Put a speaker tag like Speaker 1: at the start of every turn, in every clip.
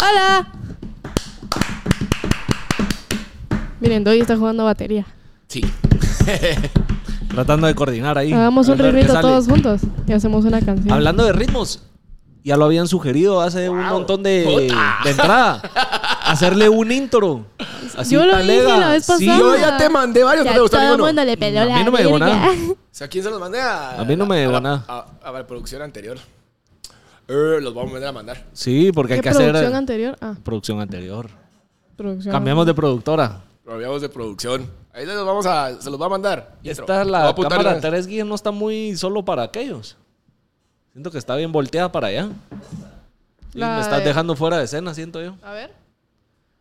Speaker 1: ¡Hola! Miren, Doy está jugando batería.
Speaker 2: Sí. Tratando de coordinar ahí.
Speaker 1: Hagamos
Speaker 2: A
Speaker 1: un
Speaker 2: ver qué
Speaker 1: ritmito
Speaker 2: sale.
Speaker 1: todos juntos y hacemos una canción.
Speaker 2: Hablando de ritmos, ya lo habían sugerido hace un montón de, de entrada. Hacerle un intro. Así
Speaker 1: Yo lo
Speaker 2: talega.
Speaker 1: dije la vez
Speaker 2: Sí,
Speaker 1: pasada.
Speaker 2: yo
Speaker 3: Yo ya te mandé varios,
Speaker 1: Ya
Speaker 3: no te gustó
Speaker 1: todo el
Speaker 3: ninguno.
Speaker 1: mundo le peló
Speaker 2: A
Speaker 1: la
Speaker 2: mí no me llegó
Speaker 1: verga.
Speaker 2: nada.
Speaker 3: O sea, ¿A quién se los mandé? A,
Speaker 2: A mí no me llegó
Speaker 3: la-
Speaker 2: nada.
Speaker 3: A, a la producción anterior. Eh, los vamos a volver a mandar.
Speaker 2: Sí, porque hay
Speaker 1: ¿Qué
Speaker 2: que hacer...
Speaker 1: producción anterior? Ah,
Speaker 2: Producción anterior.
Speaker 1: producción.
Speaker 2: Cambiamos de productora.
Speaker 3: Lo habíamos de producción. Ahí se los vamos a, se los va a mandar.
Speaker 2: Y
Speaker 3: Intro.
Speaker 2: esta
Speaker 3: Lo voy a
Speaker 2: la
Speaker 3: apuntar
Speaker 2: cámara
Speaker 3: de una vez.
Speaker 2: 3G no está muy solo para aquellos. Siento que está bien volteada para allá. Y
Speaker 1: La
Speaker 2: me estás
Speaker 1: de-
Speaker 2: dejando fuera de escena, siento yo.
Speaker 1: A ver.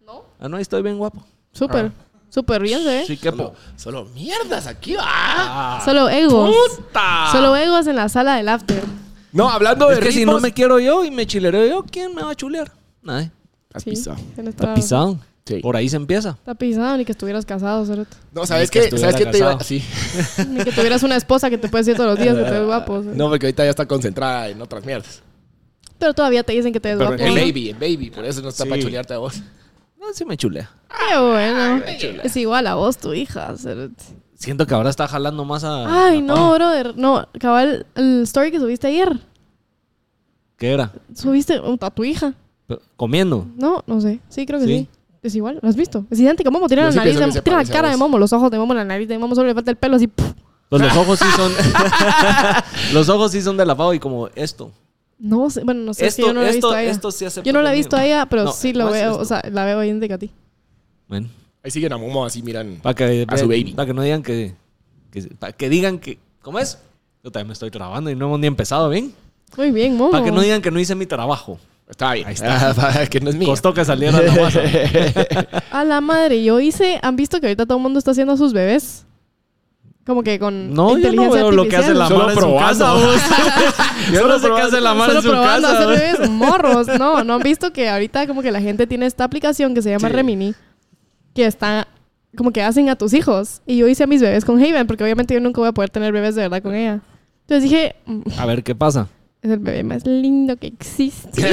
Speaker 1: ¿No?
Speaker 2: Ah, no, ahí estoy bien guapo.
Speaker 1: Súper. Súper bien, se ve.
Speaker 2: Ah. Sí, qué po-
Speaker 3: Solo, solo mierdas aquí, va.
Speaker 2: Ah.
Speaker 1: Solo egos.
Speaker 3: ¡Puta!
Speaker 1: Solo egos en la sala del after.
Speaker 3: No, hablando de
Speaker 2: Es que si
Speaker 3: ritmos-
Speaker 2: no me quiero yo y me chilereo yo, ¿quién me va a chulear? Nadie.
Speaker 3: Has
Speaker 1: Sí,
Speaker 3: pisado.
Speaker 1: él
Speaker 2: Está pisado.
Speaker 3: Sí.
Speaker 2: Por ahí se empieza.
Speaker 1: Está pisado, ni que estuvieras casado, Cerote.
Speaker 3: No, ¿sabes
Speaker 2: Ni que
Speaker 3: qué? ¿Sabes qué
Speaker 2: estuviera
Speaker 3: te iba?
Speaker 2: casado.
Speaker 3: Sí.
Speaker 1: Ni que tuvieras una esposa que te puede decir todos los días que te ves guapo. o sea.
Speaker 3: No, porque ahorita ya está concentrada en otras mierdas.
Speaker 1: Pero todavía te dicen que te ves guapo.
Speaker 3: El baby, el baby. Por eso no está
Speaker 2: Sí.
Speaker 3: para chulearte a vos.
Speaker 2: No, Ah, sí me chulea.
Speaker 1: Qué
Speaker 2: Ah,
Speaker 1: bueno. Es igual a vos, tu hija. Cerote.
Speaker 2: Siento que ahora está jalando más a.
Speaker 1: Ay,
Speaker 2: a
Speaker 1: no,
Speaker 2: Pau.
Speaker 1: brother. No, cabal, el story que subiste ayer.
Speaker 2: ¿Qué era?
Speaker 1: Subiste un- a tu hija.
Speaker 2: Pero, Comiendo.
Speaker 1: No, no sé. Sí, creo que sí.
Speaker 2: Sí.
Speaker 1: Es igual, ¿lo has visto? Es idéntico a Momo. Tiene
Speaker 3: Yo
Speaker 1: la
Speaker 3: sí
Speaker 1: nariz,
Speaker 3: pienso que
Speaker 1: de,
Speaker 3: se
Speaker 1: tiene la
Speaker 3: parece a
Speaker 1: cara de
Speaker 3: vos.
Speaker 1: Momo, los ojos de Momo, la nariz de Momo, solo le falta el pelo así. ¡puf!
Speaker 2: Pues los ojos sí son. los ojos sí son de lavado y como esto.
Speaker 1: No sé, bueno, no sé si
Speaker 2: Esto-
Speaker 1: yo no la he visto
Speaker 2: esto-
Speaker 1: a ella.
Speaker 2: esto sí acepto
Speaker 1: yo no la he visto a
Speaker 2: conmigo.
Speaker 1: ella, pero
Speaker 2: No,
Speaker 1: sí lo
Speaker 2: no es
Speaker 1: veo,
Speaker 2: esto.
Speaker 1: o sea, la veo idéntica a ti.
Speaker 2: Bueno.
Speaker 3: Ahí siguen a Momo así, miran.
Speaker 2: Para que,
Speaker 3: A su baby.
Speaker 2: Para que no digan que. que para que digan que. ¿Cómo es? Yo también me estoy trabando y no hemos ni empezado bien.
Speaker 1: Muy bien, Momo.
Speaker 2: Para que no digan que no hice mi trabajo.
Speaker 3: Está bien.
Speaker 2: Ahí está.
Speaker 3: Ah, para que no es mío.
Speaker 2: Costó que saliera la masa.
Speaker 1: A la madre, yo hice. ¿Han visto que ahorita todo el mundo está haciendo a sus bebés? Como que con.
Speaker 2: No, yo no
Speaker 1: inteligencia
Speaker 2: veo lo que hace la
Speaker 1: artificial.
Speaker 3: Solo
Speaker 2: mano en su
Speaker 3: probando.
Speaker 2: casa. vos. Yo no sé qué hace la mano
Speaker 1: Solo
Speaker 2: en su
Speaker 1: probando
Speaker 2: casa.
Speaker 1: hacer
Speaker 2: vos.
Speaker 1: bebés morros. No, no han visto que ahorita como que la gente tiene esta aplicación que se llama
Speaker 2: Sí.
Speaker 1: Remini, que está como que hacen a tus hijos. Y yo hice a mis bebés con Haven, porque obviamente yo nunca voy a poder tener bebés de verdad con ella. Entonces dije, "Mm,
Speaker 2: A ver qué pasa.
Speaker 1: es el bebé más lindo que existe.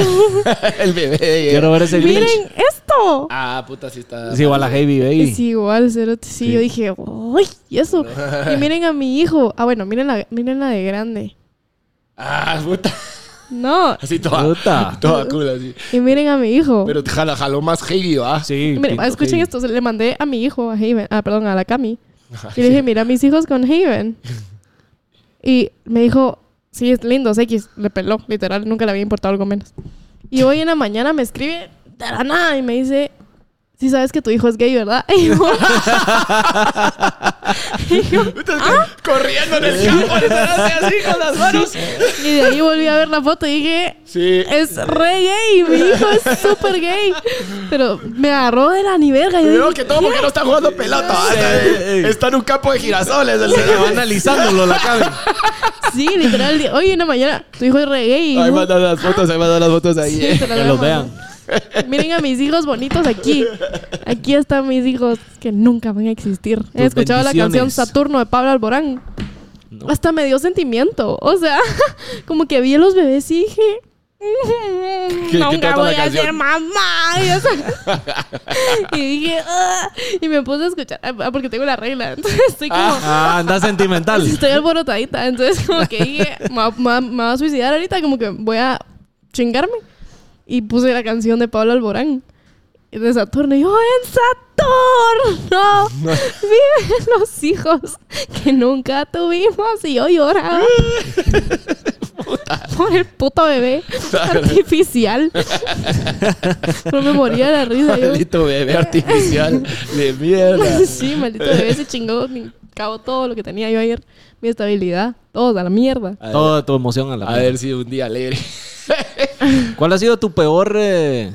Speaker 3: el bebé.
Speaker 1: eh.
Speaker 2: Quiero ver ese glitch.
Speaker 1: Miren esto.
Speaker 3: Ah, puta, sí está.
Speaker 2: Es igual a Heavy Baby.
Speaker 1: Es igual, cerote. Sí,
Speaker 2: Sí.
Speaker 1: yo dije, ¡ay! ¿Y eso? Y miren a mi hijo. Ah, bueno, miren la, miren la de grande.
Speaker 3: Ah, puta.
Speaker 1: No.
Speaker 3: Así toda.
Speaker 2: Puta.
Speaker 3: Toda cool, así.
Speaker 1: Y miren a mi hijo.
Speaker 3: Pero te jala, jaló más heavy, ¿va?
Speaker 2: Sí.
Speaker 1: Mira,
Speaker 2: pito
Speaker 1: escuchen
Speaker 2: heavy.
Speaker 1: esto, se le mandé a mi hijo, a Haven, ah, perdón, a la Cami. Y le dije, mira mis hijos con Haven. Y me dijo, sí, es lindo, es X, le peló, literal, nunca le había importado algo menos. Y hoy en la mañana me escribe, de la nada, y me dice, sí sabes que tu hijo es gay, ¿verdad? Y yo, Y yo, "Ah".
Speaker 3: Corriendo en el campo.
Speaker 1: y de ahí volví a ver la foto y dije,
Speaker 3: Sí.
Speaker 1: es re gay, mi hijo es súper gay. Pero me agarró de la ni verga. y yo
Speaker 3: Creo
Speaker 1: dije,
Speaker 3: que todo porque no está jugando pelota. ¿va? Está en un campo de girasoles. El
Speaker 2: Se va
Speaker 3: cerebro.
Speaker 2: analizándolo la cabeza.
Speaker 1: sí, literal, di- hoy en la mañana tu hijo es re gay. y
Speaker 3: Ahí
Speaker 1: yo,
Speaker 3: mandan las fotos, ahí mandan las fotos ahí.
Speaker 1: Sí,
Speaker 3: eh.
Speaker 1: se las voy
Speaker 2: Que
Speaker 1: a
Speaker 2: los
Speaker 1: mandar.
Speaker 2: vean.
Speaker 1: Miren a mis hijos bonitos aquí. Aquí están mis hijos que nunca van a existir. He
Speaker 2: Tus
Speaker 1: escuchado la canción
Speaker 2: bendiciones.
Speaker 1: Saturno de Pablo Alborán.
Speaker 2: No.
Speaker 1: Hasta me dio sentimiento. O sea, como que vi a los bebés y dije.
Speaker 3: qué
Speaker 1: Nunca
Speaker 3: trata
Speaker 1: voy
Speaker 3: la
Speaker 1: a ser
Speaker 3: canción?
Speaker 1: mamá. Y, o sea, y dije. "Ah", Y me puse a escuchar. ah, porque tengo la regla. Entonces estoy como.
Speaker 2: Ah, anda sentimental.
Speaker 1: Estoy alborotadita, entonces como que dije, me va- me va me va a suicidar ahorita, como que voy a chingarme. Y puse la canción de Pablo Alborán. Y de Saturno. Y yo, ¡en Saturno! ¡Viven los hijos que nunca tuvimos! Y yo lloraba. Por el puto bebé artificial. no me moría la risa. Yo,
Speaker 4: Maldito bebé artificial de mierda.
Speaker 1: sí, maldito bebé se chingó. me Acabó todo lo que tenía yo ayer. Mi estabilidad. Todo a la mierda.
Speaker 3: Ah,
Speaker 2: Toda tu emoción a la
Speaker 4: A
Speaker 2: vez.
Speaker 4: ver si un día alegre.
Speaker 2: ¿Cuál ha sido tu peor eh,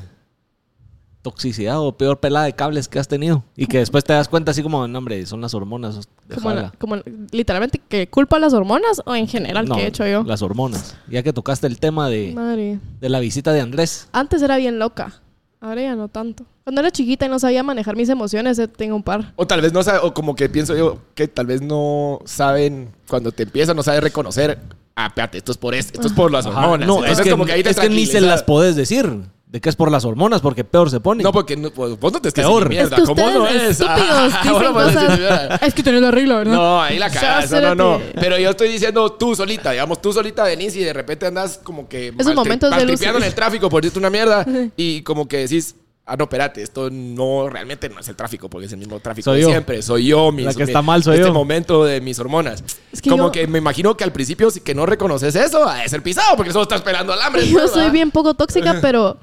Speaker 2: toxicidad o peor pelada de cables que has tenido? Y que después te das cuenta así como, no, hombre, son las hormonas.
Speaker 1: Como, la-
Speaker 2: déjala".
Speaker 1: como literalmente que culpa a las hormonas o en general
Speaker 2: No,
Speaker 1: que he hecho yo.
Speaker 2: Las hormonas. Ya que tocaste el tema de,
Speaker 1: Madre.
Speaker 2: de la visita de Andrés.
Speaker 1: Antes era bien loca. Ahora ya no tanto. Cuando era chiquita y no sabía manejar mis emociones, eh, tengo un par.
Speaker 3: O tal vez no sabe, o como que pienso yo que tal vez no saben, cuando te empiezan, no sabes reconocer. Ah, espérate, esto es por este, esto es por las hormonas.
Speaker 2: No,
Speaker 3: Entonces,
Speaker 2: es que,
Speaker 3: como ahí te
Speaker 2: es que ni se
Speaker 3: tranquilizas.
Speaker 2: las podés decir. De que es por las hormonas, porque peor se pone.
Speaker 3: No, porque no- pues, vos no te estás
Speaker 2: Peor.
Speaker 3: mierda.
Speaker 1: es que
Speaker 3: ¿Cómo
Speaker 1: ustedes
Speaker 3: no es?
Speaker 1: estúpidos
Speaker 3: Ah,
Speaker 1: dicen
Speaker 3: ahora me vas a decir,
Speaker 1: cosas. Es que tenés la regla, ¿verdad?
Speaker 3: No, ahí la
Speaker 1: Ya,
Speaker 3: cagas. No, no, no.
Speaker 1: espérate.
Speaker 3: Pero yo estoy diciendo tú solita, digamos, tú solita, Denise, y de repente andas como que.
Speaker 1: Esos momentos de lucidez.
Speaker 3: tripeando en el tráfico, por decirte una mierda, y como que decís. Ah, no, espérate, esto no, realmente no es el tráfico, porque es el mismo tráfico
Speaker 2: Soy
Speaker 3: de
Speaker 2: yo.
Speaker 3: siempre. Soy yo, mis,
Speaker 2: La que
Speaker 3: mi-
Speaker 2: está mal soy
Speaker 3: este
Speaker 2: yo.
Speaker 3: momento de mis hormonas.
Speaker 1: Es que
Speaker 3: como
Speaker 1: yo-
Speaker 3: que me imagino que al principio, si que no reconoces eso, ha de ser pisado, porque solo estás esperando alambre.
Speaker 1: Yo soy bien poco tóxica, pero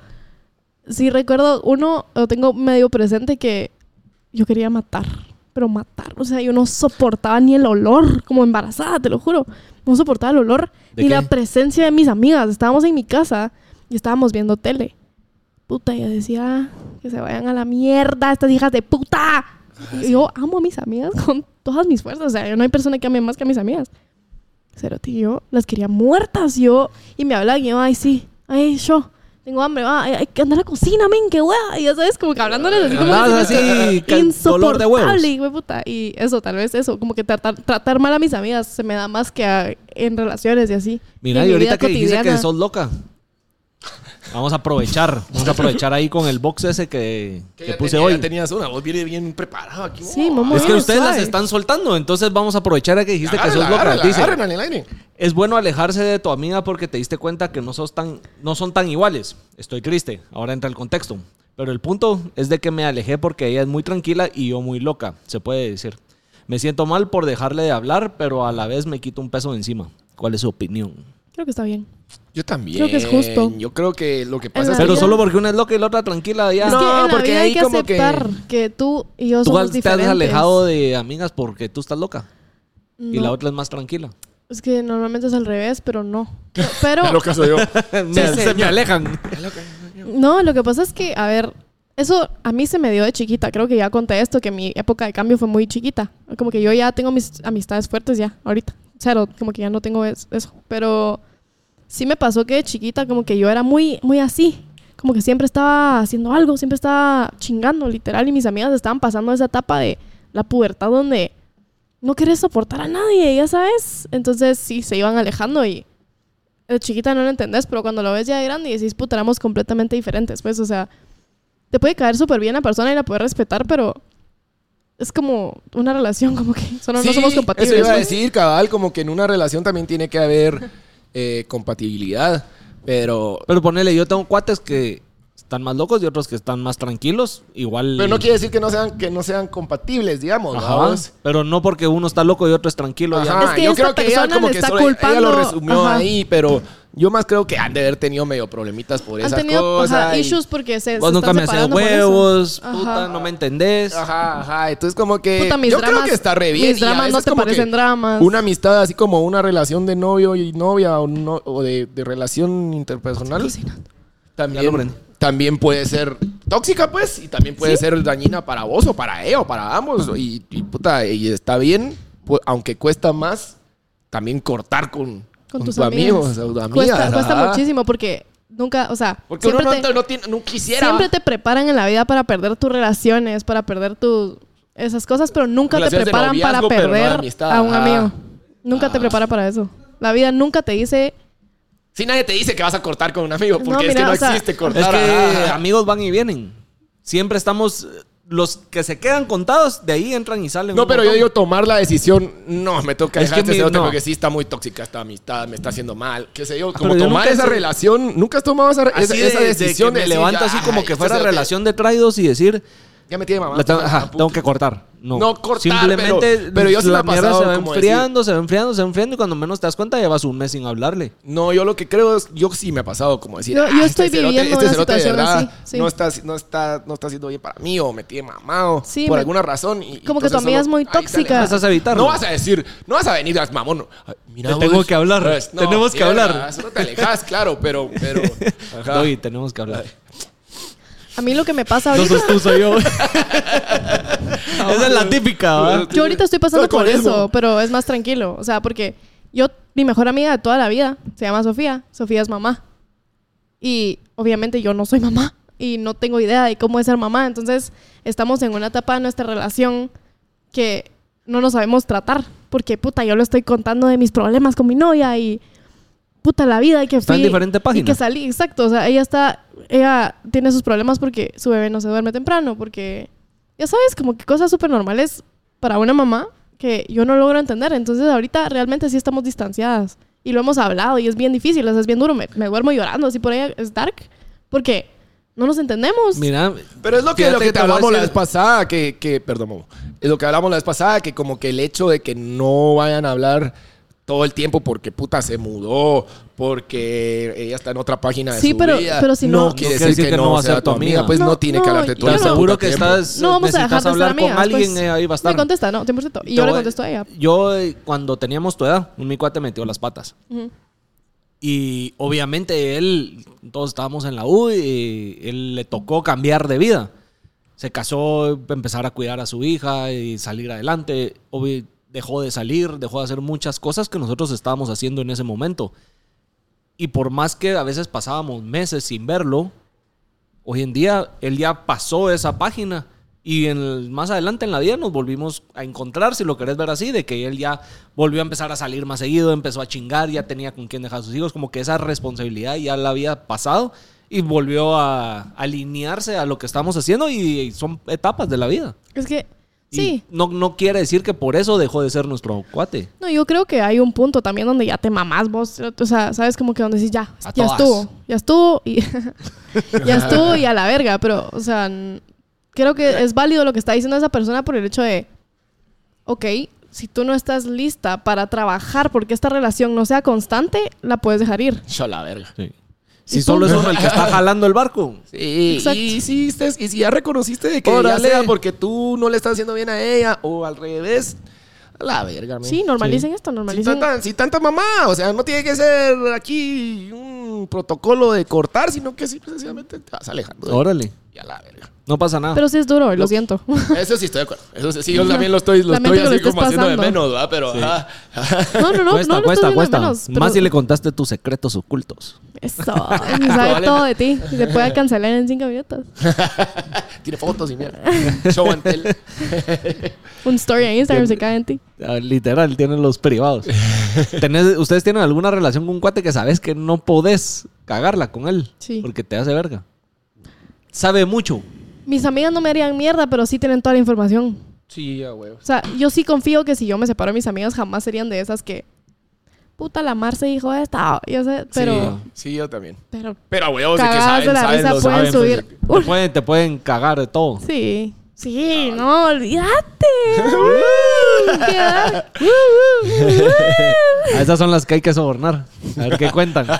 Speaker 1: sí recuerdo uno, lo tengo medio presente que yo quería matar, pero matar. O sea, yo no soportaba ni el olor, como embarazada, te lo juro. No soportaba el olor
Speaker 2: ¿De
Speaker 1: ni
Speaker 2: qué?
Speaker 1: la presencia de mis amigas. Estábamos en mi casa y estábamos viendo tele. Puta, yo decía, "Ah, que se vayan a la mierda estas hijas de puta. Y yo amo a mis amigas con todas mis fuerzas. O sea, yo no hay persona que ame más que a mis amigas. Pero tío, las quería muertas yo. Y me hablaban y yo, ay, sí, ay, yo, tengo hambre, va, ay, hay que andar a la cocina, men, qué hueva. Y ya sabes, como que hablándoles así como
Speaker 2: Andabas
Speaker 1: que se me-
Speaker 2: así, ca- dolor de huevos.
Speaker 1: insoportable, hijo de puta. Y eso, tal vez eso, como que tratar, tratar mal a mis amigas se me da más que a- en relaciones y así.
Speaker 2: Mira,
Speaker 1: En
Speaker 2: y
Speaker 1: mi
Speaker 2: ahorita
Speaker 1: vida
Speaker 2: que dijiste que
Speaker 1: cotidiana.
Speaker 2: sos loca. Vamos a aprovechar. Vamos a aprovechar ahí con el box ese que, que
Speaker 3: ya
Speaker 2: puse
Speaker 3: tenía-
Speaker 2: hoy.
Speaker 3: ya tenías una, vos vienes bien preparado aquí.
Speaker 1: Sí, mamá.
Speaker 2: Es que ustedes las
Speaker 1: suave.
Speaker 2: están soltando, entonces vamos a aprovechar a que dijiste que
Speaker 3: Agárrenla,
Speaker 2: sos loca.
Speaker 3: agárrenla,
Speaker 2: Dice,
Speaker 3: agárrenla en el aire.
Speaker 2: es bueno alejarse de tu amiga porque te diste cuenta que no, sos tan, no son tan iguales. Estoy triste, ahora entra el contexto. Pero el punto es de que me alejé porque ella es muy tranquila y yo muy loca, se puede decir. Me siento mal por dejarle de hablar, pero a la vez me quito un peso de encima. ¿Cuál es su opinión?
Speaker 1: Creo que está bien.
Speaker 3: Yo también.
Speaker 1: Creo que es justo.
Speaker 3: Yo creo que lo que pasa
Speaker 1: la
Speaker 3: es que.
Speaker 2: Pero
Speaker 1: Ya.
Speaker 2: solo porque una es loca y la otra tranquila, ya.
Speaker 1: es que en la
Speaker 3: porque
Speaker 1: vida
Speaker 3: ahí
Speaker 1: hay que
Speaker 3: como que-
Speaker 1: aceptar que... tú y yo
Speaker 2: Tú
Speaker 1: somos
Speaker 2: has- te has
Speaker 1: diferentes.
Speaker 2: alejado de amigas porque tú estás loca. Y
Speaker 1: No.
Speaker 2: la otra es más tranquila.
Speaker 1: Es que normalmente es al revés, pero no. Pero,
Speaker 3: Lo que soy yo.
Speaker 2: se, se me alejan.
Speaker 1: no, lo que pasa es que, a ver, eso a mí se me dio de chiquita. Creo que ya conté esto, que mi época de cambio fue muy chiquita. Como que yo ya tengo mis amistades fuertes ya, ahorita. Cero, como que ya no tengo es- eso. Pero sí me pasó que de chiquita como que yo era muy, muy así. Como que siempre estaba haciendo algo, siempre estaba chingando, literal. Y mis amigas estaban pasando esa etapa de la pubertad donde no querés soportar a nadie, ya sabes. Entonces sí, se iban alejando y de chiquita no lo entendés, pero cuando lo ves ya de grande y decís, puta, éramos completamente diferentes. Pues, o sea, te puede caer súper bien la persona y la puedes respetar, pero es como una relación, como que solo no
Speaker 3: Sí,
Speaker 1: somos compatibles.
Speaker 3: Eso iba a
Speaker 1: pues.
Speaker 3: decir, cabal, como que en una relación también tiene que haber eh, compatibilidad. Pero.
Speaker 2: Pero ponele, yo tengo cuates que están más locos y otros que están más tranquilos. Igual.
Speaker 3: Pero no quiere decir que no sean, que no sean compatibles, digamos.
Speaker 2: Ajá.
Speaker 3: vamos.
Speaker 2: Pero no porque uno está loco y otro es tranquilo. ya.
Speaker 3: Ajá,
Speaker 1: Es que
Speaker 3: yo
Speaker 1: esta
Speaker 3: creo que ella
Speaker 1: persona
Speaker 3: como
Speaker 1: le
Speaker 3: que
Speaker 1: está
Speaker 3: solo- ella lo
Speaker 1: culpando,
Speaker 3: resumió
Speaker 1: ajá.
Speaker 3: ahí, pero yo más creo que han de haber tenido medio problemitas por
Speaker 1: Han
Speaker 3: esas
Speaker 1: tenido
Speaker 3: cosas.
Speaker 1: ajá,
Speaker 3: y-
Speaker 1: issues porque se, se
Speaker 2: Vos nunca
Speaker 1: están
Speaker 2: me hacías
Speaker 1: separando por eso.
Speaker 2: huevos,
Speaker 1: Ajá.
Speaker 2: puta, no me entendés.
Speaker 3: Ajá, ajá. Entonces, como que.
Speaker 1: Puta, mis
Speaker 3: yo creo
Speaker 1: dramas-
Speaker 3: que está re bien.
Speaker 1: mis
Speaker 3: y a
Speaker 1: dramas
Speaker 3: veces
Speaker 1: no te
Speaker 3: como que
Speaker 1: parecen dramas.
Speaker 3: Una amistad así como una relación de novio y novia o, no- o de, de relación interpersonal.
Speaker 2: Ya lo prendí.
Speaker 3: También, también puede ser tóxica, pues. Y también puede ser dañina para vos o para ella o para ambos. Y, y puta, y está bien, pu- aunque cuesta más, también cortar con,
Speaker 1: Con
Speaker 3: con
Speaker 1: tus
Speaker 3: tus amigos
Speaker 1: amigas.
Speaker 3: o tus amigas.
Speaker 1: Cuesta, cuesta
Speaker 3: ajá.
Speaker 1: muchísimo porque nunca, o sea,
Speaker 3: Porque uno no,
Speaker 1: siempre te-
Speaker 3: no tiene- no quisiera.
Speaker 1: siempre te preparan en la vida para perder tus relaciones, para perder tus esas cosas, pero nunca te
Speaker 3: Relaciones de
Speaker 1: preparan para
Speaker 3: noviazgo, pero no de
Speaker 1: perder
Speaker 3: amistad.
Speaker 1: a un
Speaker 3: Ah.
Speaker 1: amigo. Nunca te prepara para eso. La vida nunca te dice,
Speaker 3: Si nadie te dice que vas a cortar con un amigo,
Speaker 1: No,
Speaker 3: porque es
Speaker 1: mira,
Speaker 3: que no
Speaker 1: o sea,
Speaker 3: existe
Speaker 2: Es
Speaker 3: cortar.
Speaker 2: que
Speaker 3: ajá.
Speaker 2: amigos van y vienen. Siempre estamos eh, los que se quedan contados, de ahí entran y salen.
Speaker 3: No,
Speaker 2: un
Speaker 3: pero yo
Speaker 2: montón.
Speaker 3: digo tomar la decisión. No, me toca
Speaker 2: Es
Speaker 3: dejar
Speaker 2: que
Speaker 3: este
Speaker 2: mi-
Speaker 3: cerote
Speaker 2: no. Ah,
Speaker 3: porque sí está muy tóxica esta amistad, me está haciendo mal. ¿Qué sé yo?
Speaker 2: pero
Speaker 3: Como
Speaker 2: yo
Speaker 3: tomar
Speaker 2: nunca
Speaker 3: esa
Speaker 2: he-
Speaker 3: relación. Nunca has tomado esa,
Speaker 2: Así
Speaker 3: esa,
Speaker 2: de-
Speaker 3: esa
Speaker 2: de
Speaker 3: decisión.
Speaker 2: que me
Speaker 3: decir,
Speaker 2: levanto así como
Speaker 3: "Ay,
Speaker 2: que
Speaker 3: este
Speaker 2: fuera
Speaker 3: cerote
Speaker 2: relación de traídos y decir,
Speaker 3: Ya me tiene mamá. ah,
Speaker 2: la tengo, ajá, tengo que cortar. No,
Speaker 3: No cortar,
Speaker 2: Simplemente
Speaker 3: pero- pero yo sí me
Speaker 2: la
Speaker 3: ha
Speaker 2: mierda
Speaker 3: pasado
Speaker 2: se va
Speaker 3: como
Speaker 2: enfriando, se va enfriando, se va enfriando y cuando menos te das cuenta llevas un mes sin hablarle.
Speaker 3: No, yo lo que creo es, yo sí me ha pasado como decir,
Speaker 1: Yo- yo
Speaker 3: "Ah,
Speaker 1: estoy viviendo una
Speaker 3: de
Speaker 1: situación
Speaker 3: verdad
Speaker 1: así, sí.
Speaker 3: no está, no está, no está haciendo bien para mí o me tiene mamado
Speaker 1: Sí,
Speaker 3: por
Speaker 1: me-
Speaker 3: alguna razón. y- y
Speaker 1: como que tu
Speaker 3: entonces
Speaker 1: amiga
Speaker 3: solo-
Speaker 1: es muy
Speaker 3: ahí te
Speaker 1: tóxica.
Speaker 3: alejas.
Speaker 2: Vas a evitarlo.
Speaker 3: No vas a decir, no vas a venir, las mamón. Ay, Mira,
Speaker 2: Te tengo
Speaker 3: vos, Pues,
Speaker 2: que hablar, tenemos que
Speaker 3: mierda,
Speaker 2: hablar.
Speaker 3: Solo te alejas, claro, pero, pero, ajá.
Speaker 2: Doy, tenemos que hablar.
Speaker 1: A mí lo que me pasa ahorita.
Speaker 2: tú, soy yo. Esa es la típica, ¿verdad?
Speaker 1: Yo ahorita estoy pasando
Speaker 3: Estoy
Speaker 1: por
Speaker 3: con
Speaker 1: eso,
Speaker 3: eso.
Speaker 1: pero es más tranquilo. O sea, porque yo, mi mejor amiga de toda la vida se llama Sofía. Sofía es mamá. Y obviamente yo no soy mamá y no tengo idea de cómo es ser mamá. Entonces estamos en una etapa de nuestra relación que no nos sabemos tratar. Porque puta, yo le estoy contando de mis problemas con mi novia y puta la vida y que
Speaker 2: Está
Speaker 1: fui
Speaker 2: en diferente
Speaker 1: y que
Speaker 2: página.
Speaker 1: salí. Exacto. O sea, ella está, ella tiene sus problemas porque su bebé no se duerme temprano, porque ya sabes, como que cosas súper normales para una mamá que yo no logro entender. Entonces ahorita realmente sí estamos distanciadas. Y lo hemos hablado y es bien difícil, o sea, es bien duro. Me, me duermo llorando así por ella. Es dark. Porque no nos entendemos.
Speaker 2: Mira,
Speaker 3: Pero es lo que,
Speaker 2: fíjate
Speaker 3: lo que
Speaker 2: te
Speaker 3: te
Speaker 2: voy a
Speaker 3: hablamos la
Speaker 2: decir-
Speaker 3: vez pasada, que, que perdón, Momo. es lo que hablamos la vez pasada, que como que el hecho de que no vayan a hablar todo el tiempo porque puta se mudó, porque ella está en otra página de
Speaker 1: Sí,
Speaker 3: su
Speaker 1: pero-
Speaker 3: vida.
Speaker 1: pero si no-
Speaker 3: no quiere decir que, no va a ser tu amiga, pues no,
Speaker 1: No,
Speaker 3: tiene
Speaker 1: no,
Speaker 3: que hablarte
Speaker 1: y-
Speaker 3: todo
Speaker 2: Te
Speaker 3: el
Speaker 1: Claro.
Speaker 2: aseguro
Speaker 3: puto
Speaker 2: que
Speaker 3: tiempo.
Speaker 2: estás.
Speaker 1: No vamos a dejar
Speaker 2: necesitas
Speaker 1: de ser
Speaker 2: hablar
Speaker 1: amigas.
Speaker 2: con alguien,
Speaker 1: pues.
Speaker 2: eh, ahí va a estar.
Speaker 1: Me contesta, no, 100%. Y
Speaker 2: Te
Speaker 1: yo le
Speaker 2: voy-
Speaker 1: contesto a ella.
Speaker 2: Yo, eh, cuando teníamos tu edad, un mi cuate metió las patas. Y obviamente él, todos estábamos en la U y él le tocó cambiar de vida. Se casó, empezar a cuidar a su hija y salir adelante. Obvi- dejó de salir, dejó de hacer muchas cosas que nosotros estábamos haciendo en ese momento. Y por más que a veces pasábamos meses sin verlo, hoy en día él ya pasó esa página y en el- más adelante en la vida nos volvimos a encontrar, si lo querés ver así, de que él ya volvió a empezar a salir más seguido, empezó a chingar, ya tenía con quién dejar a sus hijos, como que esa responsabilidad ya la había pasado y volvió a alinearse a lo que estamos haciendo y, y son etapas de la vida.
Speaker 1: Es que,
Speaker 2: Y
Speaker 1: sí.
Speaker 2: No, no quiere decir que por eso dejó de ser nuestro cuate.
Speaker 1: No, yo creo que hay un punto también donde ya te mamás vos. O sea, sabes como que donde decís ya,
Speaker 2: A
Speaker 1: ya
Speaker 2: todas.
Speaker 1: estuvo, ya estuvo y ya estuvo y a la verga. Pero, o sea, n- creo que es válido lo que está diciendo esa persona por el hecho de, ok, si tú no estás lista para trabajar porque esta relación no sea constante, la puedes dejar ir.
Speaker 3: Yo la verga.
Speaker 2: Si solo es uno el que está jalando el barco.
Speaker 3: Sí,
Speaker 1: Exacto.
Speaker 3: y si, estés- y si ya reconociste de que ya
Speaker 2: Órale.
Speaker 3: sea porque tú no le estás haciendo bien a ella o al revés, a la verga, men.
Speaker 1: Sí, normalicen esto,
Speaker 3: Si
Speaker 1: normalicen.
Speaker 3: tanta, si tanta mamá, o sea, no tiene que ser aquí un protocolo de cortar, sino que simple y sencillamente te vas alejando. de-
Speaker 2: Órale,
Speaker 3: Y a la verga.
Speaker 2: no pasa nada.
Speaker 1: Pero sí es duro, lo siento.
Speaker 3: Eso sí estoy de acuerdo. Eso sí, sí, yo también lo estoy, lo
Speaker 1: Lamento
Speaker 3: estoy
Speaker 1: que lo
Speaker 3: así
Speaker 1: estés
Speaker 3: como haciendo de
Speaker 1: pasando.
Speaker 3: menos, ¿verdad? Pero ah,
Speaker 1: No, no, no, no, lo
Speaker 2: cuesta, cuesta,
Speaker 1: estoy viendo
Speaker 2: cuesta.
Speaker 1: menos.
Speaker 2: Más
Speaker 1: pero-
Speaker 2: si le contaste tus secretos ocultos.
Speaker 1: Eso, se sabe todo de ti y se puede cancelar en cinco minutos.
Speaker 3: tiene fotos y mierda. Show and tell.
Speaker 1: Un story en Instagram se cae en ti.
Speaker 2: Ah, Literal, tienen los privados. ¿Tenés- ¿Ustedes tienen alguna relación con un cuate que sabes que no podés cagarla con él?
Speaker 1: Sí.
Speaker 2: Porque te hace verga. Sabe mucho.
Speaker 1: Mis amigas no me harían mierda, pero sí tienen toda la información.
Speaker 3: Sí, a huevo.
Speaker 1: O sea, yo sí confío que si yo me separo de mis amigas, jamás serían de esas que. Puta, la Mar se dijo esta. Yo sé, pero.
Speaker 3: Sí, yo también.
Speaker 1: Pero.
Speaker 3: Pero a huevos, de que
Speaker 1: Cagadas
Speaker 3: saben,
Speaker 1: de la
Speaker 3: saben,
Speaker 1: risa
Speaker 3: lo
Speaker 1: pueden
Speaker 3: saben. pues,
Speaker 1: subir.
Speaker 2: Te
Speaker 1: un-
Speaker 2: pueden, te pueden cagar de todo.
Speaker 1: Sí. Sí, no, olvídate. Uh, qué dar- uh, uh, uh.
Speaker 2: A esas son las que hay que sobornar. A ver qué cuentan.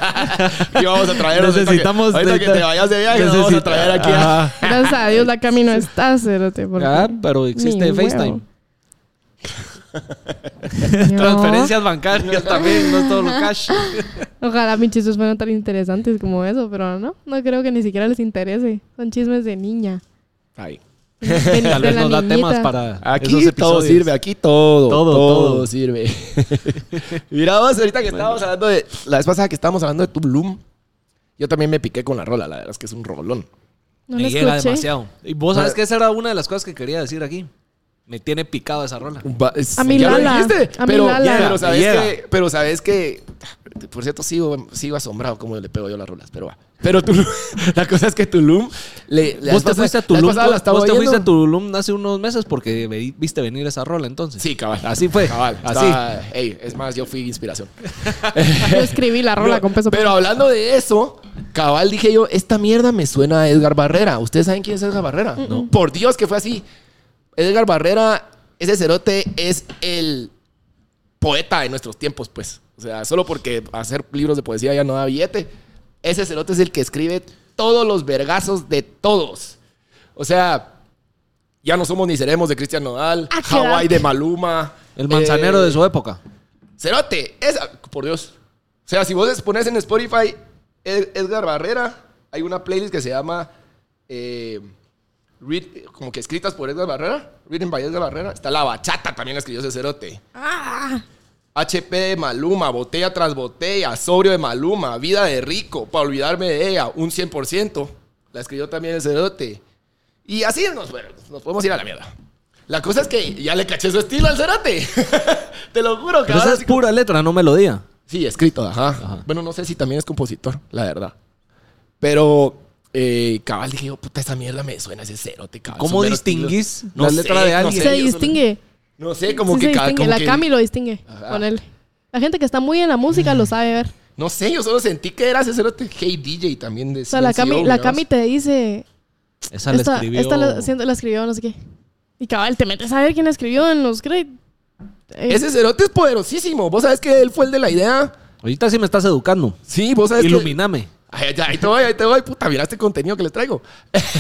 Speaker 3: Y vamos a traer ahorita que-
Speaker 2: Necesitamos
Speaker 3: Ahorita que,
Speaker 2: de-
Speaker 3: te vayas de viaje, nos vamos a
Speaker 2: necesita-
Speaker 3: traer aquí a.
Speaker 2: Ajá.
Speaker 1: Gracias a Dios, la camino está, cerote. porque-
Speaker 2: Ah, pero existe
Speaker 1: Ni
Speaker 2: FaceTime.
Speaker 1: huevo. No.
Speaker 2: Transferencias bancarias también, no es todo lo cash.
Speaker 1: Ojalá mis chismes fueran tan interesantes como eso, pero no, no creo que ni siquiera les interese. Son chismes de niña.
Speaker 3: Ahí.
Speaker 1: De-
Speaker 2: Tal
Speaker 1: de
Speaker 2: vez
Speaker 1: la
Speaker 2: nos da
Speaker 1: niñita.
Speaker 2: temas para esos
Speaker 3: Aquí
Speaker 2: episodios.
Speaker 3: todo sirve, aquí todo.
Speaker 2: Todo,
Speaker 3: Todo,
Speaker 2: todo.
Speaker 3: sirve. Mira, vos, ahorita que estábamos hablando de. La vez pasada que estábamos hablando de Tulum, yo también me piqué con la rola, la verdad es que es un rolón.
Speaker 1: No
Speaker 2: me
Speaker 1: lo
Speaker 2: llega
Speaker 1: escuché.
Speaker 2: demasiado. Y vos sabes que esa era una de las cosas que quería decir aquí. Me tiene picado esa rola.
Speaker 3: Va- es-
Speaker 1: A mi
Speaker 3: ya lo
Speaker 1: Lala,
Speaker 3: dijiste,
Speaker 1: a mi
Speaker 3: pero,
Speaker 1: Lala.
Speaker 3: pero sabes
Speaker 2: Llega.
Speaker 3: que. Pero sabes que. Por cierto, sigo, sigo asombrado cómo le pego yo las rolas, pero va. Pero Tulum, la cosa es que Tulum... Le, la
Speaker 2: Vos
Speaker 3: vez
Speaker 2: te
Speaker 3: pasada-
Speaker 2: fuiste a
Speaker 3: la vez
Speaker 2: Tulum.
Speaker 3: pasada la
Speaker 2: Vos
Speaker 3: estaba
Speaker 2: vos te
Speaker 3: oyendo.
Speaker 2: fuiste a Tulum hace unos meses porque ve- viste venir esa rola entonces.
Speaker 3: Sí, cabal.
Speaker 2: Así fue.
Speaker 3: Cabal.
Speaker 2: Así.
Speaker 3: Estaba- ey, es más, yo fui inspiración.
Speaker 1: Yo escribí la rola
Speaker 3: Pero-
Speaker 1: con peso.
Speaker 3: Pero hablando de eso, cabal dije yo, esta mierda me suena a Edgar Barrera. ¿Ustedes saben quién es Edgar Barrera? Por Dios que fue así. Edgar Barrera, ese cerote es el poeta de nuestros tiempos, pues. O sea, solo porque hacer libros de poesía ya no da billete. Ese cerote es el que escribe todos los vergazos de todos. O sea, ya no somos ni seremos de Cristian Nodal,
Speaker 1: Ah, qué
Speaker 3: Hawái
Speaker 1: edad.
Speaker 3: de Maluma.
Speaker 2: El manzanero
Speaker 3: eh,
Speaker 2: de su época.
Speaker 3: Cerote, esa, por Dios. O sea, si vos pones en Spotify Ed- Edgar Barrera, hay una playlist que se llama eh, read- como que escritas por Edgar Barrera, written by Edgar Barrera. Está la bachata también la escribió ese cerote. HP de Maluma, botella tras botella, sobrio de Maluma, vida de rico, para olvidarme de ella, un 100%. La escribió también el cerote. Y así nos, bueno, nos podemos ir a la mierda. La cosa es que ya le caché su estilo al cerote. Te lo juro,
Speaker 2: Pero esa
Speaker 3: cabrón.
Speaker 2: es pura letra, no melodía.
Speaker 3: Sí, escrito, ajá. Bueno, no sé si también es compositor, la verdad. Pero, eh, cabal, dije yo, puta, esa mierda me suena ese cerote, cabal.
Speaker 2: ¿Cómo
Speaker 3: Son meros
Speaker 2: distinguís
Speaker 3: estilos.
Speaker 2: la letra de alguien?
Speaker 3: sé,
Speaker 1: se
Speaker 3: yo solo-
Speaker 1: distingue.
Speaker 3: no sé, como
Speaker 1: Sí
Speaker 3: que...
Speaker 1: se
Speaker 3: ca-
Speaker 1: distingue.
Speaker 3: como
Speaker 1: la
Speaker 3: que-
Speaker 1: Cami lo distingue. Con él. La gente que está muy en la música lo sabe ver.
Speaker 3: No sé, yo solo sentí que era ese cerote. Hey DJ también de
Speaker 1: O sea, la
Speaker 3: CNCO,
Speaker 1: Cami, la
Speaker 3: digamos.
Speaker 1: Cami te dice.
Speaker 2: Esa la
Speaker 1: Esta,
Speaker 2: escribió.
Speaker 1: esta la, siento- la escribió, no sé qué. Y cabal, te metes a ver quién escribió en los créditos. Eh,
Speaker 3: Ese cerote es poderosísimo. Vos sabés que él fue el de la idea.
Speaker 2: Ahorita sí me estás educando.
Speaker 3: Sí, vos sabés que...
Speaker 2: Iluminame.
Speaker 3: Ahí, ahí te voy, ahí te voy, puta, mira este contenido que les traigo.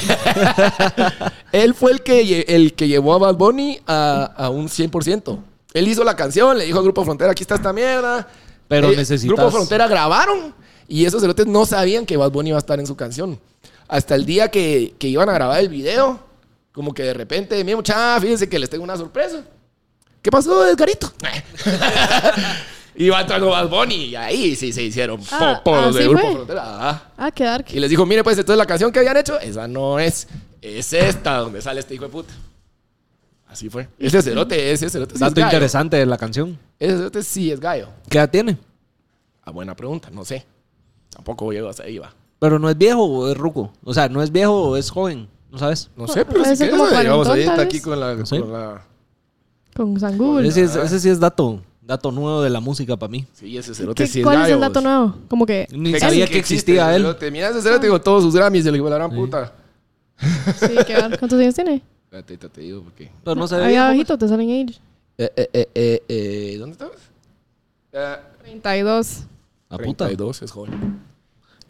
Speaker 3: Él fue el que, lle- el que llevó a Bad Bunny a, a un 100%. Él hizo la canción, le dijo al Grupo Frontera, aquí está esta mierda.
Speaker 2: Pero
Speaker 3: Eh,
Speaker 2: necesitas-
Speaker 3: Grupo Frontera grabaron y esos cerotes no sabían que Bad Bunny iba a estar en su canción. Hasta el día que, que iban a grabar el video, como que de repente, mi muchacha, fíjense que les tengo una sorpresa. ¿Qué pasó, Edgarito? Iba entrando Bad Bunny y ahí sí se hicieron
Speaker 1: Ah,
Speaker 3: popos de
Speaker 1: ¿así
Speaker 3: Grupo
Speaker 1: fue?
Speaker 3: Frontera. Ajá.
Speaker 1: ah, qué dark.
Speaker 3: Y les dijo, mire, pues entonces la canción que habían hecho, esa no es. Es esta donde sale este hijo de puta. Así fue. Ese cerote, ese cerote sí es
Speaker 2: Dato
Speaker 3: gallo.
Speaker 2: interesante de la canción.
Speaker 3: Ese cerote sí es gallo.
Speaker 2: ¿Qué edad tiene?
Speaker 3: Ah, buena pregunta, no sé. Tampoco llego hasta ahí, va.
Speaker 2: Pero no es viejo o es ruco. O sea, no es viejo o es joven. No sabes.
Speaker 3: No
Speaker 1: sé, pero Puede si ser quieres, como eh, vamos, cuarentón, ahí está tal aquí vez.
Speaker 3: con la...
Speaker 2: Sí. con
Speaker 1: Con San Google.
Speaker 2: Ese, es- ese sí es dato. Dato nuevo de la música para mí.
Speaker 3: Sí, ese cerote
Speaker 1: ¿Qué-
Speaker 3: sí es
Speaker 1: ¿Cuál
Speaker 3: gallo.
Speaker 1: es el dato
Speaker 3: vos.
Speaker 1: nuevo? Como que.
Speaker 2: Ni
Speaker 3: Que
Speaker 2: sabía
Speaker 3: sí,
Speaker 2: que existía
Speaker 3: existe ese
Speaker 2: él.
Speaker 3: cerote. Mira, ese cerote con todos sus Grammys del hijo de la gran puta.
Speaker 1: Sí, qué dark. ¿Cuántos años tiene?
Speaker 3: Espérate, ahorita te digo porque...
Speaker 2: Pero no
Speaker 1: Ahí
Speaker 2: sabía.
Speaker 1: abajito te salen age.
Speaker 3: Eh, eh, eh, eh, eh, ¿Dónde estabas? Eh,
Speaker 1: 32.
Speaker 2: La puta.
Speaker 3: 32, es joven.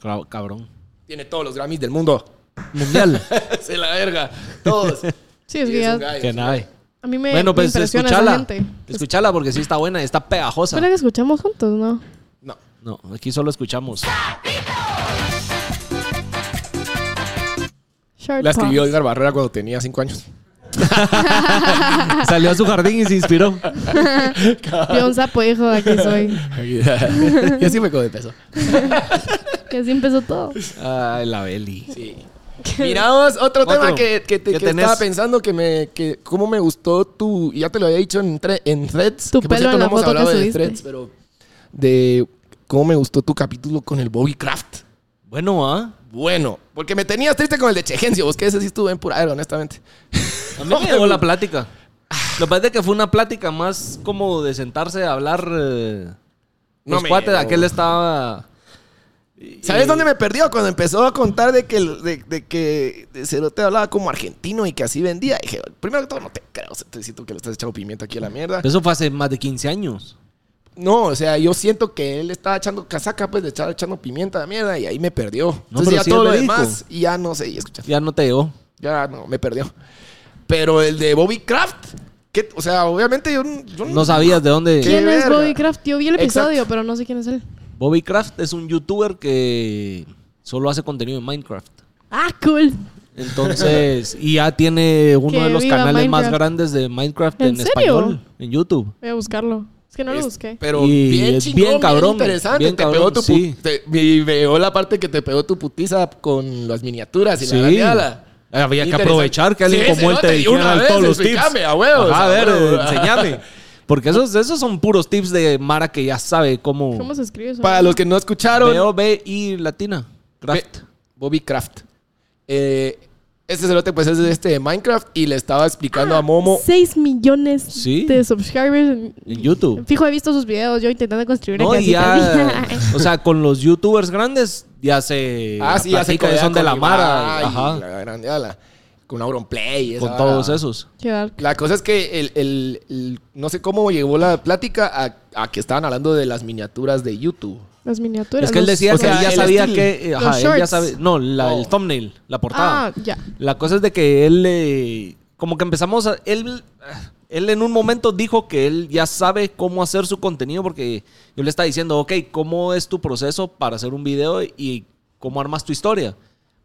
Speaker 2: Cra- Cabrón.
Speaker 3: Tiene todos los Grammys del mundo.
Speaker 2: Mundial.
Speaker 3: Se la verga. Todos.
Speaker 1: Sí, es
Speaker 3: Sí,
Speaker 1: que
Speaker 3: es
Speaker 1: ya-
Speaker 3: un gallo.
Speaker 2: que nave.
Speaker 1: a mí me,
Speaker 2: bueno,
Speaker 1: me
Speaker 2: pues
Speaker 1: impresiona esa
Speaker 2: escuchala.
Speaker 1: gente.
Speaker 2: Escuchala porque sí está buena, está pegajosa.
Speaker 1: Espera que escuchamos juntos, ¿no?
Speaker 3: No.
Speaker 2: No, aquí solo escuchamos.
Speaker 1: Short
Speaker 3: La escribió
Speaker 1: Pumps.
Speaker 3: Edgar Barrera cuando tenía 5 años.
Speaker 2: Salió a su jardín y se inspiró.
Speaker 1: Yo un sapo, pues, hijo, de aquí soy.
Speaker 3: y así fue como empezó.
Speaker 1: Que así empezó todo.
Speaker 2: Ay, la Beli.
Speaker 3: Sí. Miraos, otro,
Speaker 2: Otro.
Speaker 3: tema que, que te-
Speaker 2: ¿Qué
Speaker 3: que
Speaker 2: tenés?
Speaker 3: estaba pensando que me que cómo me gustó tu ya te lo había dicho en, tre- en threads,
Speaker 1: Tu
Speaker 3: que por
Speaker 1: pelo
Speaker 3: cierto
Speaker 1: en la
Speaker 3: no hemos
Speaker 1: foto que
Speaker 3: hablado de
Speaker 1: subiste.
Speaker 3: threads, pero de cómo me gustó tu capítulo con el Bobby Craft.
Speaker 2: Bueno, ¿ah?
Speaker 3: Bueno, porque me tenías triste con el de Chegencio, vos que ese sí estuvo en pura aire, honestamente.
Speaker 2: A mí me llegó la plática. Lo que pasa es que fue una plática más como de sentarse a hablar. eh,
Speaker 3: No
Speaker 2: los
Speaker 3: me
Speaker 2: cuates,
Speaker 3: llegó.
Speaker 2: aquel estaba.
Speaker 3: ¿Sabes dónde me perdió? Cuando empezó a contar de que, el- de, de que Cerote hablaba como argentino y que así vendía. Dije, primero que todo, no te creo. o sea, Te siento que le estás echando pimienta aquí a la mierda.
Speaker 2: Eso fue hace más de 15 años.
Speaker 3: No, o sea, yo siento que él estaba echando casaca, pues le estaba echando pimienta a la mierda y ahí me perdió.
Speaker 2: No,
Speaker 3: Entonces
Speaker 2: pero
Speaker 3: ya
Speaker 2: sí
Speaker 3: todo
Speaker 2: es
Speaker 3: lo
Speaker 2: verídico.
Speaker 3: demás y ya no seguí escuchando.
Speaker 2: Ya no te llegó.
Speaker 3: Ya no, me perdió. Pero el de Bobby Kraft, que, o sea, obviamente yo, n- yo
Speaker 2: No sabías de dónde.
Speaker 3: ¿Qué?
Speaker 1: ¿Quién es
Speaker 3: verga.
Speaker 1: Bobby Craft? Yo vi el
Speaker 3: Exacto.
Speaker 1: episodio, pero no sé quién es él.
Speaker 2: Bobby Craft es un youtuber que solo hace contenido en Minecraft.
Speaker 1: Ah, cool.
Speaker 2: Entonces, y ya tiene uno
Speaker 1: Que
Speaker 2: de los
Speaker 1: viva
Speaker 2: canales más
Speaker 1: Minecraft.
Speaker 2: grandes de Minecraft en,
Speaker 1: ¿En serio?
Speaker 2: español, en YouTube.
Speaker 1: Voy a buscarlo. Es que no lo
Speaker 3: Es-
Speaker 1: busqué.
Speaker 3: Pero
Speaker 2: Y
Speaker 3: bien
Speaker 2: es
Speaker 3: chingón,
Speaker 2: bien
Speaker 3: bien
Speaker 2: cabrón,
Speaker 3: interesante.
Speaker 2: bien
Speaker 3: te
Speaker 2: cabrón,
Speaker 3: pegó tu pu-
Speaker 2: sí.
Speaker 3: te- y veo la parte que te pegó tu putiza con las miniaturas y la
Speaker 2: Sí.
Speaker 3: grandeada.
Speaker 2: Había que
Speaker 3: Interesante.
Speaker 2: aprovechar que alguien
Speaker 3: Sí,
Speaker 2: como él te
Speaker 3: cerote, y una
Speaker 2: dijera
Speaker 3: vez,
Speaker 2: todos los tips.
Speaker 3: explícame, a huevos,
Speaker 2: Ajá, a
Speaker 3: a
Speaker 2: ver,
Speaker 3: huevos.
Speaker 2: enseñame. Porque esos, esos son puros tips de Mara que ya sabe cómo.
Speaker 1: ¿Cómo se escribe eso?
Speaker 3: Para los que no escucharon,
Speaker 2: B y latina. Craft.
Speaker 3: Ve- Bobby Craft. Eh, este cerote, pues, es de este de Minecraft y le estaba explicando a Momo.
Speaker 1: 6 millones
Speaker 2: Sí.
Speaker 1: de subscribers. en-
Speaker 2: En YouTube.
Speaker 1: Fijo, he visto sus videos. Yo intentando construir una
Speaker 2: No, y ya.
Speaker 1: casita.
Speaker 2: o sea, con los youtubers grandes ya se.
Speaker 3: ah, sí, ya se
Speaker 2: platican,
Speaker 3: codea
Speaker 2: son de
Speaker 3: con
Speaker 2: la
Speaker 3: Ibai
Speaker 2: Mara.
Speaker 3: y
Speaker 2: Ajá.
Speaker 3: La grande ala. Con Auronplay. y esa
Speaker 2: con todos
Speaker 3: vara.
Speaker 2: esos.
Speaker 1: Qué dark.
Speaker 3: La cosa es que el, el- el- no sé cómo llegó la plática a, a que estaban hablando de las miniaturas de YouTube.
Speaker 1: Las miniaturas.
Speaker 2: Es que él
Speaker 1: los-
Speaker 2: decía
Speaker 3: o
Speaker 2: que
Speaker 3: sea,
Speaker 2: él ya
Speaker 3: el
Speaker 2: sabía
Speaker 3: estilo.
Speaker 2: que. eh, Ajá,
Speaker 1: Los
Speaker 2: él ya
Speaker 1: shorts.
Speaker 2: sabe. No, la- el
Speaker 3: Oh.
Speaker 2: thumbnail, la portada.
Speaker 1: Ah, ya.
Speaker 2: La cosa es de que él, eh, como que empezamos, a- él, él en un momento dijo que él ya sabe cómo hacer su contenido porque yo le estaba diciendo, ok, ¿cómo es tu proceso para hacer un video y cómo armas tu historia?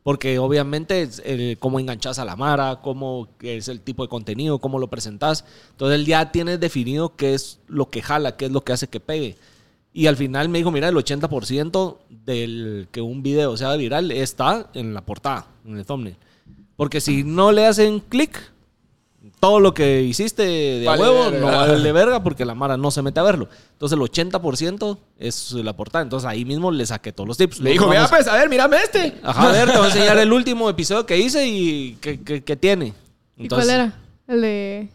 Speaker 2: Porque obviamente es el- cómo enganchas a la mara, cómo es el tipo de contenido, cómo lo presentas. Entonces él ya tiene definido qué es lo que jala, qué es lo que hace que pegue. Y al final me dijo, mira, el 80% del que un video sea viral está en la portada, en el thumbnail. Porque si no le hacen clic, todo lo que hiciste de a
Speaker 3: Vale
Speaker 2: huevo
Speaker 3: verga.
Speaker 2: no vale verga porque la Mara no se mete a verlo. Entonces el 80% es la portada. Entonces ahí mismo le saqué todos los tips.
Speaker 3: Le dijo,
Speaker 2: Vamos-
Speaker 3: vea, pues, a ver, mírame este.
Speaker 2: Ajá, a ver, te voy a enseñar el último episodio que hice y que, que- que tiene.
Speaker 1: ¿Y cuál
Speaker 2: Entonces,
Speaker 1: era? El de.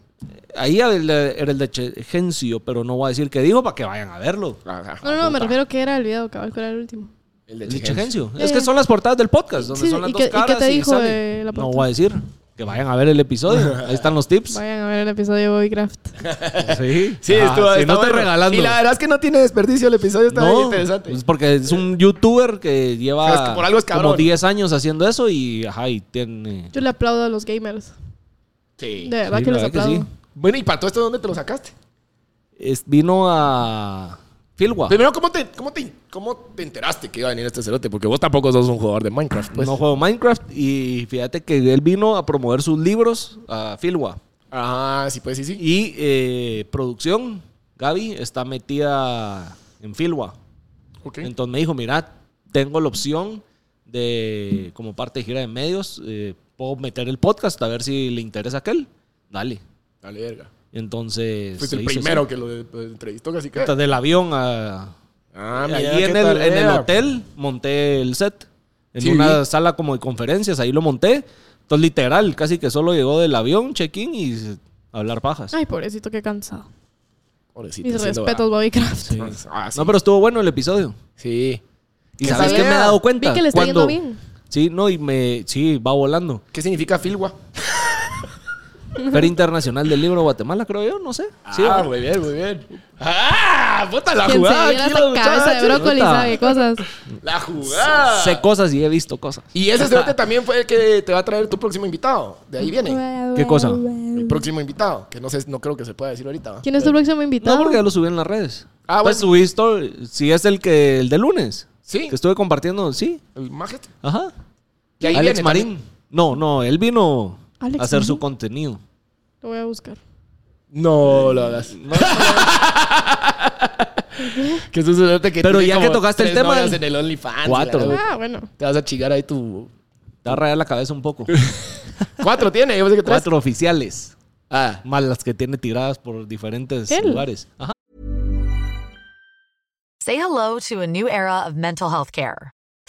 Speaker 2: Ahí era el de, era el de Che- Gencio, pero no voy a decir qué dijo para que vayan a verlo.
Speaker 1: No, no, me refiero que era el video, cabal, ¿cuál era el último?
Speaker 3: El
Speaker 2: El
Speaker 3: de
Speaker 2: de
Speaker 3: Chichen.
Speaker 2: Chegencio.
Speaker 1: Ya,
Speaker 2: Es que
Speaker 1: ya.
Speaker 2: son las portadas del podcast, donde
Speaker 1: Sí,
Speaker 2: son las
Speaker 1: ¿y
Speaker 2: dos
Speaker 1: qué- y qué
Speaker 2: caras
Speaker 1: te dijo,
Speaker 2: sale.
Speaker 1: eh, la
Speaker 2: No
Speaker 1: portada?
Speaker 2: voy a decir. Que vayan a ver el episodio. Ahí están los tips.
Speaker 1: Vayan a ver el episodio de Boycraft.
Speaker 2: Ah, Sí,
Speaker 3: Sí,
Speaker 2: Ajá,
Speaker 3: estuvo,
Speaker 2: si
Speaker 3: está
Speaker 2: no te
Speaker 3: bueno.
Speaker 2: regalando.
Speaker 3: Y la verdad es que no tiene desperdicio el episodio, está
Speaker 2: No, Pues,
Speaker 3: bien interesante.
Speaker 2: es porque es un youtuber que lleva
Speaker 3: Es que por algo es
Speaker 2: como
Speaker 3: cabrón.
Speaker 2: 10 años haciendo eso y, ajá, y tiene...
Speaker 1: Yo le aplaudo a los gamers.
Speaker 3: Sí.
Speaker 1: De verdad
Speaker 2: Sí,
Speaker 1: que
Speaker 2: la
Speaker 1: les
Speaker 2: verdad que
Speaker 1: aplaudo.
Speaker 3: Bueno, ¿y para todo esto dónde te lo sacaste?
Speaker 2: Es- vino a Filwa.
Speaker 3: Primero, ¿cómo te, cómo, te, ¿cómo te enteraste que iba a venir este cerote? Porque vos tampoco sos un jugador de Minecraft, pues.
Speaker 2: no juego Minecraft y fíjate que él vino a promover sus libros a Filwa.
Speaker 3: Ah, sí, pues sí, sí.
Speaker 2: Y eh, producción, Gaby, está metida en Filwa.
Speaker 3: Ok.
Speaker 2: Entonces me dijo, mira, tengo la opción de, como parte de gira de medios, eh, puedo meter el podcast a ver si le interesa a aquel. Dale.
Speaker 3: Dale, verga.
Speaker 2: Entonces...
Speaker 3: Fuiste el
Speaker 2: se hizo
Speaker 3: primero
Speaker 2: eso.
Speaker 3: que lo de- lo entrevistó casi que.
Speaker 2: Hasta Del avión a...
Speaker 3: Ah,
Speaker 2: Ahí en
Speaker 3: qué
Speaker 2: el,
Speaker 3: tal,
Speaker 2: en el
Speaker 3: verga.
Speaker 2: hotel monté el set. En
Speaker 3: Sí,
Speaker 2: una
Speaker 3: vi.
Speaker 2: sala como de conferencias, ahí lo monté. Entonces, literal, casi que solo llegó del avión, check-in y s- hablar pajas.
Speaker 1: Ay, pobrecito, qué cansado.
Speaker 3: Pobrecito,
Speaker 1: Mis
Speaker 3: siendo-
Speaker 1: respetos, Boycraft.
Speaker 3: Ah, sí.
Speaker 2: No, pero estuvo bueno el episodio.
Speaker 3: Sí.
Speaker 2: ¿Y
Speaker 3: Que
Speaker 2: sabes
Speaker 3: se
Speaker 2: qué me he
Speaker 3: vea.
Speaker 2: dado cuenta?
Speaker 1: Vi que le está
Speaker 2: Cuando-
Speaker 1: yendo bien.
Speaker 2: Sí, no, y me... Sí, va volando.
Speaker 3: ¿Qué significa Filwa?
Speaker 2: Feria Internacional del Libro de Guatemala, creo yo, no sé. Sí,
Speaker 3: ah,
Speaker 2: va.
Speaker 3: muy bien, muy bien. ¡Ah! ¡Puta la
Speaker 1: Quien se
Speaker 3: jugada!
Speaker 1: viera
Speaker 3: Aquí
Speaker 1: esa
Speaker 3: los
Speaker 1: cabeza de
Speaker 3: muchachos.
Speaker 1: brócoli
Speaker 2: Puta.
Speaker 1: sabe cosas.
Speaker 3: ¡La jugada!
Speaker 2: Sé cosas y he visto cosas.
Speaker 3: Y ese cerote también fue el que te va a traer tu próximo invitado. De ahí viene.
Speaker 2: ¿Qué cosa?
Speaker 3: El próximo invitado, que no sé, no creo que se pueda decir ahorita. ¿va?
Speaker 1: ¿Quién es tu próximo invitado?
Speaker 2: No, porque ya lo subí en las redes.
Speaker 3: Ah,
Speaker 2: pues
Speaker 3: bueno.
Speaker 2: subí story. Si es el que el de lunes.
Speaker 3: Sí.
Speaker 2: Que estuve compartiendo, sí.
Speaker 3: ¿El Majet?
Speaker 2: Ajá.
Speaker 3: Y ahí
Speaker 2: Alex
Speaker 3: viene
Speaker 2: Marín. No, no, él vino
Speaker 1: Alex
Speaker 2: a hacer su
Speaker 1: Marín.
Speaker 2: contenido.
Speaker 1: Lo voy a buscar.
Speaker 3: No lo hagas. que es un cerote que
Speaker 2: Pero
Speaker 3: tiene
Speaker 2: ya que
Speaker 3: como
Speaker 2: tocaste el
Speaker 3: tres
Speaker 2: tema-
Speaker 3: novias en el OnlyFans.
Speaker 2: Cuatro.
Speaker 3: la-
Speaker 1: Ah, bueno.
Speaker 3: Te vas a chingar ahí tu...
Speaker 2: Te va a rayar la cabeza un poco.
Speaker 3: Cuatro tiene, yo pensé que tres.
Speaker 2: Cuatro oficiales.
Speaker 3: Ah.
Speaker 2: Más las que tiene tiradas por diferentes
Speaker 1: Él.
Speaker 2: lugares. Ajá.
Speaker 5: Say hello to a new era of mental health care.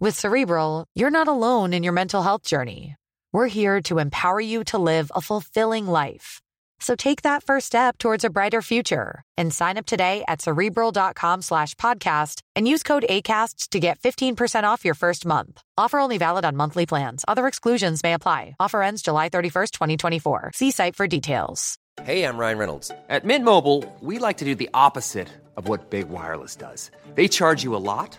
Speaker 5: With Cerebral, you're not alone in your mental health journey. We're here to empower you to live a fulfilling life. So take that first step towards a brighter future and sign up today at cerebral.com slash podcast and use code ACAST to get 15% off your first month. Offer only valid on monthly plans. Other exclusions may apply. Offer ends July 31st, 2024. See site for details.
Speaker 6: Hey, I'm Ryan Reynolds. At Mint Mobile, we like to do the opposite of what Big Wireless does. They charge you a lot,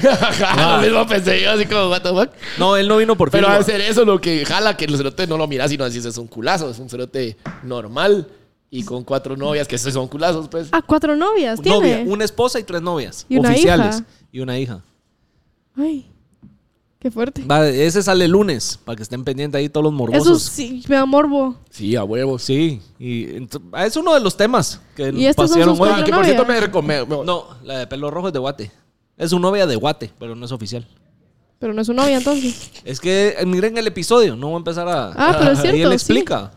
Speaker 3: lo mismo pensé yo, así como, what the fuck.
Speaker 2: No, él no vino por
Speaker 3: Pero
Speaker 2: Phil,
Speaker 3: a
Speaker 2: güey.
Speaker 3: hacer eso, lo que jala, que el cerote no lo miras, sino así es un culazo, es un cerote normal y con cuatro novias que son culazos, pues.
Speaker 1: Ah, cuatro novias
Speaker 2: Novia,
Speaker 1: tiene.
Speaker 2: una esposa y tres novias
Speaker 1: Y una
Speaker 2: oficiales
Speaker 1: hija.
Speaker 2: y una hija.
Speaker 1: Ay, qué fuerte.
Speaker 2: Va, ese sale el lunes, para que estén pendientes ahí todos los morbosos.
Speaker 1: Eso sí, me da morbo.
Speaker 3: Sí, a huevos.
Speaker 2: Sí, y ento- ah, es uno de los temas que
Speaker 1: ¿Y estos son
Speaker 2: pasaron
Speaker 1: sus
Speaker 2: hoy.
Speaker 1: cuatro
Speaker 3: que por
Speaker 1: novias?
Speaker 3: cierto me recomiendo.
Speaker 2: No, la de pelo rojo es de Guate. Es su novia de Guate, pero no es oficial.
Speaker 1: Pero no es su novia entonces.
Speaker 2: Es que eh, miren el episodio, no voy a empezar a.
Speaker 1: Ah, pero es
Speaker 2: Ahí
Speaker 1: cierto, sí. Ah.
Speaker 2: él explica.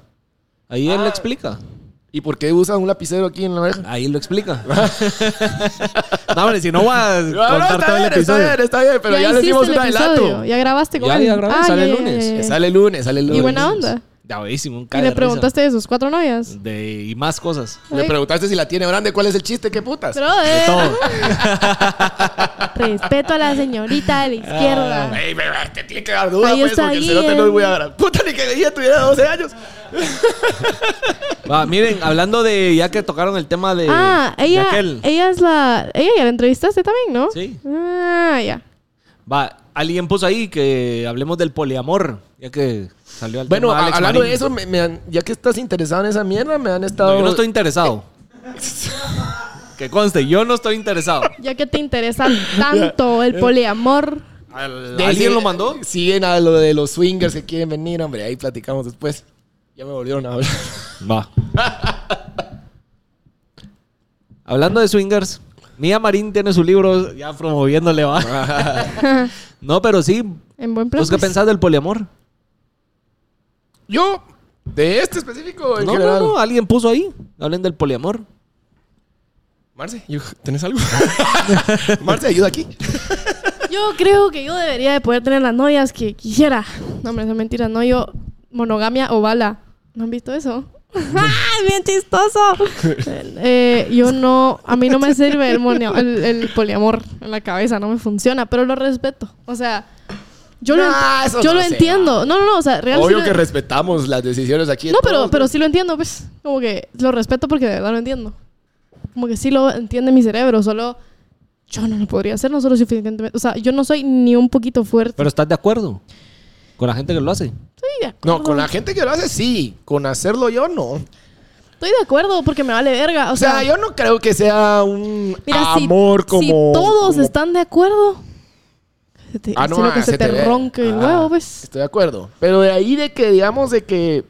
Speaker 2: Ahí él explica.
Speaker 3: ¿Y por qué usan un lapicero aquí en la oreja?
Speaker 2: Ahí lo explica. no, hombre, si no voy
Speaker 1: Ah,
Speaker 2: a
Speaker 3: No, no,
Speaker 2: contar todo el episodio.
Speaker 3: está bien, está bien, pero ya, les
Speaker 1: hiciste
Speaker 3: dimos un
Speaker 1: el
Speaker 3: adelanto.
Speaker 1: episodio, Ya grabaste con
Speaker 2: Ya,
Speaker 1: él.
Speaker 2: ya grabé, sale el
Speaker 1: Ah,
Speaker 2: lunes.
Speaker 1: ya, ya, ya.
Speaker 3: Sale el lunes, sale el lunes.
Speaker 1: Y buena onda.
Speaker 2: Ya, buenísimo, un
Speaker 1: Y
Speaker 2: cae de
Speaker 1: le
Speaker 2: risa.
Speaker 1: preguntaste de sus cuatro novias.
Speaker 2: De, y más cosas.
Speaker 3: Le
Speaker 1: Ay,
Speaker 3: preguntaste si la tiene grande, ¿cuál es el chiste? ¿Qué putas?
Speaker 1: brother.
Speaker 2: Todo.
Speaker 1: Respeto a la señorita de la
Speaker 2: Ah,
Speaker 1: izquierda.
Speaker 3: Ey, bebé, te tiene que dar duda,
Speaker 1: Ahí
Speaker 3: pues,
Speaker 1: está
Speaker 3: porque el
Speaker 1: ahí,
Speaker 3: cerote
Speaker 1: eh.
Speaker 3: no es muy agradable. Puta, ni que ella tuviera 12 años.
Speaker 2: Va, miren, hablando de. Ya que tocaron el tema de.
Speaker 1: ah,
Speaker 3: Este,
Speaker 2: de
Speaker 1: ella,
Speaker 2: aquel.
Speaker 1: ella es la. Ella ya la entrevistaste también, ¿no?
Speaker 2: Sí.
Speaker 1: Ah, ya.
Speaker 2: Va, alguien puso ahí que hablemos del poliamor. Ya que salió al
Speaker 3: Bueno,
Speaker 2: tema Alex
Speaker 3: a- hablando
Speaker 2: Marín.
Speaker 3: de eso, me- me han- ya que estás interesado en esa mierda, me han
Speaker 2: No,
Speaker 3: estado.
Speaker 2: yo no estoy interesado. que conste, yo no estoy interesado.
Speaker 1: Ya que te interesa tanto
Speaker 3: Eh.
Speaker 1: el poliamor.
Speaker 3: De-
Speaker 2: ¿Alguien
Speaker 3: sí,
Speaker 2: lo mandó?
Speaker 3: Siguen a lo de los swingers que quieren venir, hombre. Ahí platicamos después. Ya me volvieron a hablar.
Speaker 2: Va. Hablando de swingers, Mía Marín tiene su libro ya promoviéndole, va. no, pero sí.
Speaker 1: En buen plan.
Speaker 2: ¿Vos qué
Speaker 1: pues.
Speaker 2: pensás del poliamor?
Speaker 3: Yo, de este específico, en
Speaker 2: No, no,
Speaker 3: general.
Speaker 2: no. Alguien puso ahí. Hablen del poliamor.
Speaker 3: Marce, you- ¿tenés algo? Marce, ayuda aquí.
Speaker 1: Yo creo que yo debería de poder tener las novias que quisiera. No, hombre, eso es mentira. No, yo monogamia o bala. ¿No han visto eso? ¡Ah, bien chistoso! Eh, yo no, a mí no me sirve el, mono- el- el poliamor en la cabeza, no me funciona, pero lo respeto. O sea, yo lo,
Speaker 3: Nah,
Speaker 1: ent-
Speaker 3: eso
Speaker 1: yo
Speaker 3: no
Speaker 1: lo
Speaker 3: se
Speaker 1: entiendo. No, no, no, o sea, realmente.
Speaker 3: Obvio que respetamos las decisiones aquí. de
Speaker 1: No, pero,
Speaker 3: todos,
Speaker 1: pero sí lo entiendo, pues. Como que lo respeto porque de verdad lo entiendo. Como que sí lo entiende mi cerebro, solo yo no lo podría hacer, no solo suficientemente. O sea, yo no soy ni un poquito fuerte.
Speaker 2: Pero estás de acuerdo con la gente que lo hace.
Speaker 1: estoy de acuerdo.
Speaker 3: No, con la gente que lo hace, sí. Con hacerlo yo, no.
Speaker 1: Estoy de acuerdo porque me vale verga. O,
Speaker 3: O sea, yo no creo que sea un
Speaker 1: mira, si-
Speaker 3: amor
Speaker 1: si,
Speaker 3: como.
Speaker 1: todos
Speaker 3: como-
Speaker 1: están de acuerdo. Se te,
Speaker 3: Ah, no,
Speaker 1: sino
Speaker 3: ah,
Speaker 1: que se,
Speaker 3: se
Speaker 1: te,
Speaker 3: te ve.
Speaker 1: ronque el
Speaker 3: Ah.
Speaker 1: huevo, pues.
Speaker 3: Estoy de acuerdo. Pero de ahí de que, digamos, de que.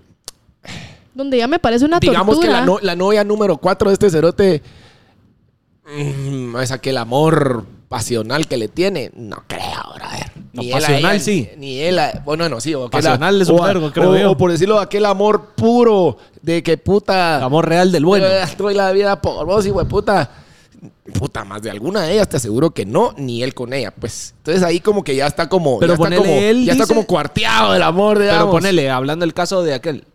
Speaker 1: Donde ya me parece una
Speaker 3: digamos
Speaker 1: tortura.
Speaker 3: que la, no- la novia número 4 de este cerote. mm, es aquel amor pasional que le tiene. No creo, brother.
Speaker 2: No,
Speaker 3: él a
Speaker 2: pasional
Speaker 3: ella,
Speaker 2: sí.
Speaker 3: Ni, ni él. a- bueno, no, sí. O aquel-
Speaker 2: Pasional es un
Speaker 3: o a-
Speaker 2: vergo, creo
Speaker 3: o-
Speaker 2: yo.
Speaker 3: O por decirlo, aquel amor puro de que puta.
Speaker 2: Amor real del bueno.
Speaker 3: Eh, Doy la vida por vos, hijo de puta. Puta, más de alguna de ellas te aseguro que no, ni él con ella, pues. Entonces ahí como que ya está como.
Speaker 2: Pero
Speaker 3: ya está
Speaker 2: ponele,
Speaker 3: como,
Speaker 2: él
Speaker 3: Ya
Speaker 2: dice-
Speaker 3: está como cuarteado el amor, digamos.
Speaker 2: Pero ponele, hablando del caso de aquel.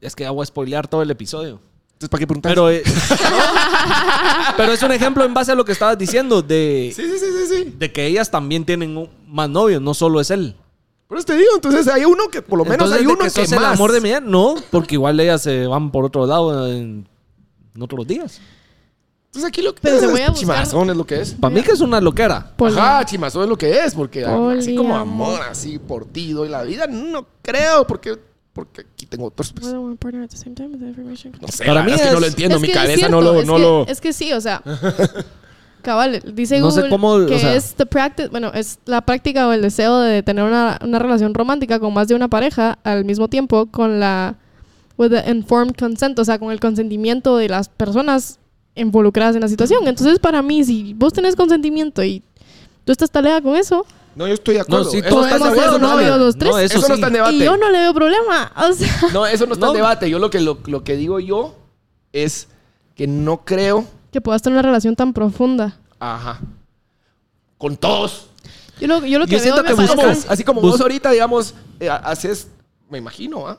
Speaker 2: Es que ya voy a spoilear todo el episodio.
Speaker 3: Entonces, ¿para qué preguntar?
Speaker 2: Pero, eh,
Speaker 3: Pues,
Speaker 2: pero es un ejemplo en base a lo que estabas diciendo de,
Speaker 3: Sí, sí, sí, sí, sí.
Speaker 2: de que ellas también tienen un- más novios, no solo es él.
Speaker 3: Por eso te digo, entonces hay uno que, por lo menos
Speaker 2: Entonces,
Speaker 3: hay
Speaker 2: ¿de
Speaker 3: uno que,
Speaker 2: sos
Speaker 3: más.
Speaker 2: el amor de mi vida? No, porque igual ellas se van por otro lado en, en otros días.
Speaker 3: Entonces aquí lo que
Speaker 1: Pero
Speaker 3: es
Speaker 1: te voy a
Speaker 3: es
Speaker 1: buscar-
Speaker 3: chimazón es lo que es.
Speaker 2: Para mí que es una loquera.
Speaker 1: Poli-
Speaker 3: Ajá, chimazón es lo que es, porque así como
Speaker 1: Poliamor.
Speaker 3: amor, así por ti doy la vida, no creo, porque, porque aquí tengo otros. pues,
Speaker 1: Bueno, bueno, partner at the same time with the information.
Speaker 3: no sé,
Speaker 2: Para
Speaker 3: la
Speaker 2: mí
Speaker 3: verdad es que no
Speaker 2: es-
Speaker 3: lo entiendo,
Speaker 1: Es
Speaker 3: mi
Speaker 1: que es
Speaker 3: cabeza
Speaker 1: cierto,
Speaker 3: no lo...
Speaker 1: es
Speaker 3: no
Speaker 1: que,
Speaker 3: lo-
Speaker 1: es que sí, o sea. cabal, dice
Speaker 2: No sé
Speaker 1: Google
Speaker 2: cómo, o
Speaker 1: que
Speaker 2: sea.
Speaker 1: es the practice, bueno, es la práctica o el deseo de tener una, una relación romántica con más de una pareja al mismo tiempo con la with the informed consent, o sea, con el consentimiento de las personas involucradas en la situación. Entonces, para mí, si vos tenés consentimiento y tú estás taleada con eso,
Speaker 3: No, yo estoy de
Speaker 2: No,
Speaker 3: acuerdo.
Speaker 2: sí,
Speaker 3: Eso
Speaker 2: todos
Speaker 3: está en
Speaker 2: están de
Speaker 1: podemos
Speaker 3: acuerdo,
Speaker 1: ser
Speaker 3: no,
Speaker 1: novios
Speaker 2: acuerdo, no,
Speaker 1: los tres.
Speaker 2: No, eso
Speaker 3: Eso no
Speaker 2: sí.
Speaker 3: está en debate.
Speaker 1: y yo no le veo problema, o sea,
Speaker 3: No, eso no está
Speaker 2: No.
Speaker 3: en debate. Yo lo que, lo, lo que digo yo es que no creo...
Speaker 1: que puedas tener una relación tan profunda.
Speaker 3: Ajá. Con todos.
Speaker 1: Yo lo, yo lo que
Speaker 2: Yo
Speaker 1: veo
Speaker 2: siento
Speaker 1: me
Speaker 2: que
Speaker 3: Así
Speaker 1: parece-
Speaker 3: como,
Speaker 2: buscas-
Speaker 3: así como
Speaker 2: bus-
Speaker 3: vos ahorita, digamos, eh, ha- haces, me imagino, ¿ah?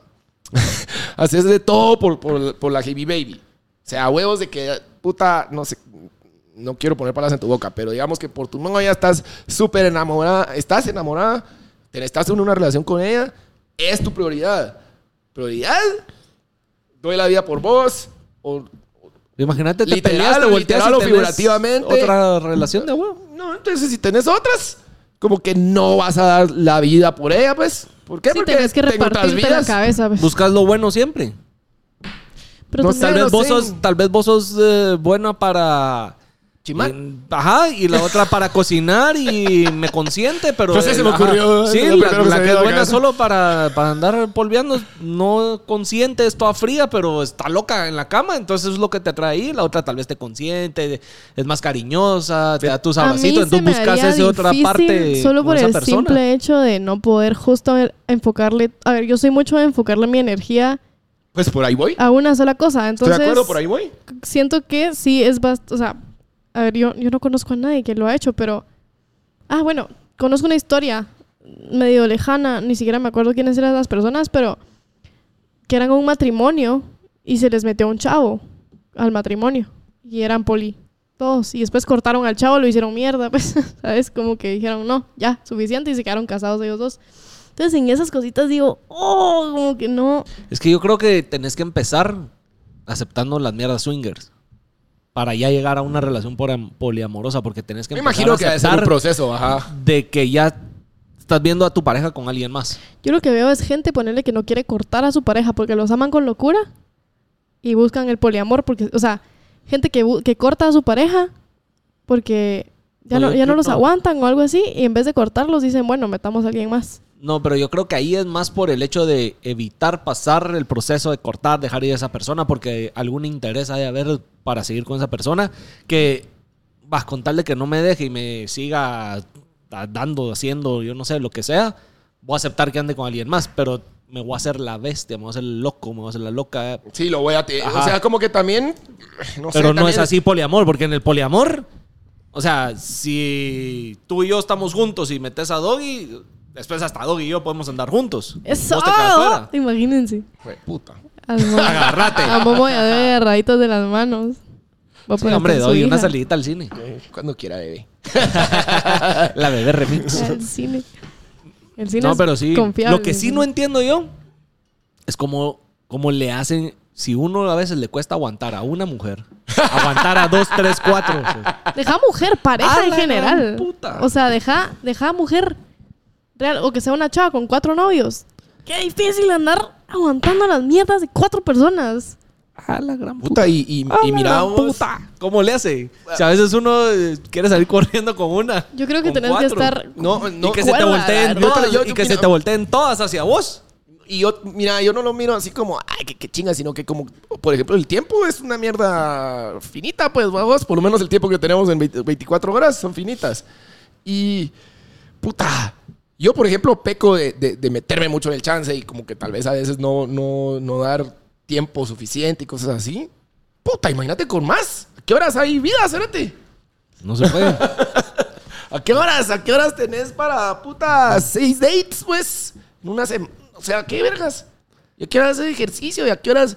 Speaker 3: haces de todo por, por, por la Heavy Baby. sea, huevos de que, puta, no sé, no quiero poner palabras en tu boca, pero digamos que por tu mano ya estás súper enamorada, estás enamorada, te- estás en una relación con ella, es tu prioridad. ¿Prioridad? Doy la vida por vos, o
Speaker 2: Imagínate, te
Speaker 3: Literal,
Speaker 2: peleas, te volteas
Speaker 3: literal
Speaker 2: y
Speaker 3: o
Speaker 2: tenés
Speaker 3: figurativamente.
Speaker 2: Otra relación de huevo.
Speaker 3: No, entonces si tenés otras, como que no vas a dar la vida por ella, pues. ¿Por qué?
Speaker 1: Sí, tenés que
Speaker 3: tengo otras
Speaker 1: repartirte la
Speaker 3: vidas.
Speaker 1: cabeza. pues.
Speaker 2: Buscas lo bueno siempre.
Speaker 1: Pero
Speaker 3: no
Speaker 1: también-
Speaker 2: Tal
Speaker 3: Yo
Speaker 2: vez, vos
Speaker 3: sé.
Speaker 2: sos, tal vez vos sos eh, buena para...
Speaker 3: Chimar.
Speaker 2: Mm, Ajá, y la otra para cocinar y me consiente, pero...
Speaker 3: No sé, Pues se me
Speaker 2: ajá.
Speaker 3: ocurrió,
Speaker 2: Sí,
Speaker 3: es lo
Speaker 2: la,
Speaker 3: primero que
Speaker 2: la
Speaker 3: se me
Speaker 2: que
Speaker 3: vino a
Speaker 2: es
Speaker 3: la
Speaker 2: buena
Speaker 3: cabeza.
Speaker 2: solo para, para andar polveando, no consciente, es toda fría, pero está loca en la cama, entonces es lo que te atrae ahí. La otra tal vez te consiente, es más cariñosa, te da tus
Speaker 1: A mí
Speaker 2: abracitos,
Speaker 1: se
Speaker 2: entonces
Speaker 1: me
Speaker 2: buscas
Speaker 1: haría
Speaker 2: esa otra
Speaker 1: difícil
Speaker 2: parte
Speaker 1: Solo
Speaker 2: con
Speaker 1: por
Speaker 2: esa
Speaker 1: el
Speaker 2: persona.
Speaker 1: simple hecho de no poder justo ver- enfocarle. A ver, yo soy mucho de enfocarle mi energía
Speaker 3: Pues por ahí voy.
Speaker 1: a una sola cosa.
Speaker 3: Estoy
Speaker 1: Ah, Entonces,
Speaker 3: de acuerdo, por ahí voy.
Speaker 1: siento que sí es bastante. O sea, a ver, yo, yo no conozco a nadie que lo ha hecho, pero. Ah, bueno, conozco una historia medio lejana, ni siquiera me acuerdo quiénes eran las personas, pero. que eran un matrimonio y se les metió un chavo al matrimonio y eran poli. Todos. Y después cortaron al chavo, lo hicieron mierda, pues, ¿sabes? Como que dijeron, no, ya, suficiente, y se quedaron casados ellos dos. Entonces, en esas cositas digo, oh, como que no.
Speaker 2: Es que yo creo que tenés que empezar aceptando las mierdas swingers para ya llegar a una relación pora- poliamorosa, porque tenés que
Speaker 3: Me
Speaker 2: empezar
Speaker 3: imagino que
Speaker 2: a
Speaker 3: ha de ser un
Speaker 2: aceptar
Speaker 3: proceso, ajá.
Speaker 2: de que ya estás viendo a tu pareja con alguien más.
Speaker 1: Yo lo que veo es gente ponerle que no quiere cortar a su pareja porque los aman con locura y buscan el poliamor porque, o sea, gente que, bu- que corta a su pareja porque ya
Speaker 2: No,
Speaker 1: no,
Speaker 2: yo
Speaker 1: ya no
Speaker 2: creo
Speaker 1: los
Speaker 2: no.
Speaker 1: aguantan o algo así y en vez de cortarlos dicen, bueno, metamos a alguien más.
Speaker 2: No, pero yo creo que ahí es más por el hecho de evitar pasar el proceso de cortar, dejar ir a esa persona, porque algún interés ha de haber para seguir con esa persona, que vas con tal de que no me deje y me siga da- dando, haciendo, yo no sé, lo que sea, voy a aceptar que ande con alguien más, pero me voy a hacer la bestia, me voy a hacer el loco, me voy a hacer la loca.
Speaker 3: Sí, lo voy a... te-
Speaker 2: Ajá.
Speaker 3: O sea, como que también... No sé,
Speaker 2: Pero no
Speaker 3: también-
Speaker 2: es así poliamor, porque en el poliamor, o sea, si tú y yo estamos juntos y metes a Doggy, después hasta Doggy y yo podemos andar juntos.
Speaker 1: ¡Eso! Ah,
Speaker 2: Vos te quedas fuera.
Speaker 1: Imagínense.
Speaker 3: Jue puta.
Speaker 1: Al mo-
Speaker 2: Agárrate.
Speaker 1: a Momo ya debe de agarraditos de las manos. Va a
Speaker 2: Sí,
Speaker 1: poner
Speaker 2: hombre,
Speaker 1: con su
Speaker 2: doy una
Speaker 1: hija
Speaker 2: salidita al cine.
Speaker 3: eh, Cuando quiera, bebé.
Speaker 2: La bebé remix.
Speaker 1: Al cine. El cine
Speaker 2: No,
Speaker 1: es
Speaker 2: pero sí.
Speaker 1: confiable.
Speaker 2: Lo que sí no entiendo yo es cómo, cómo le hacen. Si uno a veces le cuesta aguantar a una mujer, aguantar a dos, tres, cuatro. pues.
Speaker 1: Deja mujer, pareja
Speaker 2: ¡A
Speaker 1: en
Speaker 2: la
Speaker 1: general.
Speaker 2: gran puta!
Speaker 1: O sea, deja, deja mujer real o que sea una chava con cuatro novios. Qué difícil andar aguantando las mierdas de cuatro personas.
Speaker 2: A la gran
Speaker 3: Puta, y, y, y mira vos-
Speaker 2: ¿Cómo le hace? Si a veces uno eh, quiere salir corriendo con una.
Speaker 1: Yo creo que
Speaker 2: con
Speaker 1: tenés que
Speaker 2: cuatro.
Speaker 1: estar-
Speaker 3: No, no.
Speaker 2: y que se te
Speaker 1: cuerda,
Speaker 2: volteen
Speaker 3: la verdad.
Speaker 2: todas,
Speaker 3: Yo- yo-
Speaker 2: y que se
Speaker 3: mira-
Speaker 2: te volteen todas hacia vos.
Speaker 3: Y yo, mira, yo no lo miro así como, ay, que, que chinga, sino que como, por ejemplo, el tiempo es una mierda finita, pues, vamos, por lo menos el tiempo que tenemos en 20 24 horas son finitas. Y, puta, yo, por ejemplo, peco de, de- de meterme mucho en el chance y como que tal vez a veces no, no, no dar tiempo suficiente y cosas así. Puta, imagínate con más. ¿A qué horas hay vida, Cérate?
Speaker 2: No se puede.
Speaker 3: ¿A qué horas? ¿A qué horas tenés para puta seis dates, pues? En una semana. O sea, ¿qué vergas? ¿Y a qué horas hacer ejercicio? ¿Y a qué horas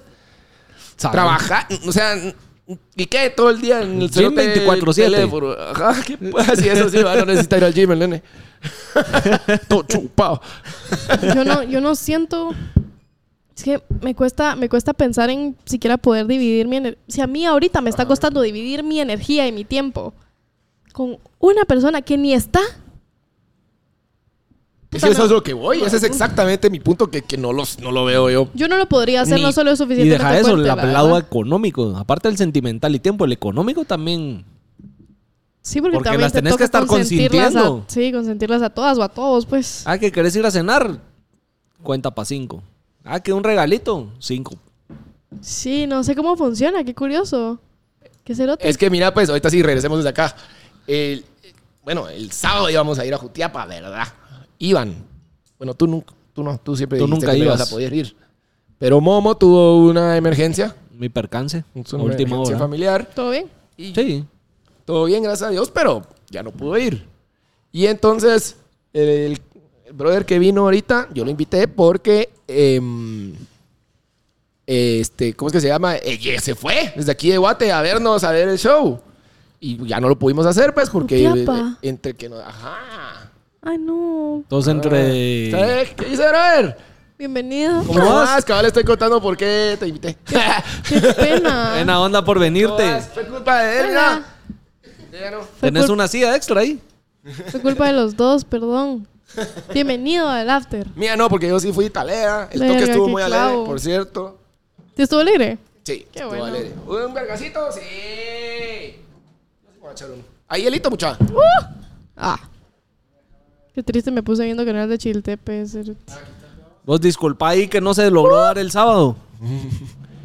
Speaker 3: trabajar? O sea, ¿y qué? Todo el día en el
Speaker 2: Gym
Speaker 3: cerote,
Speaker 2: 24/7.
Speaker 3: teléfono. Ajá, ¿qué? Así, eso sí, va, no necesita ir al gym, el nene. Todo chupado.
Speaker 1: Yo no, yo no siento. Es que me cuesta, me cuesta pensar en siquiera poder dividir mi energía. Si a mí ahorita me
Speaker 2: Ah.
Speaker 1: está costando dividir mi energía y mi tiempo con una persona que ni está.
Speaker 3: Es
Speaker 1: Puta,
Speaker 3: que eso
Speaker 1: no.
Speaker 3: es lo que voy. Ese es exactamente mi punto que, que no, los, no lo veo yo.
Speaker 1: Yo no lo podría hacer, no
Speaker 2: Ni-
Speaker 1: solo es
Speaker 2: Y
Speaker 1: suficiente.
Speaker 2: deja eso, el
Speaker 1: la
Speaker 2: lado
Speaker 1: verdad.
Speaker 2: económico. Aparte del sentimental y tiempo, el económico también.
Speaker 1: Sí, porque,
Speaker 2: Porque
Speaker 1: también
Speaker 2: las
Speaker 1: te
Speaker 2: tenés que
Speaker 1: toca
Speaker 2: estar
Speaker 1: consentirlas
Speaker 2: consintiendo.
Speaker 1: A, sí, consentirlas a todas o a todos, pues.
Speaker 2: Ah, que querés ir a cenar. Cuenta para cinco. Ah, que un regalito. Cinco.
Speaker 1: Sí, no sé cómo funciona, qué curioso. Qué cerote.
Speaker 3: Es que mira, pues ahorita sí regresemos desde acá. El- bueno, el sábado íbamos a ir a Jutiapa, ¿verdad? Iban. Bueno, tú nunca, tú no, tú siempre
Speaker 2: Tú
Speaker 3: dijiste
Speaker 2: nunca
Speaker 3: que no
Speaker 2: ibas.
Speaker 3: ibas a poder ir. Pero Momo tuvo una emergencia,
Speaker 2: Mi percance. a
Speaker 3: una
Speaker 2: última
Speaker 3: emergencia
Speaker 2: hora.
Speaker 3: familiar.
Speaker 1: ¿Todo bien?
Speaker 2: Sí.
Speaker 3: Todo bien, gracias a Dios, pero ya no pudo ir. Y entonces, el, el brother que vino ahorita, yo lo invité porque em, eh, este, ¿cómo es que se llama? Eh, ye- se fue desde aquí de Guate a vernos, a ver el show. Y ya no lo pudimos hacer, pues, porque
Speaker 1: Upiapa.
Speaker 3: eh, entre que no. Ajá.
Speaker 1: Ay, no.
Speaker 2: Entonces, entre.
Speaker 3: ¿Sabes qué hice, brother?
Speaker 1: Bienvenido.
Speaker 3: Eh. ¿Cómo vas? Cabal, estoy contando por qué te invité.
Speaker 1: Qué pena.
Speaker 2: Buena onda por
Speaker 3: ¿Cómo
Speaker 2: venirte.
Speaker 3: vas? Fue culpa de él,
Speaker 1: Hola.
Speaker 3: ya. Ya no.
Speaker 1: Fue
Speaker 2: Tenés
Speaker 1: cul-
Speaker 2: una silla extra ahí.
Speaker 1: Fue culpa de los dos, perdón. Bienvenido al after.
Speaker 3: Mía no, porque yo sí fui talera. El toque
Speaker 1: Verga,
Speaker 3: estuvo
Speaker 1: qué
Speaker 3: muy alegre,
Speaker 1: clavo.
Speaker 3: por cierto.
Speaker 1: ¿Te estuvo alegre?
Speaker 3: Sí,
Speaker 1: Qué
Speaker 3: estuvo
Speaker 1: bueno.
Speaker 3: alegre. ¿Un vergacito? Sí. No sé, voy a echar uno. Ahí, Elito, muchacha.
Speaker 1: Ah. Qué triste me puse viendo canal de Chiltepe. cerote.
Speaker 2: Vos disculpa ahí que no se logró dar el sábado.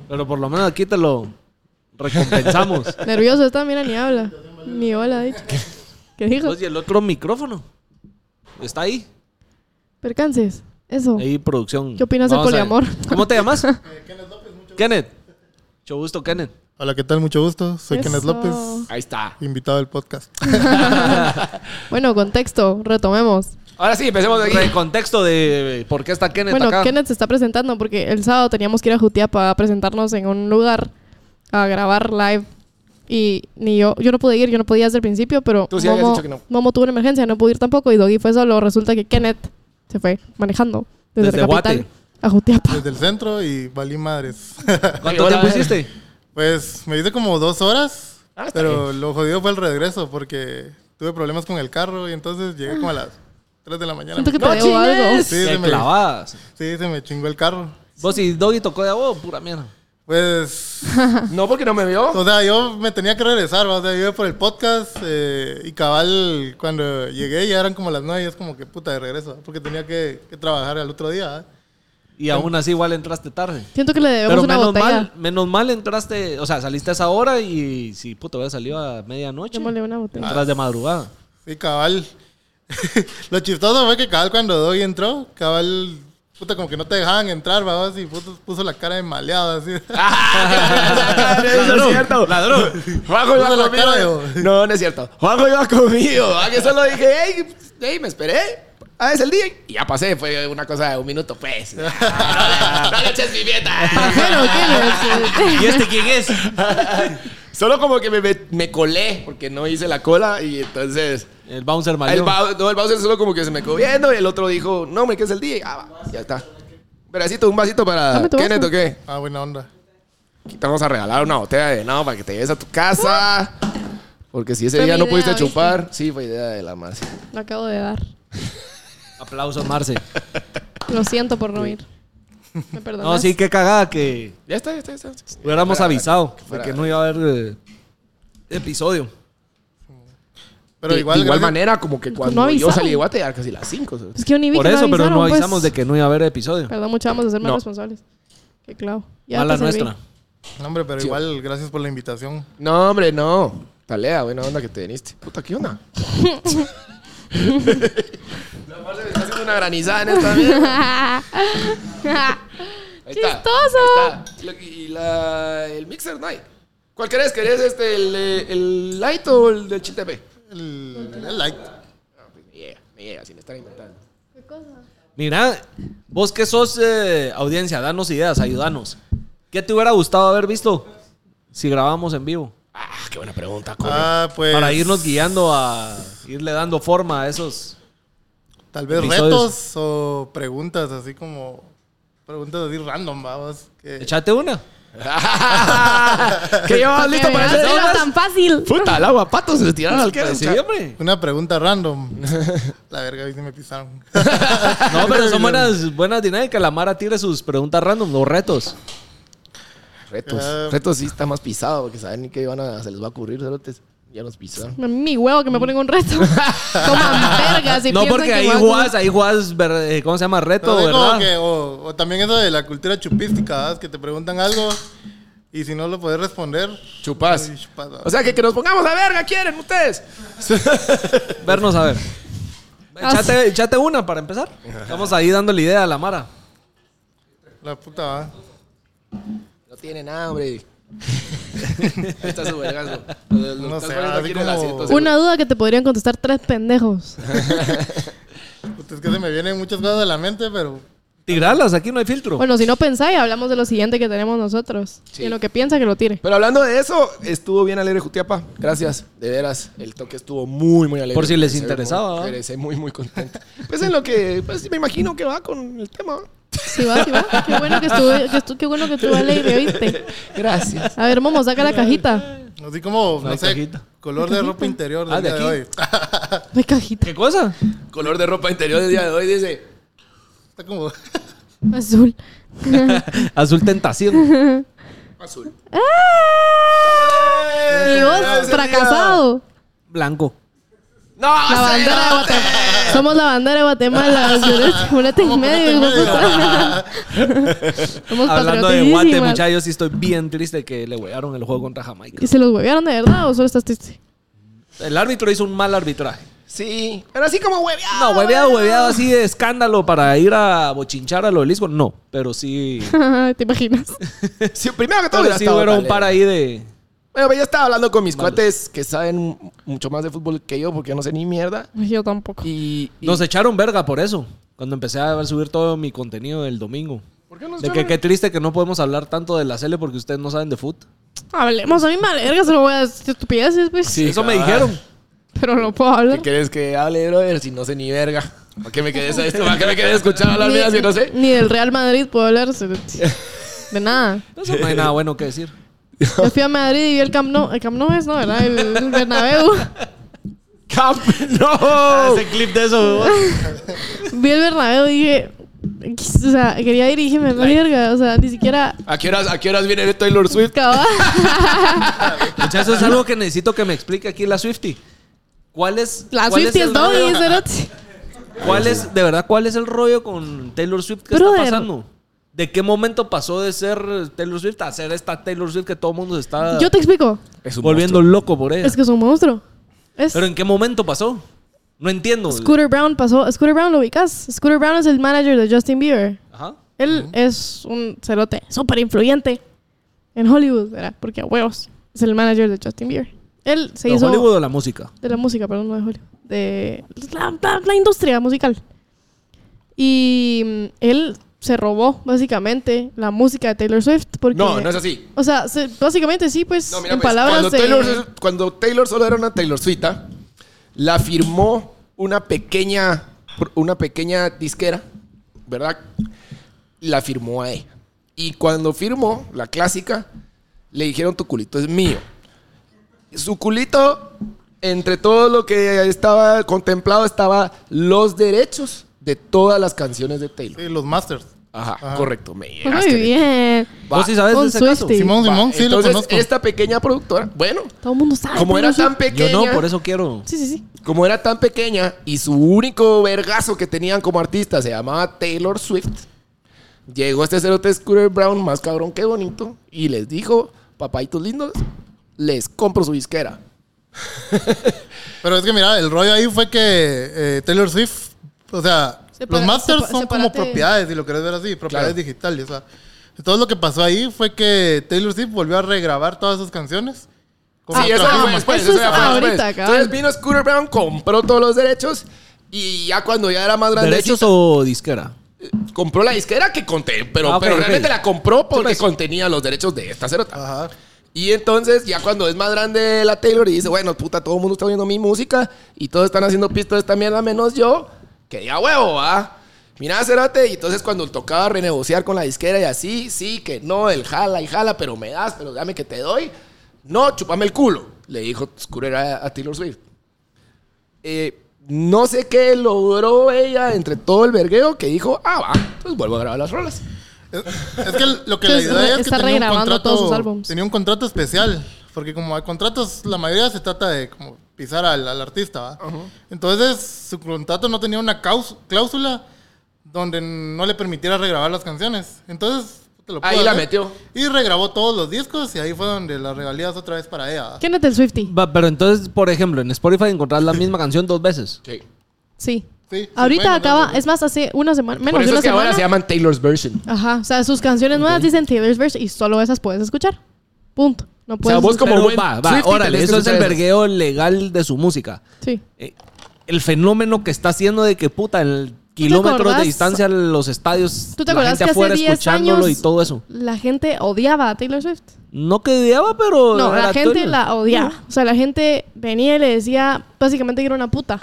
Speaker 2: Pero por lo menos aquí te lo recompensamos.
Speaker 1: Nervioso está, mira, ni habla. Ni hola, ha dicho. ¿Qué dijo?
Speaker 2: Vos y el otro micrófono. Está ahí.
Speaker 1: Percances. Eso.
Speaker 2: Ahí, producción.
Speaker 1: ¿Qué opinas del
Speaker 2: Vamos a ver.
Speaker 1: poliamor?
Speaker 2: ¿Cómo te llamas? Kenneth. Mucho gusto, Kenneth.
Speaker 7: Hola, ¿qué tal? Mucho gusto. Soy Kenneth
Speaker 1: Eso.
Speaker 7: López,
Speaker 3: Ahí está.
Speaker 7: invitado al podcast.
Speaker 1: Bueno, contexto, retomemos.
Speaker 3: Ahora sí, empecemos de aquí.
Speaker 2: Recontexto de por qué está Kenneth
Speaker 1: Bueno,
Speaker 2: acá.
Speaker 1: Kenneth se está presentando porque el sábado teníamos que ir a Jutiapa a presentarnos en un lugar a grabar live. Y ni yo, yo no pude ir, yo no podía desde el principio, pero
Speaker 3: Tú sí habías
Speaker 1: Momo,
Speaker 3: dicho que no.
Speaker 1: Momo tuvo una emergencia, no pudo ir tampoco y Doggy fue solo. Resulta que Kenneth se fue manejando desde,
Speaker 2: Desde
Speaker 1: la capital
Speaker 2: Guate.
Speaker 1: a Jutiapa.
Speaker 7: Desde el centro y valí madres.
Speaker 2: ¿Cuánto
Speaker 3: Ahora,
Speaker 2: tiempo
Speaker 3: a ver.
Speaker 2: hiciste?
Speaker 7: pues me hice como dos horas,
Speaker 3: Ah, está
Speaker 7: pero lo jodido fue el regreso porque tuve problemas con el carro y entonces llegué como a las 3 de la mañana.
Speaker 1: Siento que
Speaker 7: Me-
Speaker 1: te debo algo.
Speaker 7: Sí,
Speaker 2: Te
Speaker 7: se me,
Speaker 2: clavadas.
Speaker 7: sí, se me chingó el carro.
Speaker 2: Vos y Doggy tocó de vos, pura mierda.
Speaker 7: Pues,
Speaker 3: No, porque no me vio.
Speaker 7: o sea, yo me tenía que regresar, ¿va? o sea, yo iba por el podcast eh, y cabal, cuando llegué ya eran como las 9 y es como que puta de regreso, ¿va? porque tenía que, que trabajar al otro día. ¿va?
Speaker 2: Y aún así igual entraste tarde.
Speaker 1: Siento que le debemos
Speaker 2: Pero
Speaker 1: una
Speaker 2: menos
Speaker 1: botella.
Speaker 2: mal, menos mal entraste, o sea, saliste a esa hora y si puto hubiera salido a medianoche.
Speaker 1: Démosle una botella.
Speaker 2: Entras de madrugada.
Speaker 7: Sí, cabal. lo chistoso fue que cabal cuando Doggy entró, cabal, puta, como que no te dejaban entrar, babas, y puto, puso la cara de maleado, así.
Speaker 3: Eso no es cierto. Ah. Ladrón. Juanjo iba
Speaker 7: Puso la
Speaker 3: conmigo.
Speaker 7: cara de-
Speaker 3: No, no es cierto. Juanjo iba conmigo. ¿va? Que Ah, solo dije, hey, hey, me esperé. Ah, es el día. Y ya pasé. Fue una cosa de un minuto, pues. No, le- no le eches
Speaker 2: Ah.
Speaker 1: Bueno,
Speaker 3: pimienta.
Speaker 1: Kenneth.
Speaker 2: ¿Y este quién es?
Speaker 3: Solo como que me, me- me colé porque no hice la cola y entonces...
Speaker 2: El bouncer
Speaker 3: El
Speaker 2: mayor.
Speaker 3: Bau- no, el Bowser solo como que se me quedó viendo y el otro dijo, no, hombre, que es el día. Y, Ah, va, ya está. Veracito, un vasito para
Speaker 1: Dame tu
Speaker 3: Kenneth,
Speaker 1: vaso.
Speaker 3: ¿o qué?
Speaker 7: Ah, buena onda.
Speaker 3: Aquí te vamos a regalar una botella de venado para que te lleves a tu casa. Porque si ese
Speaker 1: Fue
Speaker 3: día
Speaker 1: mi
Speaker 3: no
Speaker 1: idea,
Speaker 3: pudiste
Speaker 1: ¿viste?
Speaker 3: chupar, sí, fue idea de la Marcia.
Speaker 1: Lo acabo de dar.
Speaker 2: Aplausos, Marce.
Speaker 1: Lo siento por no ir. Me perdonas.
Speaker 2: No, sí, qué cagada que
Speaker 3: Ya está, ya está, ya está.
Speaker 2: hubiéramos avisado de
Speaker 3: fuera.
Speaker 2: que no iba a haber eh, episodio.
Speaker 7: Pero
Speaker 3: De-
Speaker 7: igual,
Speaker 3: de igual
Speaker 7: gracias-
Speaker 3: manera, como que cuando yo
Speaker 1: avisaron.
Speaker 3: salí de Guate, eran casi las 5.
Speaker 1: Es que yo ni vi
Speaker 2: Por
Speaker 1: que no
Speaker 2: eso, pero no
Speaker 1: avisaron, pues.
Speaker 2: avisamos de que no iba a haber episodio.
Speaker 1: Perdón, mucho, vamos a ser más
Speaker 3: No.
Speaker 1: responsables. Qué clavo. Ya
Speaker 2: Mala
Speaker 1: te serví.
Speaker 2: nuestra.
Speaker 7: No, hombre, pero igual, gracias por la invitación.
Speaker 3: No, hombre, no. Talea, buena onda que te viniste. Puta, ¿qué onda? la Marcia me está haciendo una granizada en esta mierda. Ahí está,
Speaker 1: ¡Chistoso!
Speaker 3: ahí está. Y la- Y la, el mixer night. ¿Cuál querés? ¿Querés este, el, eh, el light o el del Chiltepe?
Speaker 7: El, el like.
Speaker 3: Me llega, me llega, sin estar inventando.
Speaker 2: Mira, vos que sos eh, audiencia, danos ideas, ayudanos. ¿Qué te hubiera gustado haber visto si grabamos en vivo?
Speaker 3: Ah, qué buena pregunta, coño.
Speaker 7: Ah, pues.
Speaker 2: Para irnos guiando a irle dando forma a esos.
Speaker 7: Tal vez
Speaker 2: episodios.
Speaker 7: retos o preguntas así como. Preguntas así random, babas. Que,
Speaker 2: Echate una.
Speaker 3: ¿Qué llevabas
Speaker 1: Que
Speaker 3: listo para
Speaker 1: veas,
Speaker 3: hacer?
Speaker 1: no era tan fácil.
Speaker 3: Puta, el agua, patos, se les tiraron al queso.
Speaker 2: Pues sí, hombre.
Speaker 7: Una pregunta random. la verga, ahí sí me pisaron.
Speaker 2: No, pero son buenas, buenas dinámicas. La Mara tire sus preguntas random, los retos.
Speaker 3: Retos.
Speaker 7: Ah.
Speaker 3: Retos sí está más pisado porque saben ni qué van a, se les va a ocurrir, cerotes. Ya nos pisaron.
Speaker 1: Mi huevo que me ponen un reto. Coman vergas y
Speaker 2: no,
Speaker 1: piensan
Speaker 2: porque
Speaker 1: que
Speaker 2: ahí
Speaker 1: voy a-
Speaker 2: jugás, ahí jugás, ver- eh, ¿cómo se llama? Reto,
Speaker 7: No, sí, como
Speaker 2: ¿verdad?
Speaker 7: que- o, o también eso de la cultura chupística, ¿verdad? que te preguntan algo y si no lo puedes responder,
Speaker 3: Chupas.
Speaker 7: Uy, chupas, ¿verdad?
Speaker 3: O sea, que, que nos pongamos a verga, quieren ustedes.
Speaker 2: Vernos a ver. Echate, echate una para empezar. Estamos ahí dando la idea a la Mara.
Speaker 7: la puta va.
Speaker 3: No tiene nada, hombre. Ahí está su vergazo. No
Speaker 7: sé, así como-
Speaker 1: Una duda que te podrían contestar tres pendejos.
Speaker 7: Puta, es que se me vienen muchas cosas a la mente, pero
Speaker 2: Tiralas, aquí no hay filtro.
Speaker 1: Bueno, si no pensáis, hablamos de lo siguiente que tenemos nosotros. Y en lo que piensa que lo tire.
Speaker 3: Pero hablando de eso, estuvo bien alegre Jutiapa. Gracias, de veras. El toque estuvo muy, muy alegre.
Speaker 2: Por si les
Speaker 3: Regresé
Speaker 2: interesaba,
Speaker 3: muy-
Speaker 2: ¿va?
Speaker 3: Regresé muy, muy contento. Pues en lo que, pues me imagino que va con el tema.
Speaker 1: Sí va, sí va. Qué bueno que estuve, que estu- qué bueno que estuvo alegre, ¿oíste?
Speaker 3: Gracias.
Speaker 1: A ver, Momo, saca la cajita.
Speaker 7: Así como, no
Speaker 2: hay
Speaker 7: sé,
Speaker 2: cajita.
Speaker 7: color de ropa interior del
Speaker 2: Ah, ¿de
Speaker 7: día de
Speaker 2: aquí?
Speaker 7: hoy.
Speaker 1: No hay cajita.
Speaker 2: ¿Qué cosa?
Speaker 3: Color de ropa interior del día de hoy dice.
Speaker 7: Está como...
Speaker 1: Azul.
Speaker 2: Azul tentación.
Speaker 3: Azul.
Speaker 1: ¡Ah! Y vos, fracasado.
Speaker 2: Blanco.
Speaker 3: ¡No!
Speaker 1: La bandera de Guatemala. Somos la bandera de Guatemala. señores. Ponete en medio. hijo de puta. Somos
Speaker 2: Hablando de Guate,
Speaker 1: patriotísimas.
Speaker 2: muchachos, sí estoy bien triste que le huearon el juego contra Jamaica.
Speaker 1: ¿Y se los huevearon de verdad o solo estás triste?
Speaker 2: El árbitro hizo un mal arbitraje.
Speaker 3: Sí, pero así como hueveado.
Speaker 2: No, hueveado, hueveado así de escándalo para ir a bochinchar al obelisco. No, pero sí.
Speaker 1: ¿Te imaginas?
Speaker 3: Sí, primero que
Speaker 2: Pero
Speaker 3: todo, hubiera
Speaker 2: sí
Speaker 3: estado
Speaker 2: hubiera un
Speaker 3: alegre.
Speaker 2: par ahí de.
Speaker 3: Bueno, yo estaba hablando con mis cuates que saben mucho más de fútbol que yo porque yo no sé ni mierda.
Speaker 1: Yo tampoco.
Speaker 3: Y, y-
Speaker 2: Nos echaron verga por eso. Cuando empecé a subir todo mi contenido del domingo.
Speaker 3: ¿Por qué nos
Speaker 2: De que
Speaker 3: llaman?
Speaker 2: qué triste que no podemos hablar tanto de la Cele porque ustedes no saben de foot.
Speaker 1: Hablemos, a mí me alegra, se lo voy a decir estupideces, pues.
Speaker 2: Eso me dijeron.
Speaker 1: Pero no puedo hablar.
Speaker 3: ¿Qué querés que hable, brother? Si no sé ni verga. ¿Para qué me quedé a esto? ¿Para qué me quedé escuchando hablar mierda si no sé?
Speaker 1: ni del Real Madrid puedo hablar. se- De nada.
Speaker 2: Eso no hay nada bueno que decir.
Speaker 1: Yo fui a Madrid y vi el Camp Nou. El Camp Nou es, ¿no? ¿Verdad? El, el Bernabéu.
Speaker 3: ¡Camp! ¡No!
Speaker 2: Ah, Ese clip de eso.
Speaker 1: Vi el Bernabéu y dije... O sea, quería ir y dije, me vale verga. O sea, ni siquiera...
Speaker 3: ¿A qué horas, a qué horas viene Taylor Swift?
Speaker 1: Cabal.
Speaker 2: Muchachos, es algo que necesito que me explique aquí la Swifty. ¿Cuál es.
Speaker 1: La
Speaker 2: cuál
Speaker 1: Swiftie
Speaker 2: el
Speaker 1: es doggy,
Speaker 2: rollo?
Speaker 1: cerote.
Speaker 2: ¿Cuál es, de verdad, cuál es el rollo con Taylor Swift que
Speaker 1: Brother.
Speaker 2: está pasando? ¿De qué momento pasó de ser Taylor Swift a ser esta Taylor Swift que todo el mundo se
Speaker 3: Ah.
Speaker 2: está
Speaker 1: Yo te explico.
Speaker 2: volviendo loco por ella?
Speaker 1: Es que es un monstruo. Es...
Speaker 2: ¿Pero en qué momento pasó? No entiendo.
Speaker 1: Scooter Brown pasó... Scooter Brown lo ubicas. Scooter Brown es el manager de Justin Bieber.
Speaker 2: Ajá.
Speaker 1: Él es un cerote súper influyente en Hollywood, ¿verdad? Porque a huevos es el manager de Justin Bieber. Él se
Speaker 2: ¿Pero
Speaker 1: hizo
Speaker 2: Hollywood o la música?
Speaker 1: de la música, perdón, no de Hollywood, de la, la- la industria musical. Y mm, él se robó básicamente la música de Taylor Swift porque
Speaker 3: No, no es así.
Speaker 1: O sea, se- básicamente sí, pues
Speaker 3: No, mira,
Speaker 1: en
Speaker 3: pues,
Speaker 1: palabras
Speaker 3: cuando,
Speaker 1: de
Speaker 3: Taylor, cuando Taylor solo era una Taylor Swiftita, la firmó una pequeña, una pequeña disquera, ¿verdad? La firmó a ella. Y cuando firmó la clásica, le dijeron tu culito es mío. Su culito, entre todo lo que estaba contemplado, estaba los derechos de todas las canciones de Taylor.
Speaker 7: Sí, los masters.
Speaker 3: Ajá,
Speaker 7: Ajá.
Speaker 3: correcto. Me
Speaker 1: Pues
Speaker 3: llegaste.
Speaker 1: muy bien.
Speaker 2: ¿Vos sí sabes de
Speaker 1: Con
Speaker 2: ese caso?
Speaker 1: Swiftie.
Speaker 7: Simón,
Speaker 3: Va,
Speaker 7: Simón, sí
Speaker 3: entonces,
Speaker 7: lo conozco.
Speaker 3: esta pequeña productora, bueno,
Speaker 1: Todo el mundo sabe.
Speaker 3: como era
Speaker 1: Taylor
Speaker 3: tan
Speaker 1: Swift.
Speaker 3: pequeña,
Speaker 2: Yo no, por eso quiero.
Speaker 1: Sí, sí, sí.
Speaker 3: como era tan pequeña y su único vergazo que tenían como artista se llamaba Taylor Swift, llegó este cerote Scooter Brown, más cabrón que bonito, y les dijo, papaitos lindos, les compro su disquera.
Speaker 7: Pero es que mira, el rollo ahí fue que eh, Taylor Swift, o sea,
Speaker 1: Separa-
Speaker 7: los masters
Speaker 1: sepa-
Speaker 7: son como
Speaker 1: sepárate.
Speaker 7: propiedades, si lo querés ver así, propiedades
Speaker 3: Claro.
Speaker 7: digitales. O sea, entonces lo que pasó ahí fue que Taylor Swift volvió a regrabar todas sus canciones. con
Speaker 3: Sí,
Speaker 7: otra
Speaker 3: eso ya fue
Speaker 7: firma.
Speaker 3: después,
Speaker 1: Eso
Speaker 3: eso ya
Speaker 1: es
Speaker 3: fue después.
Speaker 1: ahorita, cabrón.
Speaker 3: Entonces vino Scooter Brown, compró todos los derechos y ya cuando ya era más grande,
Speaker 2: ¿Derechos o disquera?
Speaker 3: compró la disquera que conté, pero,
Speaker 2: Ah, ok,
Speaker 3: pero
Speaker 2: ok.
Speaker 3: realmente la compró porque
Speaker 2: pues.
Speaker 3: contenía los derechos de esta cerota.
Speaker 7: Ajá.
Speaker 3: Y entonces, ya cuando es más grande la Taylor y dice, bueno, puta, todo el mundo está oyendo mi música y todos están haciendo pisto de esta mierda menos yo, que ya huevo, va. Mira, cerate. Y entonces, cuando tocaba renegociar con la disquera y así, sí, que no, el jala y jala, pero me das, pero dame que te doy. No, chupame el culo, le dijo Scooter a, a Taylor Swift. Eh, no sé qué logró ella entre todo el vergueo que dijo, ah, va, entonces vuelvo a grabar las rolas.
Speaker 7: Es, es que lo que le
Speaker 1: Entonces,
Speaker 7: ayudó a ella es que
Speaker 1: está
Speaker 7: tenía un,
Speaker 1: regrabando
Speaker 7: contrato,
Speaker 1: todos sus álbums.
Speaker 7: tenía un contrato especial. Porque como hay contratos, la mayoría se trata de como pisar al, al artista, ¿va? Entonces, su contrato no tenía una caus- cláusula donde no le permitiera regrabar las canciones. Entonces, te lo pudo
Speaker 3: Ahí la
Speaker 7: hacer.
Speaker 3: metió.
Speaker 7: Y regrabó todos los discos y ahí fue donde las regalías otra vez para ella. ¿va?
Speaker 1: ¿Quién es el Swiftie?
Speaker 2: Va, pero entonces, por ejemplo, en Spotify encontrás la misma canción dos veces.
Speaker 3: Sí.
Speaker 1: Sí.
Speaker 7: Sí, sí,
Speaker 1: Ahorita
Speaker 7: bueno,
Speaker 1: acaba,
Speaker 7: no, no.
Speaker 1: es más, hace una semana, menos
Speaker 3: Por
Speaker 1: de
Speaker 3: eso
Speaker 1: una
Speaker 3: es que
Speaker 1: semana.
Speaker 3: ahora se llaman Taylor's Version.
Speaker 1: Ajá, o sea, sus canciones nuevas dicen Taylor's version y solo esas puedes escuchar. Punto. No puedes.
Speaker 3: vos
Speaker 1: escuchar-
Speaker 3: como
Speaker 2: Pues, Pero
Speaker 3: buen
Speaker 2: va, va,
Speaker 3: Swiftie
Speaker 2: órale,
Speaker 3: tenés que
Speaker 2: eso es el
Speaker 3: escuchar
Speaker 2: vergueo legal de su música.
Speaker 1: Sí.
Speaker 2: Eh, el fenómeno que está haciendo de que puta, el kilómetros de
Speaker 1: acordás?
Speaker 2: distancia a los estadios.
Speaker 1: ¿Tú te
Speaker 2: la
Speaker 1: acordás
Speaker 2: gente
Speaker 1: que hace
Speaker 2: afuera
Speaker 1: 10
Speaker 2: escuchándolo
Speaker 1: años
Speaker 2: y todo eso.
Speaker 1: la gente odiaba a Taylor Swift?
Speaker 2: No que odiaba, pero.
Speaker 1: No, la
Speaker 2: era
Speaker 1: gente
Speaker 2: Taylor.
Speaker 1: la odiaba. O sea, la gente venía y le decía básicamente que era una puta.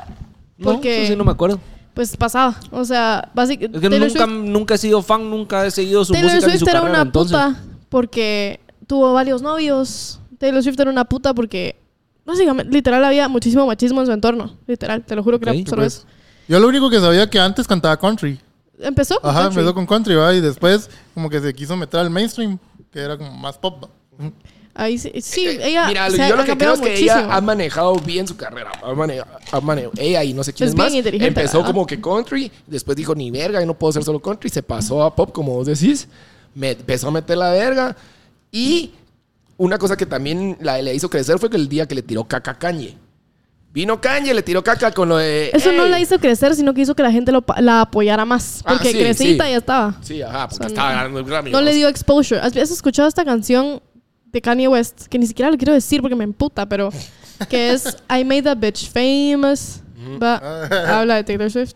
Speaker 2: No,
Speaker 1: Porque
Speaker 2: eso sí no me acuerdo.
Speaker 1: pues pasaba. O sea,
Speaker 2: Es que
Speaker 1: básicamente
Speaker 2: nunca, nunca he sido fan, nunca he seguido su
Speaker 1: Taylor
Speaker 2: música ni
Speaker 1: Swift
Speaker 2: su
Speaker 1: era
Speaker 2: carrera,
Speaker 1: una
Speaker 2: entonces.
Speaker 1: puta porque tuvo varios novios. Taylor Swift era una puta porque básicamente, literal, había muchísimo machismo en su entorno. Literal, te lo juro que
Speaker 2: Ok,
Speaker 1: era solo
Speaker 2: pues.
Speaker 1: eso.
Speaker 7: Yo lo único que sabía que antes cantaba country.
Speaker 1: Empezó con
Speaker 7: Ajá,
Speaker 1: country.
Speaker 7: empezó con country, ¿va? Y después como que se quiso meter al mainstream, que era como más pop. ¿va?
Speaker 1: Ahí sí, sí, ella
Speaker 3: Eh, Mira,
Speaker 1: o
Speaker 3: lo-
Speaker 1: sea,
Speaker 3: yo lo
Speaker 1: ha
Speaker 3: que creo
Speaker 1: cambiado
Speaker 3: es que
Speaker 1: muchísimo.
Speaker 3: ella ha manejado bien su carrera. Ha manejado, ha manejado- ella y no sé quién
Speaker 1: Es
Speaker 3: es más.
Speaker 1: bien inteligente,
Speaker 3: Empezó
Speaker 1: ¿verdad?
Speaker 3: como que country, después dijo ni verga, yo no puedo ser solo country. Se pasó a pop, como vos decís. Me empezó a meter la verga. Y una cosa que también la, le hizo crecer fue que el día que le tiró caca a Kanye. Vino Kanye, le tiró caca con lo de.
Speaker 1: Eso no
Speaker 3: "Ey".
Speaker 1: la hizo crecer, sino que hizo que la gente lo pa- la apoyara más.
Speaker 3: Eh. Ah,
Speaker 1: Porque
Speaker 3: sí,
Speaker 1: crecita
Speaker 3: sí.
Speaker 1: ya estaba.
Speaker 3: Sí, ajá, porque
Speaker 1: O sea,
Speaker 3: estaba
Speaker 1: no-
Speaker 3: ganando el Grammy.
Speaker 1: No
Speaker 3: ¿no?
Speaker 1: le dio exposure. ¿Has, has escuchado esta canción de Kanye West? Que ni siquiera lo quiero decir porque me emputa, pero que es I Made That Bitch Famous. Va,
Speaker 3: Ah.
Speaker 1: habla de Taylor Swift.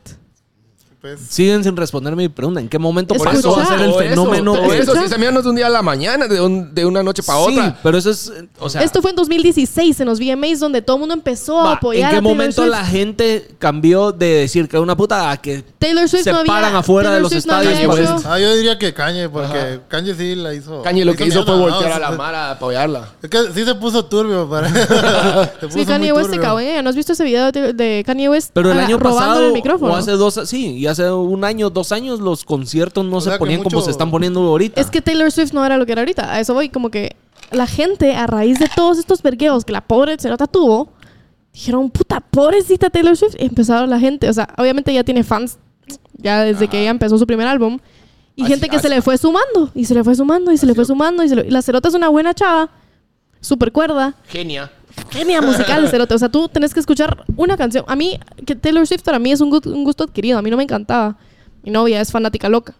Speaker 7: Pues,
Speaker 2: Siguen sin responder mi pregunta. ¿En qué momento
Speaker 1: Por
Speaker 2: pasó a
Speaker 1: escuchar.
Speaker 2: ser el
Speaker 3: Todo eso,
Speaker 2: fenómeno?
Speaker 3: todo
Speaker 2: que-
Speaker 3: eso, sí, se me no es de un día a la mañana, de, un- de una noche para
Speaker 2: Sí,
Speaker 3: otra.
Speaker 2: pero eso es. eh, O sea,
Speaker 1: Esto fue en 2016 en los VMAs donde todo el mundo empezó
Speaker 2: va,
Speaker 1: a apoyar
Speaker 2: ¿en qué
Speaker 1: a Taylor
Speaker 2: momento
Speaker 1: Swift.
Speaker 2: la gente cambió de decir que era una puta a que
Speaker 1: Taylor Swift
Speaker 2: se
Speaker 1: no había-
Speaker 2: paran afuera de
Speaker 1: Taylor
Speaker 2: los
Speaker 1: Swift no
Speaker 2: estadios?
Speaker 1: había
Speaker 2: para-
Speaker 1: hecho-
Speaker 7: ah, yo diría que Kanye, porque Kanye sí la hizo.
Speaker 3: Kanye lo que hizo fue
Speaker 7: mierda, ¿va?
Speaker 3: voltear
Speaker 7: O
Speaker 3: a
Speaker 7: sea,
Speaker 3: la mara a apoyarla.
Speaker 7: Es que sí se puso turbio para. se puso
Speaker 1: Sí, Kanye este
Speaker 7: muy
Speaker 1: West se
Speaker 7: turbio.
Speaker 1: cagó en ella. ¿No has visto ese video de, de Kanye West
Speaker 2: Pero el
Speaker 1: ah,
Speaker 2: año
Speaker 1: robándole
Speaker 2: pasado,
Speaker 1: el micrófono?
Speaker 2: o hace dos, sí, y hace un año, dos años, los conciertos no se
Speaker 7: sea que
Speaker 2: ponían como
Speaker 7: mucho-
Speaker 2: se están poniendo ahorita.
Speaker 1: Es que Taylor Swift no era lo que era ahorita. A eso voy, como que la gente, a raíz de todos estos vergueos que la pobre Cerota tuvo, dijeron, puta, pobrecita Taylor Swift. Y empezaron la gente, o sea, obviamente ya tiene fans, ya desde que ella empezó su primer álbum. Y
Speaker 3: Así-
Speaker 1: gente que se
Speaker 3: así-
Speaker 1: le fue sumando, y se le fue sumando, y se le fue sumando. Y, se le- y la Cerota es una buena chava, súper cuerda,
Speaker 3: Genia.
Speaker 1: genia musical, Cerota. O sea, tú tenés que escuchar una canción. A mí, que Taylor Swift para mí es un, gu- un gusto adquirido. A mí no me encantaba. Mi novia es fanática loca.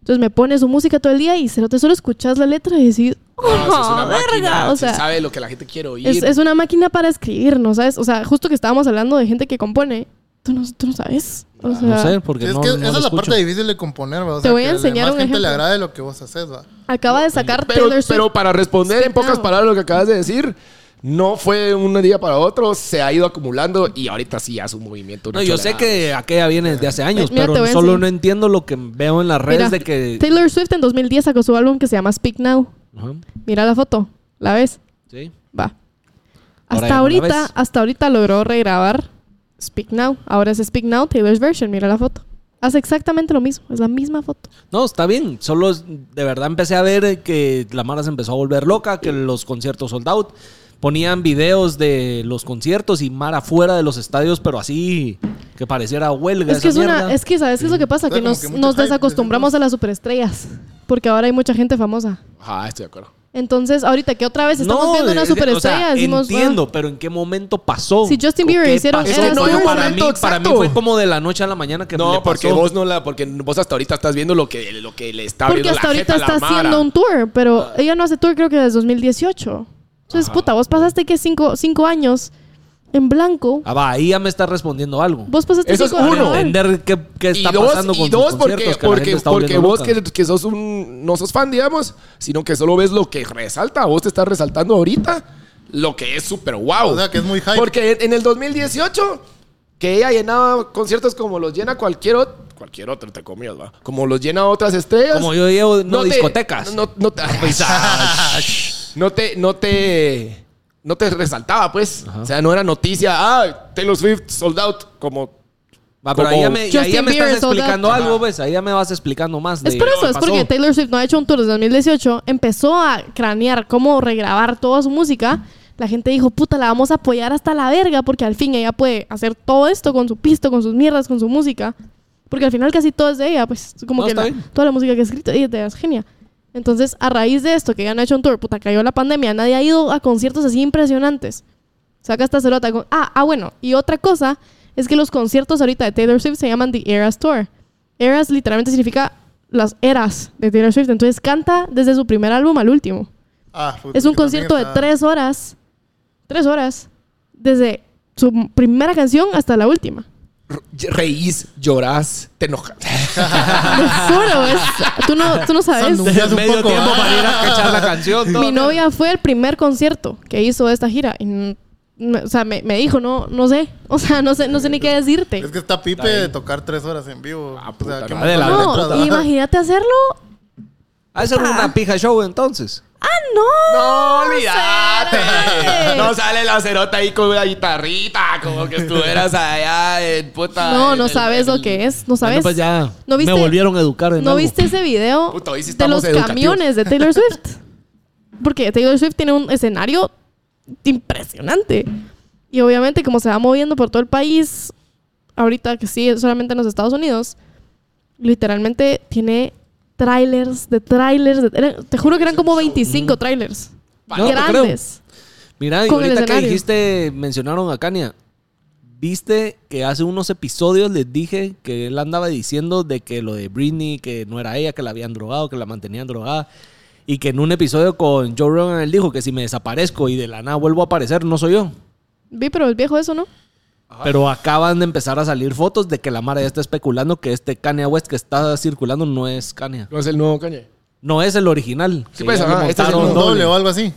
Speaker 1: Entonces me pone su música todo el día y Cerote solo escuchas la letra y decís, ¡Oh,
Speaker 3: No, eso es una
Speaker 1: verga!
Speaker 3: máquina,
Speaker 1: O
Speaker 3: se
Speaker 1: sea,
Speaker 3: sabe lo que la gente quiere oír.
Speaker 1: es, es una máquina para escribir, ¿no sabes? O sea, justo que estábamos hablando de gente que compone, tú no, tú no sabes.
Speaker 3: Ah,
Speaker 1: O sea,
Speaker 2: no sé,
Speaker 7: Sí,
Speaker 2: porque
Speaker 7: es
Speaker 2: no,
Speaker 7: que
Speaker 2: no
Speaker 7: esa
Speaker 2: lo
Speaker 7: es la
Speaker 2: escucho.
Speaker 7: parte difícil de componer, ¿va? O
Speaker 1: Te
Speaker 7: sea,
Speaker 1: voy a
Speaker 7: que la
Speaker 1: enseñar
Speaker 7: demás
Speaker 1: un
Speaker 7: gente le
Speaker 1: ejemplo.
Speaker 7: agrade lo que vos haces, ¿va?
Speaker 1: acaba de sacar
Speaker 3: pero,
Speaker 1: Taylor Swift.
Speaker 3: pero para responder en pocas
Speaker 1: Out.
Speaker 3: palabras lo que acabas de decir, no fue un día para otro, se ha ido acumulando y ahorita sí hace un movimiento. una
Speaker 2: No, yo sé
Speaker 3: cholerada.
Speaker 2: que aquella viene desde hace años,
Speaker 1: Mira, te
Speaker 2: pero
Speaker 1: voy a
Speaker 2: solo
Speaker 1: enseñar.
Speaker 2: no entiendo lo que veo en las
Speaker 1: Mira,
Speaker 2: redes de que...
Speaker 1: Taylor Swift en 2010 sacó su álbum que se llama Speak Now.
Speaker 2: Ajá,
Speaker 1: Mira la foto, ¿la ves?
Speaker 2: sí.
Speaker 1: Va.
Speaker 2: Ahora
Speaker 1: Hasta
Speaker 2: ya no la
Speaker 1: ahorita,
Speaker 2: ves.
Speaker 1: hasta ahorita logró regrabar Speak Now. Ahora es Speak Now Taylor's version. Mira la foto. Hace exactamente lo mismo. Es la misma foto.
Speaker 2: No, está bien. Solo es- de verdad empecé a ver eh, que la Mara se empezó a volver loca, que los conciertos sold out. Ponían videos de los conciertos y Mara fuera de los estadios, pero así que pareciera huelga.
Speaker 1: Es que es
Speaker 2: esa
Speaker 1: una,
Speaker 2: mierda.
Speaker 1: es que sabes qué es lo que pasa,
Speaker 7: O sea,
Speaker 1: que
Speaker 7: como
Speaker 1: nos,
Speaker 7: que mucho
Speaker 1: nos
Speaker 7: hype,
Speaker 1: desacostumbramos a las superestrellas, porque ahora hay mucha gente famosa.
Speaker 3: Ajá, estoy de acuerdo.
Speaker 1: Entonces, ahorita que otra vez estamos
Speaker 2: No,
Speaker 1: viendo
Speaker 2: de-
Speaker 1: una
Speaker 2: de- o sea,
Speaker 1: superestrella, decimos, "Wow".
Speaker 2: entiendo, pero ¿en qué momento pasó?
Speaker 1: Si Justin
Speaker 2: ¿O
Speaker 1: Bieber
Speaker 2: qué
Speaker 1: hicieron-
Speaker 2: pasó?
Speaker 1: Es que no
Speaker 2: Porque
Speaker 1: hay un
Speaker 2: para mí,
Speaker 3: momento
Speaker 2: para mí
Speaker 3: exacto.
Speaker 2: fue como de la noche a la mañana que le
Speaker 3: No,
Speaker 2: pasó.
Speaker 3: porque vos no la, porque vos hasta ahorita estás viendo lo que, lo que le está
Speaker 1: porque
Speaker 3: abriendo
Speaker 1: hasta
Speaker 3: la
Speaker 1: ahorita
Speaker 3: jeta a
Speaker 1: está
Speaker 3: la Mara.
Speaker 1: haciendo un tour, pero
Speaker 2: Ah.
Speaker 1: ella no hace tour creo que desde 2018. Entonces, puta, vos pasaste que cinco, cinco años en blanco.
Speaker 2: Ah, va, ahí ya me está respondiendo algo.
Speaker 1: Vos pasaste
Speaker 3: Eso es
Speaker 1: cinco años
Speaker 2: Para
Speaker 3: uno.
Speaker 1: en blanco.
Speaker 2: entender qué, qué está
Speaker 3: y dos,
Speaker 2: pasando con
Speaker 3: y dos
Speaker 2: sus
Speaker 3: porque,
Speaker 2: conciertos, que la gente
Speaker 3: porque,
Speaker 2: está
Speaker 3: porque
Speaker 2: volviendo
Speaker 3: vos
Speaker 2: loca.
Speaker 3: que, que sos un, no sos fan, digamos, sino que solo ves lo que resalta. Vos te estás resaltando ahorita lo que es súper wow.
Speaker 7: O sea, que es muy hype.
Speaker 3: Porque en, en el 2018, que ella llenaba conciertos como los llena cualquier otro, cualquier otro, te comillas, va. Como los llena otras estrellas.
Speaker 2: Como yo llevo no,
Speaker 3: te-
Speaker 2: discotecas. Pues, ah,
Speaker 3: No, no te, no te, no te, no te resaltaba, pues. O sea, no era noticia. Ah, Taylor Swift sold out. Como
Speaker 2: Va, pero ahí
Speaker 3: Como-
Speaker 2: ya me, ahí ya
Speaker 1: Justin
Speaker 2: me estás
Speaker 1: Bieber sold
Speaker 2: explicando
Speaker 1: out.
Speaker 2: algo, pues. Ahí ya me vas explicando más.
Speaker 1: Es
Speaker 2: de
Speaker 1: por
Speaker 2: lo
Speaker 1: eso,
Speaker 2: que
Speaker 1: es
Speaker 2: pasó.
Speaker 1: porque Taylor Swift no ha hecho un tour desde 2018, empezó a cranear cómo regrabar toda su música. La gente dijo, puta, la vamos a apoyar hasta la verga, porque al fin ella puede hacer todo esto con su pisto, con sus mierdas, con su música. Porque al final casi todo es de ella, pues como
Speaker 2: No,
Speaker 1: que
Speaker 2: está
Speaker 1: la-
Speaker 2: bien.
Speaker 1: toda la música que ha escrito ella es de ella, es genia. Entonces, a raíz de esto, que ya no ha hecho un tour, puta, cayó la pandemia, nadie ha ido a conciertos así impresionantes. Saca esta cerota con... Ah, ah, bueno. Y otra cosa es que los conciertos ahorita de Taylor Swift se llaman The Eras Tour. Eras literalmente significa las eras de Taylor Swift. Entonces canta desde su primer álbum al último.
Speaker 7: Ah, puta,
Speaker 1: Es un
Speaker 7: que también
Speaker 1: concierto de
Speaker 7: está-
Speaker 1: tres horas. Tres horas. Desde su primera canción hasta la última.
Speaker 3: reís, llorás, te enojas.
Speaker 1: Te juro, es- tú, no, tú no sabes.
Speaker 7: Sanduqueas un
Speaker 2: medio
Speaker 7: poco,
Speaker 2: tiempo
Speaker 7: ah.
Speaker 2: para ir a cachar la canción. todo.
Speaker 1: Mi novia fue el primer concierto que hizo esta gira. Y, n- me- o sea, me, me dijo, no, no sé. O sea, no sé, no sé ni qué decirte.
Speaker 7: Es que está pipe de tocar tres horas en vivo. o sea, ¿qué
Speaker 2: Ah, madre,
Speaker 7: más
Speaker 2: la
Speaker 7: da?
Speaker 2: verdad,
Speaker 1: No, imagínate hacerlo.
Speaker 2: Ha de ser una pija show entonces.
Speaker 1: ¡Ah, no!
Speaker 3: ¡No, olvídate!
Speaker 1: sé.
Speaker 3: No sale la cerota ahí con una guitarrita, como que estuvieras allá en puta.
Speaker 1: No,
Speaker 3: en
Speaker 1: no
Speaker 3: el-
Speaker 1: sabes
Speaker 3: en
Speaker 1: lo
Speaker 3: el-
Speaker 1: que es. No sabes.
Speaker 2: Bueno, pues ya
Speaker 1: ¿No viste?
Speaker 2: me volvieron a educar en
Speaker 1: ¿No
Speaker 2: algo.
Speaker 1: viste ese video
Speaker 3: Puta, hoy sí
Speaker 1: de
Speaker 3: estamos
Speaker 1: los
Speaker 3: educativos.
Speaker 1: camiones de Taylor Swift? Porque Taylor Swift tiene un escenario impresionante. Y obviamente, como se va moviendo por todo el país, ahorita que sí, es solamente en los Estados Unidos, literalmente tiene trailers de trailers. de- eran- te juro que eran como
Speaker 2: Mm.
Speaker 1: 25 trailers.
Speaker 2: No, te creo.
Speaker 1: grandes.
Speaker 2: Mira, y
Speaker 1: Con el
Speaker 2: ahorita que
Speaker 1: escenario.
Speaker 2: dijiste, mencionaron a Kania. Viste que hace unos episodios les dije que él andaba diciendo de que lo de Britney, que no era ella, que la habían drogado, que la mantenían drogada. Y que en un episodio con Joe Rogan él dijo que si me desaparezco y de la nada vuelvo a aparecer, no soy yo.
Speaker 1: Vi, pero el viejo eso, ¿no?
Speaker 2: Pero acaban de empezar a salir fotos de que la Mara ya está especulando que este Kanye West que está circulando no es Kanye.
Speaker 3: No es el nuevo cañe.
Speaker 2: No es el original.
Speaker 3: Sí,
Speaker 2: Que
Speaker 3: pues,
Speaker 2: ya
Speaker 3: ajá,
Speaker 2: lo
Speaker 3: este es el
Speaker 2: montaron
Speaker 7: Un doble o algo así.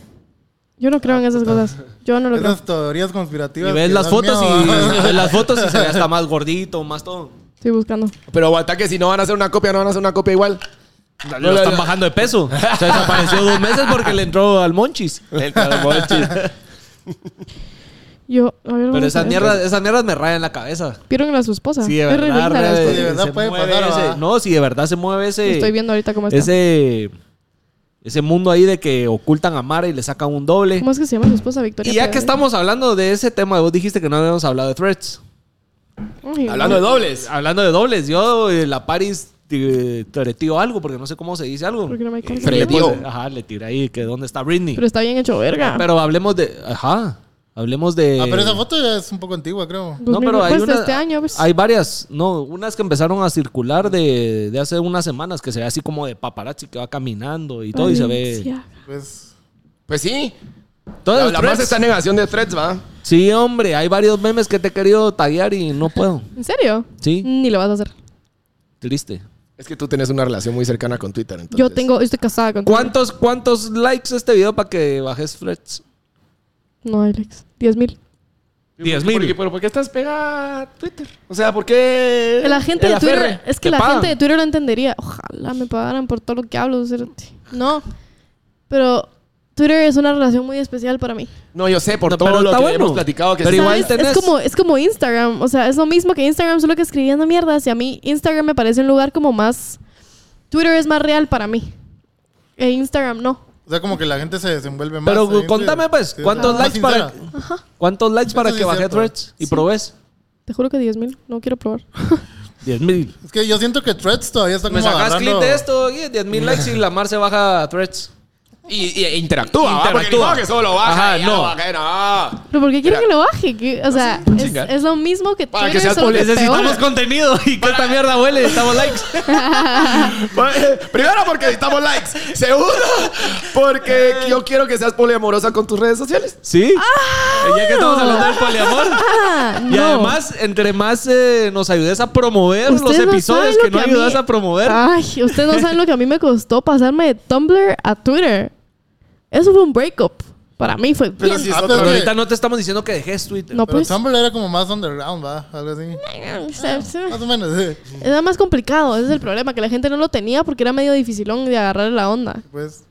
Speaker 1: Yo no creo en esas cosas. Yo no lo creo.
Speaker 7: Esas teorías conspirativas.
Speaker 2: Y ves
Speaker 7: que
Speaker 2: las
Speaker 7: dan
Speaker 2: fotos y
Speaker 7: miedo,
Speaker 2: ves las fotos y se ve hasta más gordito, más todo.
Speaker 1: Estoy buscando.
Speaker 3: Pero aguanta que si no van a hacer una copia, no van a hacer una copia igual.
Speaker 2: Lo están bajando de peso. Se desapareció dos meses porque le entró al Monchis.
Speaker 1: Yo, a ver, vamos
Speaker 2: Pero
Speaker 1: a
Speaker 2: esas
Speaker 1: ver.
Speaker 2: mierdas, esas mierdas me rayan la cabeza.
Speaker 1: Vieron a su esposa.
Speaker 2: Sí, de
Speaker 1: Es re
Speaker 2: verdad.
Speaker 1: linda la
Speaker 2: re-
Speaker 1: esposa.
Speaker 7: Sí, de verdad
Speaker 2: se
Speaker 7: puede
Speaker 2: mueve
Speaker 7: pasar,
Speaker 2: ese-
Speaker 7: ¿verdad?
Speaker 2: No, si de verdad se mueve ese.
Speaker 1: Estoy viendo ahorita cómo está.
Speaker 2: Ese, ese mundo ahí de que ocultan a Mara y le sacan un doble.
Speaker 1: ¿Cómo es que se llama su esposa Victoria?
Speaker 2: Y ya
Speaker 1: Pedregal?
Speaker 2: que estamos hablando de ese tema, vos dijiste que no habíamos hablado de threads.
Speaker 1: Ay,
Speaker 3: Hablando de dobles.
Speaker 2: Hablando de dobles, yo eh, la Paris eh, toreteó algo porque no sé cómo se dice algo.
Speaker 1: ¿por qué no me alcanza?
Speaker 2: Le
Speaker 3: Fretió.
Speaker 2: puse- Ajá, le tiré ahí que dónde está Britney.
Speaker 1: Pero está bien hecho, verga.
Speaker 2: Pero hablemos de. Ajá. Hablemos de.
Speaker 7: Ah, pero esa foto ya es un poco antigua, creo.
Speaker 1: Pues mi respuesta este año, pues.
Speaker 2: hay varias, no, unas que empezaron a circular de, de hace unas semanas que se ve así como de paparazzi que va caminando y todo y se ve.
Speaker 1: Valencia.
Speaker 7: Pues,
Speaker 3: Pues sí.
Speaker 2: Todas
Speaker 3: La, la
Speaker 2: threads.
Speaker 3: más está en negación de threads, ¿va?
Speaker 2: Sí, hombre, hay varios memes que te he querido taggear y no puedo.
Speaker 1: ¿En serio?
Speaker 2: Sí.
Speaker 1: Ni lo vas a hacer.
Speaker 2: Triste.
Speaker 3: Es que tú tenés una relación muy cercana con Twitter, entonces.
Speaker 1: Yo tengo, yo estoy casada con.
Speaker 2: ¿Cuántos, cuántos likes este video para que bajes threads?
Speaker 1: No, Alex. 10 mil.
Speaker 2: 10
Speaker 3: ¿Por qué,
Speaker 2: mil.
Speaker 3: pero ¿por qué estás pegada a Twitter? O sea, ¿por qué?
Speaker 1: La gente
Speaker 2: el
Speaker 1: de Twitter.
Speaker 2: aferre,
Speaker 1: Es que
Speaker 2: te
Speaker 1: la
Speaker 2: pagan.
Speaker 1: gente de Twitter lo entendería. Ojalá me pagaran por todo lo que hablo. cerote. No. Pero Twitter es una relación muy especial para mí.
Speaker 3: No, yo sé, por
Speaker 2: No, pero
Speaker 3: todo lo que
Speaker 2: está bueno.
Speaker 3: hemos platicado que
Speaker 2: Pero
Speaker 3: sí.
Speaker 2: igual
Speaker 1: ¿Sabes?
Speaker 2: tenés-
Speaker 1: Es como, es como Instagram. O sea, es lo mismo que Instagram, solo que escribiendo mierdas. Y a mí Instagram me parece un lugar como más... Twitter es más real para mí. E Instagram no.
Speaker 7: o sea, como que la gente se desenvuelve más.
Speaker 2: Pero
Speaker 7: ahí en
Speaker 2: contame
Speaker 7: Twitter.
Speaker 2: pues,
Speaker 7: Sí,
Speaker 2: ¿cuántos
Speaker 7: más
Speaker 2: likes para,
Speaker 7: sincera.
Speaker 2: ¿cuántos likes para
Speaker 7: Eso sí
Speaker 2: que
Speaker 7: es
Speaker 2: bajes
Speaker 7: cierto.
Speaker 2: threads y probes?
Speaker 1: Te juro que 10 mil. No quiero probar.
Speaker 2: 10 mil.
Speaker 7: Es que yo siento que Threads todavía está
Speaker 2: Pues Me
Speaker 7: como
Speaker 2: sacas clip
Speaker 7: agarrando...
Speaker 2: de esto, y 10 mil likes y la mar se baja a threads.
Speaker 3: Y, y- e interactúa, ¿va? Porque
Speaker 2: Interactúa.
Speaker 3: no, que solo baja.
Speaker 2: Ajá,
Speaker 3: y ya
Speaker 2: no.
Speaker 3: baja, no.
Speaker 1: ¿Pero por qué quieren que lo baje? ¿Qué? O sea,
Speaker 2: Pues
Speaker 1: es,
Speaker 3: chinga.
Speaker 1: es lo mismo que
Speaker 3: Para que
Speaker 1: Twitter.
Speaker 3: seas
Speaker 1: solo es
Speaker 2: Necesitamos
Speaker 1: peor.
Speaker 2: contenido y que esta mierda huele, necesitamos likes.
Speaker 3: Primero, porque necesitamos likes. Segundo, porque yo quiero que seas poliamorosa con tus redes sociales.
Speaker 2: Sí. Eh, ya que estamos hablando del poliamor.
Speaker 1: Ah,
Speaker 2: Y
Speaker 1: no.
Speaker 2: además, entre más eh, nos ayudes a promover los
Speaker 1: Ustedes no
Speaker 2: episodios
Speaker 1: saben lo
Speaker 2: que no
Speaker 1: que a
Speaker 2: ayudas
Speaker 1: mí-
Speaker 2: a Ah. promover.
Speaker 1: Ay, ustedes no saben lo que a mí me costó pasarme de Tumblr a Twitter. Eso fue un breakup. Para mí fue
Speaker 7: Pero
Speaker 1: bien-
Speaker 7: si es
Speaker 3: Ah,
Speaker 7: otro-
Speaker 3: pero
Speaker 2: Pero
Speaker 7: que-
Speaker 2: ahorita no te estamos diciendo que dejes Twitter.
Speaker 1: No,
Speaker 7: Pero
Speaker 1: pues...
Speaker 7: Tumblr era como más underground, ¿va? Algo así. Más o menos, sí.
Speaker 1: Era más complicado, ese es el problema, que la gente no lo tenía porque era medio dificilón de agarrar la onda.
Speaker 7: Pues. sí.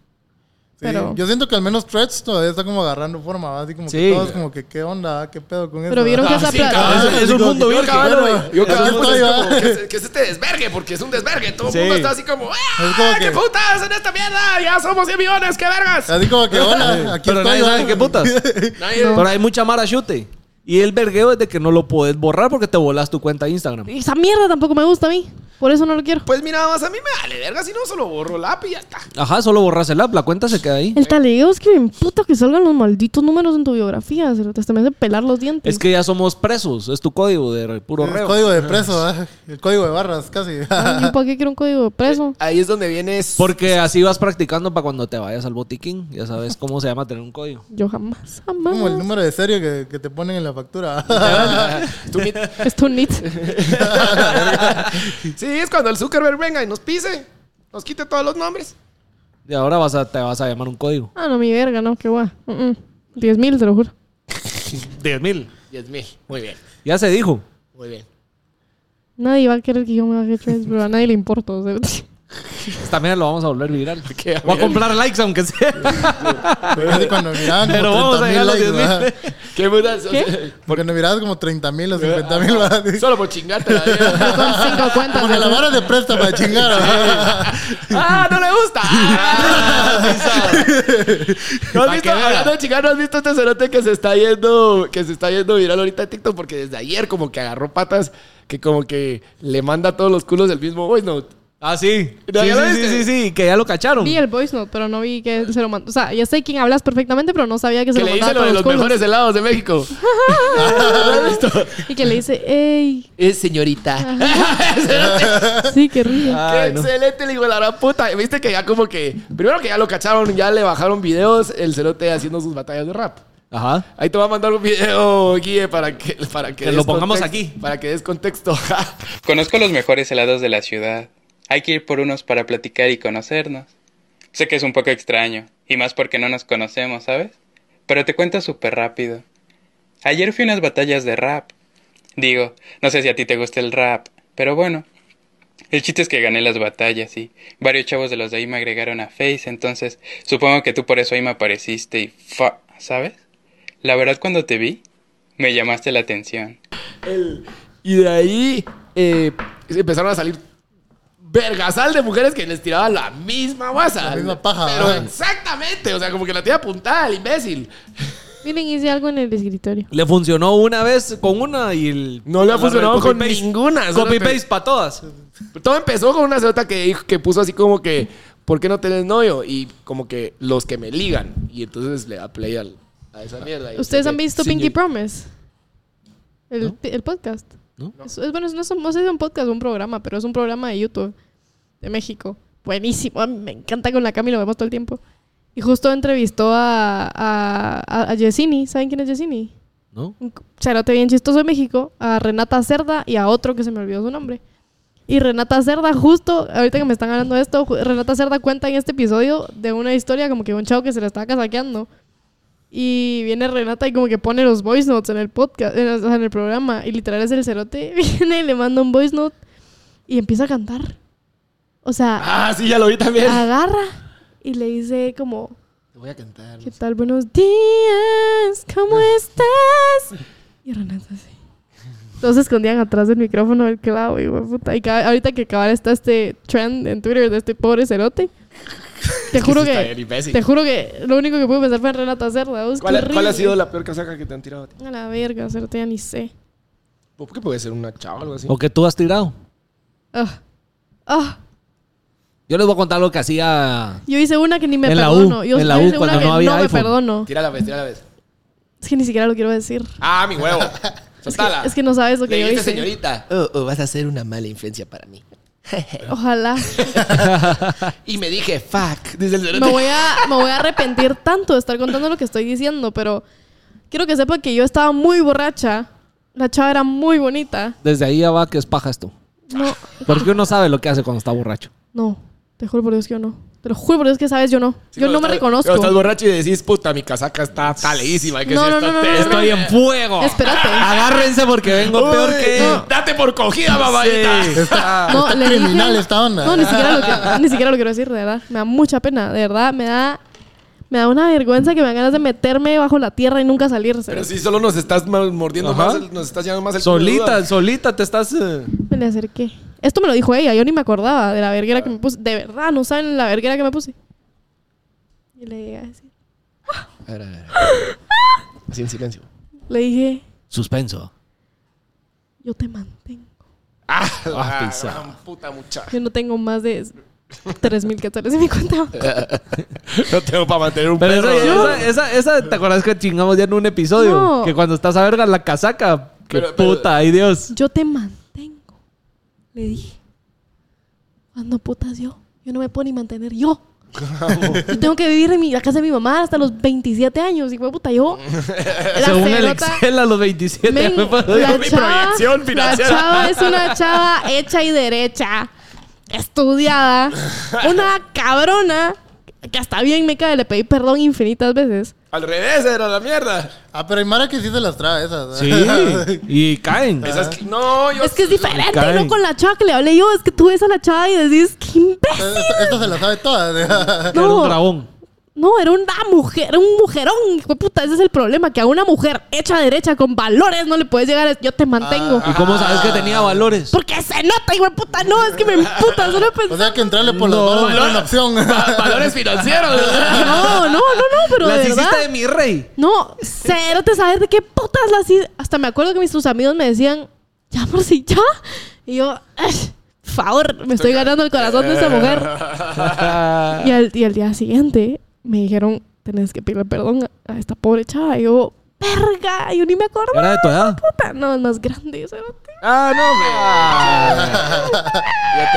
Speaker 1: Pero-
Speaker 7: Yo siento que al menos Threads todavía está como agarrando forma, ¿va? Así como
Speaker 2: Sí.
Speaker 7: que todos como que qué onda, qué pedo con eso.
Speaker 1: Pero vieron que esa
Speaker 3: Ah,
Speaker 1: Ah,
Speaker 3: sí,
Speaker 1: plata...
Speaker 3: cabrón.
Speaker 2: Es, es un
Speaker 7: Digo,
Speaker 2: mundo
Speaker 7: yo
Speaker 2: virgen.
Speaker 7: acabando-
Speaker 2: Bueno,
Speaker 3: Yo
Speaker 7: Es que
Speaker 3: cada vez
Speaker 7: estoy,
Speaker 3: es
Speaker 7: ¿va?
Speaker 3: como que, es- que es este desvergue, porque es un desvergue. Todo el
Speaker 2: Sí.
Speaker 3: mundo está así como,
Speaker 7: Es como
Speaker 3: ¡ah! ¡Qué
Speaker 7: que-
Speaker 3: putas en esta mierda! ¡Ya somos 100 millones! ¡Qué vergas!
Speaker 7: Así como ah, que hola, aquí
Speaker 2: Pero
Speaker 7: estoy. ah.
Speaker 2: nadie
Speaker 7: ¿va?
Speaker 2: sabe qué putas.
Speaker 3: Nadie-
Speaker 2: Pero hay mucha mara chute. Y el vergueo es de que no lo puedes borrar porque te volas tu cuenta de Instagram.
Speaker 1: Y Esa mierda tampoco me gusta a mí, por eso no lo quiero.
Speaker 3: Pues mira, más a mí me vale verga si no solo borro el app y ya está.
Speaker 2: Ajá, solo borras el app, la cuenta se queda ahí.
Speaker 1: El taleo es que me imputa que salgan los malditos números en tu biografía, se te hace pelar los dientes.
Speaker 2: Es que ya somos presos, es tu código de re- puro
Speaker 7: El
Speaker 2: reo.
Speaker 7: código de preso, ¿va? El código de barras, casi.
Speaker 1: Ay,
Speaker 2: Ah,
Speaker 1: Ah, ¿yo ¿Para qué quiero un código de preso?
Speaker 3: Ahí es donde vienes.
Speaker 2: Porque así vas practicando para cuando te vayas al botiquín, ya sabes cómo se llama tener un código.
Speaker 1: Yo jamás, jamás.
Speaker 7: Como el número de serie que, que te ponen en la la factura.
Speaker 3: Tú mit-
Speaker 1: Es tu nit.
Speaker 3: sí, es cuando el Zuckerberg venga y nos pise, nos quite todos los nombres.
Speaker 2: Y ahora vas a, te vas a llamar un código.
Speaker 1: Ah, no, mi verga, no, qué guay. Mm, Diez mil, te lo juro.
Speaker 2: 10 mil.
Speaker 3: 10 mil. Muy bien,
Speaker 2: Ya se dijo.
Speaker 3: muy bien.
Speaker 1: Nadie va a querer que yo me baje tres, pero a nadie le importa. o sea,
Speaker 2: También lo vamos a volver viral.
Speaker 3: ¿Qué? Ah,
Speaker 2: Voy a comprar likes aunque sea.
Speaker 7: Pero casi cuando miraban
Speaker 2: Pero
Speaker 7: como
Speaker 2: vamos a
Speaker 7: 30
Speaker 2: llegar
Speaker 7: mil
Speaker 2: a los
Speaker 7: likes,
Speaker 2: 10,000.
Speaker 7: ¿verdad?
Speaker 3: ¿Qué putas?
Speaker 7: Porque no mirabas como 30
Speaker 2: Eh,
Speaker 7: mil o 50 mil, ¿verdad?
Speaker 3: Solo por chingarte la vida.
Speaker 1: Son cinco cuentas.
Speaker 7: Como que la
Speaker 1: ¿verdad?
Speaker 7: vara de presta para chingar, ¿verdad?
Speaker 3: ¡Ah, no le gusta! ¿No has
Speaker 2: Pa'
Speaker 3: visto,
Speaker 2: que vea.
Speaker 3: hablando de chingar, ¿no has visto este cerote que se está yendo, que se está yendo viral ahorita en TikTok? Porque desde ayer como que agarró patas que como que le manda a todos los culos el mismo voice note.
Speaker 2: Ah, sí. Sí,
Speaker 3: ¿Ya
Speaker 2: sí,
Speaker 3: lo
Speaker 2: sí,
Speaker 3: viste?
Speaker 2: sí, sí, que ya lo cacharon.
Speaker 1: Vi el voice note, pero no vi que él se lo mandó. O sea, ya sé quién hablas perfectamente, pero no sabía que se
Speaker 3: Que
Speaker 1: lo
Speaker 3: le dice
Speaker 1: mandaba
Speaker 3: lo de
Speaker 1: a
Speaker 3: los
Speaker 1: todos los culos.
Speaker 3: mejores helados de México. ¿Lo has visto?
Speaker 1: Y que le dice, ey,
Speaker 3: Es señorita.
Speaker 1: sí, qué rico.
Speaker 2: Ay,
Speaker 3: ¡Qué
Speaker 2: no.
Speaker 3: excelente! Le digo, la gran puta. Viste que ya como que... Primero que ya lo cacharon, ya le bajaron videos el cerote haciendo sus batallas de rap.
Speaker 2: Ajá.
Speaker 3: Ahí te voy a mandar un video, Guille, para que, para
Speaker 2: Que
Speaker 3: que, des
Speaker 2: lo pongamos
Speaker 3: contexto-
Speaker 2: aquí.
Speaker 3: Para que des contexto.
Speaker 8: Conozco los mejores helados de la ciudad. Hay que ir por unos para platicar y conocernos. Sé que es un poco extraño, y más porque no nos conocemos, ¿sabes? Pero te cuento súper rápido. Ayer fui a unas batallas de rap. Digo, no sé si a ti te gusta el rap, pero bueno. El chiste es que gané las batallas y varios chavos de los de ahí me agregaron a Face, entonces supongo que tú por eso ahí me apareciste y fa, ¿sabes? La verdad cuando te vi, me llamaste la atención.
Speaker 3: y de ahí eh, empezaron a salir vergasal de mujeres que les tiraban la misma guasa.
Speaker 7: La misma paja,
Speaker 3: Pero
Speaker 7: ¿verdad?
Speaker 3: exactamente. O sea, como que la tira apuntada al imbécil.
Speaker 1: Miren, hice algo en el escritorio.
Speaker 2: Le funcionó una vez con una y el.
Speaker 3: No le ha
Speaker 2: la-
Speaker 3: funcionado
Speaker 2: el
Speaker 3: con
Speaker 2: copy-paste.
Speaker 3: ninguna, solo
Speaker 2: Copy
Speaker 3: te-
Speaker 2: paste para todas.
Speaker 3: Todo empezó con una cerota que dijo, que puso así como que, ¿por qué no tenés novio? Y como que los que me ligan. Y entonces le da play al- a esa mierda. Y
Speaker 1: ¿Ustedes
Speaker 3: entonces,
Speaker 1: han visto
Speaker 3: señor-
Speaker 1: Pinky Promise? El, el podcast. Es, es- bueno, es- no, es, no sé si es un podcast o un programa, pero es un programa de YouTube de México. Buenísimo. A mí me encanta con la Cami, lo vemos todo el tiempo. Y justo entrevistó a, a, a- a Yesini. ¿Saben quién es Yesini?
Speaker 2: ¿No?
Speaker 1: un charote bien chistoso de México, a Renata Cerda y a otro que se me olvidó su nombre. Y Renata Cerda, justo, ahorita que me están hablando de esto, ju- Renata Cerda cuenta en este episodio de una historia como que un chavo que se la estaba casaqueando. Y viene Renata y como que pone los voice notes en el podcast, en, el- en el programa. Y literal es el cerote, viene y le manda un voice note y empieza a cantar. O sea,
Speaker 3: Ah, sí, ya lo vi también.
Speaker 1: agarra y le dice como,
Speaker 3: Te voy a cantar.
Speaker 1: ¿Qué tal? Buenos días, ¿cómo estás? Y Renata así. Todos se escondían atrás del micrófono del clavo, y puta. Y cada- ahorita que acabar está este trend en Twitter de este pobre cerote. Te juro
Speaker 3: sí está
Speaker 1: que,
Speaker 3: bien imbécil.
Speaker 1: te juro que lo único que pude pensar fue en Renata Oh, Cerda. Uy, qué
Speaker 3: ¿Cuál, cuál ha
Speaker 1: horrible.
Speaker 3: sido la peor casaca que te han tirado?
Speaker 1: A la verga, cerote, ya ni sé.
Speaker 3: ¿Por qué puede ser una chava o algo así?
Speaker 2: O que tú has tirado.
Speaker 1: Ah, ah.
Speaker 2: Yo les voy a contar lo que hacía.
Speaker 1: Yo hice una que ni me
Speaker 2: En la U,
Speaker 1: perdono. yo
Speaker 2: en la
Speaker 1: yo
Speaker 2: U,
Speaker 1: hice
Speaker 2: cuando
Speaker 1: una
Speaker 2: no
Speaker 1: que
Speaker 2: había
Speaker 1: no
Speaker 2: iPhone.
Speaker 1: me perdono.
Speaker 3: Tira la vez, tira la vez.
Speaker 1: Es que ni siquiera lo quiero decir.
Speaker 3: pues, Ah, mi huevo.
Speaker 1: Es que, es que no sabes lo que yo hice.
Speaker 3: señorita. Oh, oh, vas a ser una mala influencia para mí.
Speaker 1: Ojalá.
Speaker 3: Y me dije, fuck. Dice el
Speaker 1: me
Speaker 3: cerote.
Speaker 1: voy a me voy a arrepentir tanto de estar contando lo que estoy diciendo, pero quiero que sepa que yo estaba muy borracha. La chava era muy bonita.
Speaker 2: Desde ahí ya va que es paja esto.
Speaker 1: No,
Speaker 2: Porque uno sabe lo que hace cuando está borracho.
Speaker 1: no, te juro por Dios que yo no. Te lo juro por Dios que sabes, yo no.
Speaker 3: Sí,
Speaker 1: yo
Speaker 3: cuando
Speaker 1: no me
Speaker 3: estás-
Speaker 1: reconozco.
Speaker 3: cuando Estás borracho y decís, puta, mi casaca está taleísima. hay Que
Speaker 1: No,
Speaker 3: sí
Speaker 1: no,
Speaker 3: está
Speaker 1: no, no,
Speaker 3: te-
Speaker 1: no, no,
Speaker 2: Estoy en fuego.
Speaker 1: Espérate.
Speaker 2: Ah, Agárrense porque vengo
Speaker 3: Uy,
Speaker 2: peor que.
Speaker 3: no. Date por cogida, mamadita.
Speaker 1: No, le dije-
Speaker 7: criminal esta onda.
Speaker 1: No, ni siquiera, lo que- ni siquiera lo quiero decir, de verdad. Me da mucha pena, de verdad. Me da, me da una vergüenza que me dan ganas de meterme bajo la tierra y nunca salirse.
Speaker 3: Pero si solo nos estás mal- mordiendo
Speaker 2: Ajá.
Speaker 3: más, el- nos estás llevando más el culo de
Speaker 2: Solita,
Speaker 3: dudas.
Speaker 2: solita te estás. eh,
Speaker 1: Me le acerqué. Esto me lo dijo ella, yo ni me acordaba de la verguera que me puse. De verdad, no saben la verguera que me puse. Y le llegué a decir.
Speaker 3: A ver, a ver. Así en silencio.
Speaker 1: Le dije,
Speaker 2: Suspenso.
Speaker 1: yo te mantengo.
Speaker 3: Ah,
Speaker 2: Ah,
Speaker 3: la
Speaker 2: pisa.
Speaker 3: gran puta muchacha.
Speaker 1: Yo no tengo más de 3.000 quetzales en mi cuenta.
Speaker 3: No tengo para mantener un
Speaker 2: Pero esa,
Speaker 3: perro.
Speaker 2: esa, esa, esa- ¿te acuerdas que chingamos ya en un episodio?
Speaker 1: No.
Speaker 2: Que cuando estás a verga la casaca. Qué
Speaker 3: Pero- pero-
Speaker 2: puta, ay Dios.
Speaker 1: Yo te mantengo. Le dije. Cuando putas yo. Yo no me puedo ni mantener yo. Yo tengo que vivir en mi, la casa de mi mamá hasta los 27 años. Y fue puta, yo. La
Speaker 2: Según el
Speaker 1: cerota-
Speaker 2: Excel a los 27.
Speaker 1: Men,
Speaker 2: me pasó.
Speaker 1: la
Speaker 3: mi
Speaker 1: chava-
Speaker 3: proyección financiera.
Speaker 1: La chava es una chava hecha y derecha, estudiada, una cabrona que hasta bien me cae. Le pedí perdón infinitas veces.
Speaker 3: Al revés era la mierda.
Speaker 7: Ah, pero hay Mara que sí se las trae esas.
Speaker 2: Sí, y caen.
Speaker 3: Esas que- no, yo.
Speaker 1: Es que es diferente,
Speaker 2: cae.
Speaker 1: ¿no? Con la chava que le hablé yo. Es que tú ves a la chava y decís, ¡qué imbécil!
Speaker 7: Esta, esta se la sabe todas.
Speaker 2: Era un
Speaker 1: No,
Speaker 2: dragón.
Speaker 1: no, era una mujer, era un mujerón. hijo de puta, ese es el problema. Que a una mujer hecha derecha con valores no le puedes llegar. a- Yo te mantengo.
Speaker 2: ¿Y cómo sabes que tenía valores?
Speaker 1: Porque se nota, hijo de puta. No, es que me emputa. Solo pensé.
Speaker 7: O sea que entrarle por las manos no es una opción.
Speaker 3: Valores financieros.
Speaker 1: No, no, no, no, pero
Speaker 2: Las
Speaker 1: de verdad.
Speaker 2: hiciste de mi rey.
Speaker 1: No, cero te saber de qué putas las hice. Hasta me acuerdo que mis tus amigos me decían, ya por si ya. Y yo, "Ay, por favor, me estoy ganando el corazón de esa mujer. y, al, y al día siguiente me dijeron, tenés que pedirle perdón a esta pobre chava. Y yo, verga, yo ni me acuerdo.
Speaker 2: Era de tu edad.
Speaker 1: Puta, no, es más grande. cerote.
Speaker 3: Ah,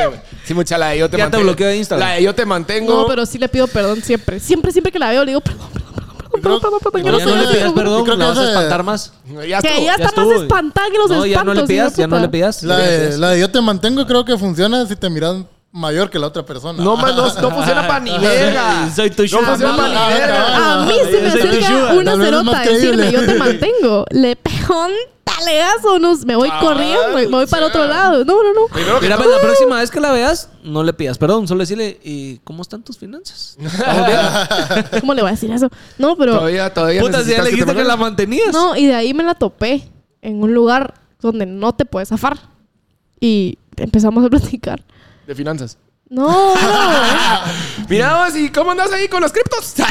Speaker 3: no, me. Sí, mucha la de yo te
Speaker 2: Ah. Ya te
Speaker 3: mantengo.
Speaker 2: bloqueó de Instagram.
Speaker 3: La de yo te mantengo.
Speaker 1: No, pero sí le pido perdón siempre. Siempre, siempre que la veo, le digo, perdón, perdón, perdón, perdón, perdón, perdón, perdón. Yo
Speaker 2: Pero
Speaker 1: no
Speaker 2: ya
Speaker 1: soy
Speaker 2: no le
Speaker 1: así,
Speaker 2: pidas
Speaker 1: como-
Speaker 2: perdón,
Speaker 7: creo que
Speaker 2: la vas a
Speaker 7: esa-
Speaker 2: espantar más.
Speaker 3: Ya
Speaker 1: Que
Speaker 3: estuvo.
Speaker 1: ella está más
Speaker 2: estuvo.
Speaker 1: espantada que los
Speaker 2: No,
Speaker 1: espantos.
Speaker 2: ya no le
Speaker 1: hijo de
Speaker 2: pidas, ya no
Speaker 1: puta.
Speaker 2: le pidas.
Speaker 7: La
Speaker 2: Ya
Speaker 7: de,
Speaker 2: es-
Speaker 7: la de yo te mantengo creo que funciona si te miras mayor que la otra persona.
Speaker 3: No, man, no, no funciona para ni verga.
Speaker 2: Soy tu
Speaker 3: No pues,
Speaker 2: sugar
Speaker 3: funciona
Speaker 2: mama.
Speaker 3: para ni verga.
Speaker 1: A mí se me
Speaker 2: Ese te
Speaker 1: acerca
Speaker 2: ayuda.
Speaker 1: una
Speaker 7: Tal vez es
Speaker 1: cerota a
Speaker 7: más
Speaker 1: decirme
Speaker 7: creíble.
Speaker 1: yo te mantengo. Le pego un talegazo, nos, me
Speaker 3: Ah,
Speaker 1: voy corriendo, me voy para otro lado. No, no, no.
Speaker 2: Mira, pues, la próxima vez que la veas, no le pidas perdón, solo decirle, ¿y cómo están tus finanzas? ¿Estamos bien?
Speaker 1: ¿Cómo le voy a decir eso? No, pero...
Speaker 3: Todavía, todavía.
Speaker 2: Puta, si ya
Speaker 3: necesitas
Speaker 2: le
Speaker 3: que te
Speaker 2: dijiste que
Speaker 3: mantenga.
Speaker 2: la mantenías.
Speaker 1: No, y de ahí me la topé en un lugar donde no te puedes zafar. Y empezamos a platicar.
Speaker 3: De finanzas.
Speaker 1: No,
Speaker 3: Mira, vos, ¿y cómo andas ahí con los criptos?
Speaker 1: no.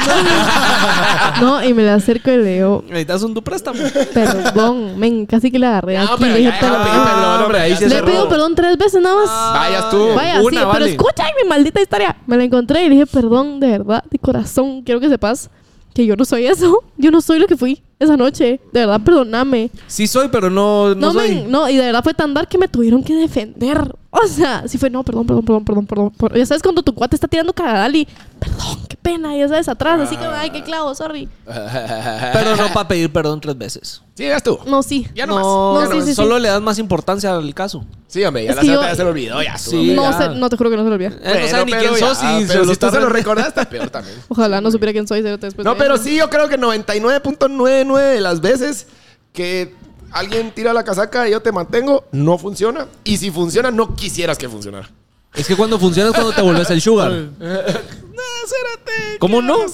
Speaker 1: No, y me la acerco y le digo,
Speaker 2: Necesitas un tu préstamo.
Speaker 1: perdón, men, casi que la agarré aquí.
Speaker 3: pero
Speaker 1: le dije,
Speaker 3: ya deja de
Speaker 1: "Perdón".
Speaker 3: pedir perdón, hombre, ahí sí es
Speaker 1: Le
Speaker 3: error.
Speaker 1: pido perdón tres veces nada más.
Speaker 3: Vayas tú.
Speaker 1: Ah, Vaya, sí,
Speaker 2: Una,
Speaker 1: pero
Speaker 2: vale.
Speaker 1: escucha ay, mi maldita historia. Me la encontré y le dije, perdón, de verdad, de corazón, quiero que sepas que yo no soy eso. Yo no soy lo que fui esa noche. De verdad, perdóname.
Speaker 2: Sí soy, pero no,
Speaker 1: No,
Speaker 2: no, soy.
Speaker 1: men, no, y de verdad fue tan dar que me tuvieron que defender. O sea, sí fue, no, perdón, perdón, perdón, perdón, perdón. perdón. Ya sabes, cuando tu cuate está tirando cagadal y, perdón, qué pena, ya sabes, atrás, así que, ay, qué clavo, sorry.
Speaker 2: Pero no para pedir perdón tres veces.
Speaker 3: Sí, ya estuvo.
Speaker 1: No, sí.
Speaker 3: Ya
Speaker 2: No,
Speaker 3: nomás.
Speaker 1: No, sí, sí, sí.
Speaker 2: solo le das más importancia al caso.
Speaker 3: Sí, hombre, ya
Speaker 1: Es
Speaker 3: la
Speaker 1: que yo-
Speaker 3: cerota ya se lo olvidó, ya estuvo.
Speaker 2: Sí.
Speaker 1: No,
Speaker 2: ya.
Speaker 1: sé, no te juro que no se lo olvidé.
Speaker 2: Él no sabe ni
Speaker 3: pero
Speaker 2: quién
Speaker 3: ya,
Speaker 2: sos y se
Speaker 3: pero
Speaker 2: lo
Speaker 3: si
Speaker 2: está
Speaker 3: tú se lo
Speaker 2: re-
Speaker 3: recordaste, peor también.
Speaker 1: Ojalá no supiera quién soy, pues, pero después.
Speaker 3: No,
Speaker 1: de-
Speaker 3: pero sí, yo creo que 99.99 de las veces que alguien tira la casaca y yo te mantengo, no funciona. Y si funciona, no quisieras que funcionara.
Speaker 2: Es que cuando funciona es cuando te vuelves el sugar.
Speaker 3: Espérate.
Speaker 2: ¿Cómo no?
Speaker 3: O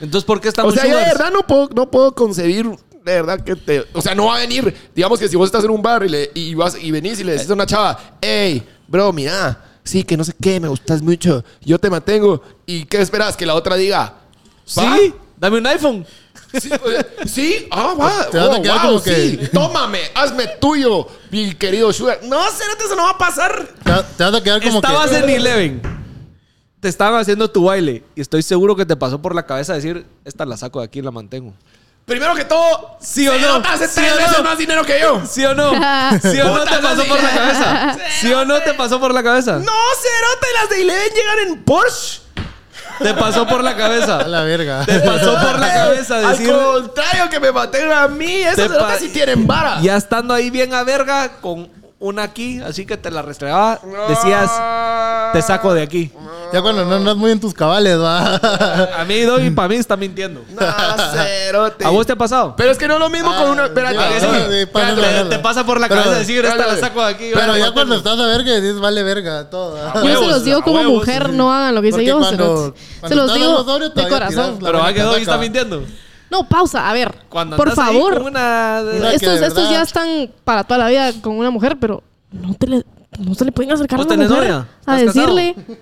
Speaker 2: Entonces, ¿por qué estamos
Speaker 3: sea, yo de
Speaker 2: sugars?
Speaker 3: verdad no puedo, no puedo concebir. De verdad que te. O sea, no va a venir. Digamos que si vos estás en un bar y, le- y vas, y venís y le decís a una chava, hey, bro, mira, sí, que no sé qué, me gustas mucho, yo te mantengo. ¿Y qué esperas? Que la otra diga, ¿va?
Speaker 2: Sí, dame un iPhone.
Speaker 3: Sí, eh, sí, ah,
Speaker 2: Pues,
Speaker 3: va.
Speaker 7: Te vas a
Speaker 3: Oh,
Speaker 7: quedar
Speaker 3: wow,
Speaker 7: como
Speaker 3: sí.
Speaker 7: que-
Speaker 3: Tómame, hazme tuyo, mi querido Sugar. No, Cérate, eso no va a pasar.
Speaker 7: Te, te vas a quedar como
Speaker 2: Estabas
Speaker 7: que... "Ah".
Speaker 2: en Eleven. Te estaban haciendo tu baile. Y estoy seguro que te pasó por la cabeza decir, esta la saco de aquí y la mantengo.
Speaker 3: Primero que todo,
Speaker 2: ¿Sí o no?
Speaker 3: Cérate hace
Speaker 2: ¿Sí
Speaker 3: tres
Speaker 2: o no?
Speaker 3: veces más dinero que yo.
Speaker 2: ¿Sí o no? ¿Sí o no te pasó por la cabeza? ¿Sí o no te pasó por la cabeza?
Speaker 3: No, Cérate, las de Eleven llegan en Porsche.
Speaker 2: Te pasó por la
Speaker 7: A
Speaker 2: cabeza.
Speaker 7: la verga.
Speaker 2: Te pasó por la cabeza decir,
Speaker 3: Al contrario, que me mantengan a mí.
Speaker 2: Te
Speaker 3: Esas
Speaker 2: pa-
Speaker 3: cerotas sí tienen vara.
Speaker 2: ya estando ahí bien a verga, con una aquí, así que te la restregaba, decías, te saco de aquí.
Speaker 7: Ya cuando no andas muy en tus cabales, va.
Speaker 2: A mí, Doggy, para mí está mintiendo.
Speaker 3: No, Cérate.
Speaker 2: ¿A vos te ha pasado?
Speaker 3: Pero es que no es lo mismo con una. Espérate,
Speaker 7: Ah,
Speaker 3: sí.
Speaker 7: sí, para
Speaker 3: Espérate,
Speaker 7: la-
Speaker 2: Te pasa por la
Speaker 7: Pero-
Speaker 2: cabeza decir, esta la saco de aquí.
Speaker 7: Pero
Speaker 2: vale,
Speaker 7: ya
Speaker 2: mantengo".
Speaker 7: cuando estás a verga decís, vale verga, todo.
Speaker 1: Yo se
Speaker 2: huevos,
Speaker 1: los digo
Speaker 2: a
Speaker 1: como
Speaker 2: huevos,
Speaker 1: mujer,
Speaker 2: sí.
Speaker 1: no hagan lo que hice
Speaker 7: Porque
Speaker 1: yo.
Speaker 7: cuando-
Speaker 1: cerotes. se
Speaker 7: cuando
Speaker 1: los
Speaker 7: estás
Speaker 1: digo
Speaker 7: dando sobrio,
Speaker 1: de
Speaker 7: todavía
Speaker 1: corazón.
Speaker 7: tirás la-
Speaker 2: Pero va que Doggy
Speaker 7: casaca.
Speaker 2: está mintiendo.
Speaker 1: No, pausa, a ver.
Speaker 2: Cuando
Speaker 1: por
Speaker 2: andas ahí
Speaker 1: favor.
Speaker 2: con una-
Speaker 7: Una que
Speaker 1: estos,
Speaker 7: de
Speaker 1: estos
Speaker 7: verdad-
Speaker 1: ya están para toda la vida con una mujer, pero no, te le, no se le pueden acercar a
Speaker 2: ¿Vos
Speaker 1: una
Speaker 2: tenés
Speaker 1: mujer
Speaker 2: novia?
Speaker 1: a
Speaker 2: ¿Estás casado?
Speaker 1: decirle.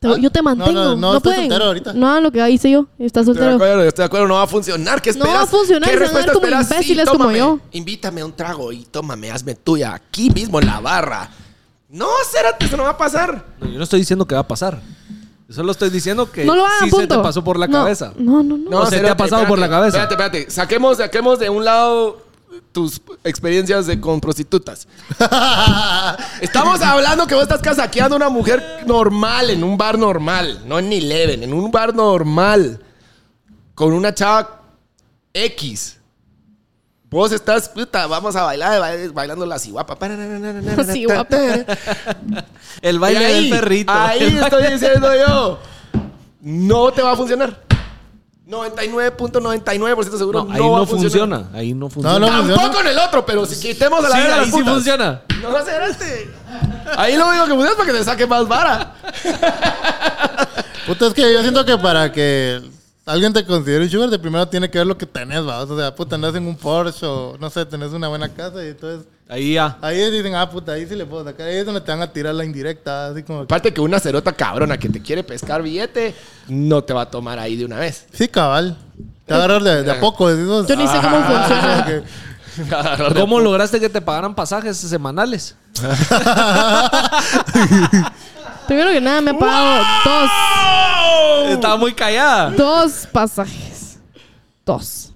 Speaker 1: te- yo te mantengo. No,
Speaker 7: no, no, estoy
Speaker 1: pueden.
Speaker 7: soltero ahorita.
Speaker 1: No hagan lo que hice yo. Estás
Speaker 3: Estoy de
Speaker 1: soltero.
Speaker 3: acuerdo, estoy de acuerdo, no va a funcionar. ¿Qué
Speaker 1: No
Speaker 3: esperas?
Speaker 1: va a funcionar,
Speaker 3: ¿Qué
Speaker 1: se van a ver
Speaker 3: respuesta
Speaker 1: como
Speaker 3: esperas? Sí,
Speaker 1: imbéciles como
Speaker 3: tómame.
Speaker 1: yo.
Speaker 3: Invítame a un trago y tómame, hazme tuya aquí mismo en la barra. No, Cérate, eso no va a pasar.
Speaker 2: No, yo no estoy diciendo que va a pasar. Yo solo estoy diciendo que
Speaker 1: No lo hagan,
Speaker 2: sí
Speaker 1: punto.
Speaker 2: se te pasó por la
Speaker 1: No,
Speaker 2: cabeza.
Speaker 1: No, no, no.
Speaker 2: No, se te ha pasado por la cabeza.
Speaker 3: Espérate, espérate. Saquemos, saquemos de un lado tus experiencias de- con prostitutas. Estamos hablando que vos estás casaqueando a una mujer normal en un bar normal, no en Eleven, en un bar normal con una chava X. Vos estás, puta, vamos a bailar, bail- bailando la ciguapa.
Speaker 1: Ciguapa.
Speaker 2: El baile
Speaker 3: Y
Speaker 2: del perrito.
Speaker 3: Ahí
Speaker 2: El baile-
Speaker 3: estoy diciendo yo. No te va a funcionar. 99.99% seguro no,
Speaker 2: No, ahí no,
Speaker 3: va a
Speaker 2: funciona.
Speaker 3: funcionar.
Speaker 2: Ahí no funciona.
Speaker 7: no, funciona.
Speaker 3: Tampoco en el otro, pero si quitemos a la
Speaker 2: Sí,
Speaker 3: verga
Speaker 2: ahí
Speaker 3: las
Speaker 2: sí
Speaker 3: putas.
Speaker 2: funciona.
Speaker 3: No va a ser este. Ahí lo único que funciona es para que te saque más vara.
Speaker 7: Puta, es que yo siento que para que alguien te considere un sugar, de primero tiene que ver lo que tenés, ¿va? O sea, puta, andás en un Porsche o, no sé, tenés una buena casa y entonces...
Speaker 2: Ahí ya.
Speaker 7: Ahí dicen, ah, puta, ahí sí le puedo sacar. Ahí es donde te van a tirar la indirecta, así como... que-
Speaker 3: Aparte que una cerota cabrona que te quiere pescar billete, no te va a tomar ahí de una vez.
Speaker 7: Sí, cabal. Te va a agarrar de, de a poco, Ah, decimos.
Speaker 1: Yo ni sé cómo funciona.
Speaker 2: ¿Cómo lograste que te pagaran pasajes semanales?
Speaker 1: Primero que nada, me ha pagado
Speaker 2: Estaba muy callada.
Speaker 1: dos, dos pasajes. Dos.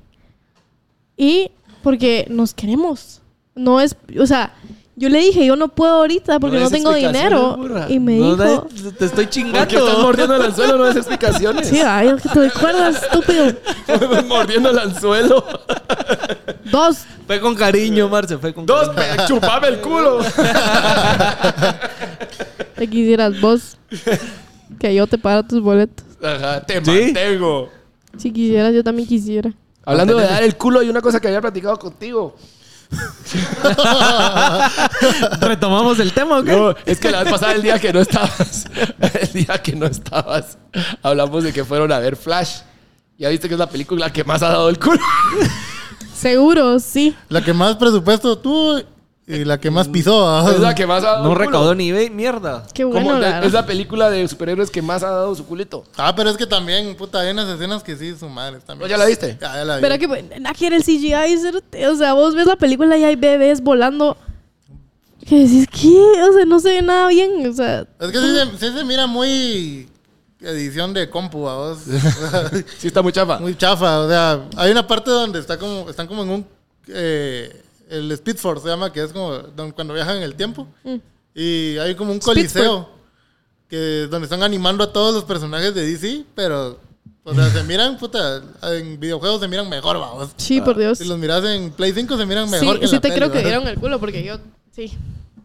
Speaker 1: Y porque nos queremos. No es, o sea, yo le dije, yo no puedo ahorita porque no,
Speaker 2: es
Speaker 1: tengo
Speaker 2: explicación,
Speaker 1: dinero.
Speaker 2: burra.
Speaker 1: Y me
Speaker 2: No,
Speaker 1: dijo,
Speaker 2: no, Te estoy
Speaker 3: ¿Por qué estás
Speaker 2: chingando.
Speaker 3: mordiendo el anzuelo? No es explicaciones.
Speaker 1: sí, ay, es que te recuerdas, estúpido.
Speaker 3: mordiendo el anzuelo.
Speaker 1: Dos,
Speaker 2: Fue con cariño, Marce. Fue con
Speaker 3: Dos,
Speaker 2: cariño.
Speaker 3: pe- chupame el culo.
Speaker 1: te quisieras vos que yo te pagara tus boletos.
Speaker 3: Ajá, te
Speaker 2: ¿Sí?
Speaker 3: mantengo.
Speaker 1: Si quisieras, yo también quisiera.
Speaker 3: Hablando de dar el culo, hay una cosa que había platicado contigo.
Speaker 2: Retomamos el tema, ¿ok?
Speaker 3: No, es que la vez pasada, el día que no estabas, el día que no estabas, hablamos de que fueron a ver Flash. Ya viste que es la película que más ha dado el culo.
Speaker 1: Seguro, sí.
Speaker 7: La que más presupuesto tú y la que más pisó. ¿va?
Speaker 3: Es la que más ha dado
Speaker 2: No
Speaker 3: el culo.
Speaker 2: recaudó ni ve- mierda.
Speaker 1: Qué
Speaker 3: Como
Speaker 1: bueno.
Speaker 3: de-
Speaker 1: la
Speaker 3: es
Speaker 1: verdad.
Speaker 3: la película de superhéroes que más ha dado su culito.
Speaker 7: Ah, pero es que también, puta, hay unas escenas que sí, su madre también.
Speaker 3: ¿No ya la viste?
Speaker 7: Ya, ya la vi.
Speaker 1: Pero que bueno, aquí era el CGI, cerote. o sea, vos ves la película y hay bebés volando. Que decís, ¿qué? O sea, no se ve nada bien. O sea,
Speaker 7: Es que sí se, sí se mira muy edición de compu, ¿va? vos.
Speaker 3: Sí, está muy chafa.
Speaker 7: muy chafa, o sea, hay una parte donde está como, están como en un, eh, el Speed Force se llama, que es como don- cuando viajan en el tiempo,
Speaker 1: Mm.
Speaker 7: y hay como un coliseo, que es donde están animando a todos los personajes de DC, pero, o sea, se miran, puta, en videojuegos se miran mejor, vamos.
Speaker 1: sí, por Dios.
Speaker 7: Ah, Si
Speaker 1: Sí,
Speaker 7: los miras en Play 5 se miran mejor que en
Speaker 1: sí
Speaker 7: la
Speaker 1: te
Speaker 7: tele,
Speaker 1: creo que
Speaker 7: ¿verdad?
Speaker 1: dieron el culo porque yo, sí.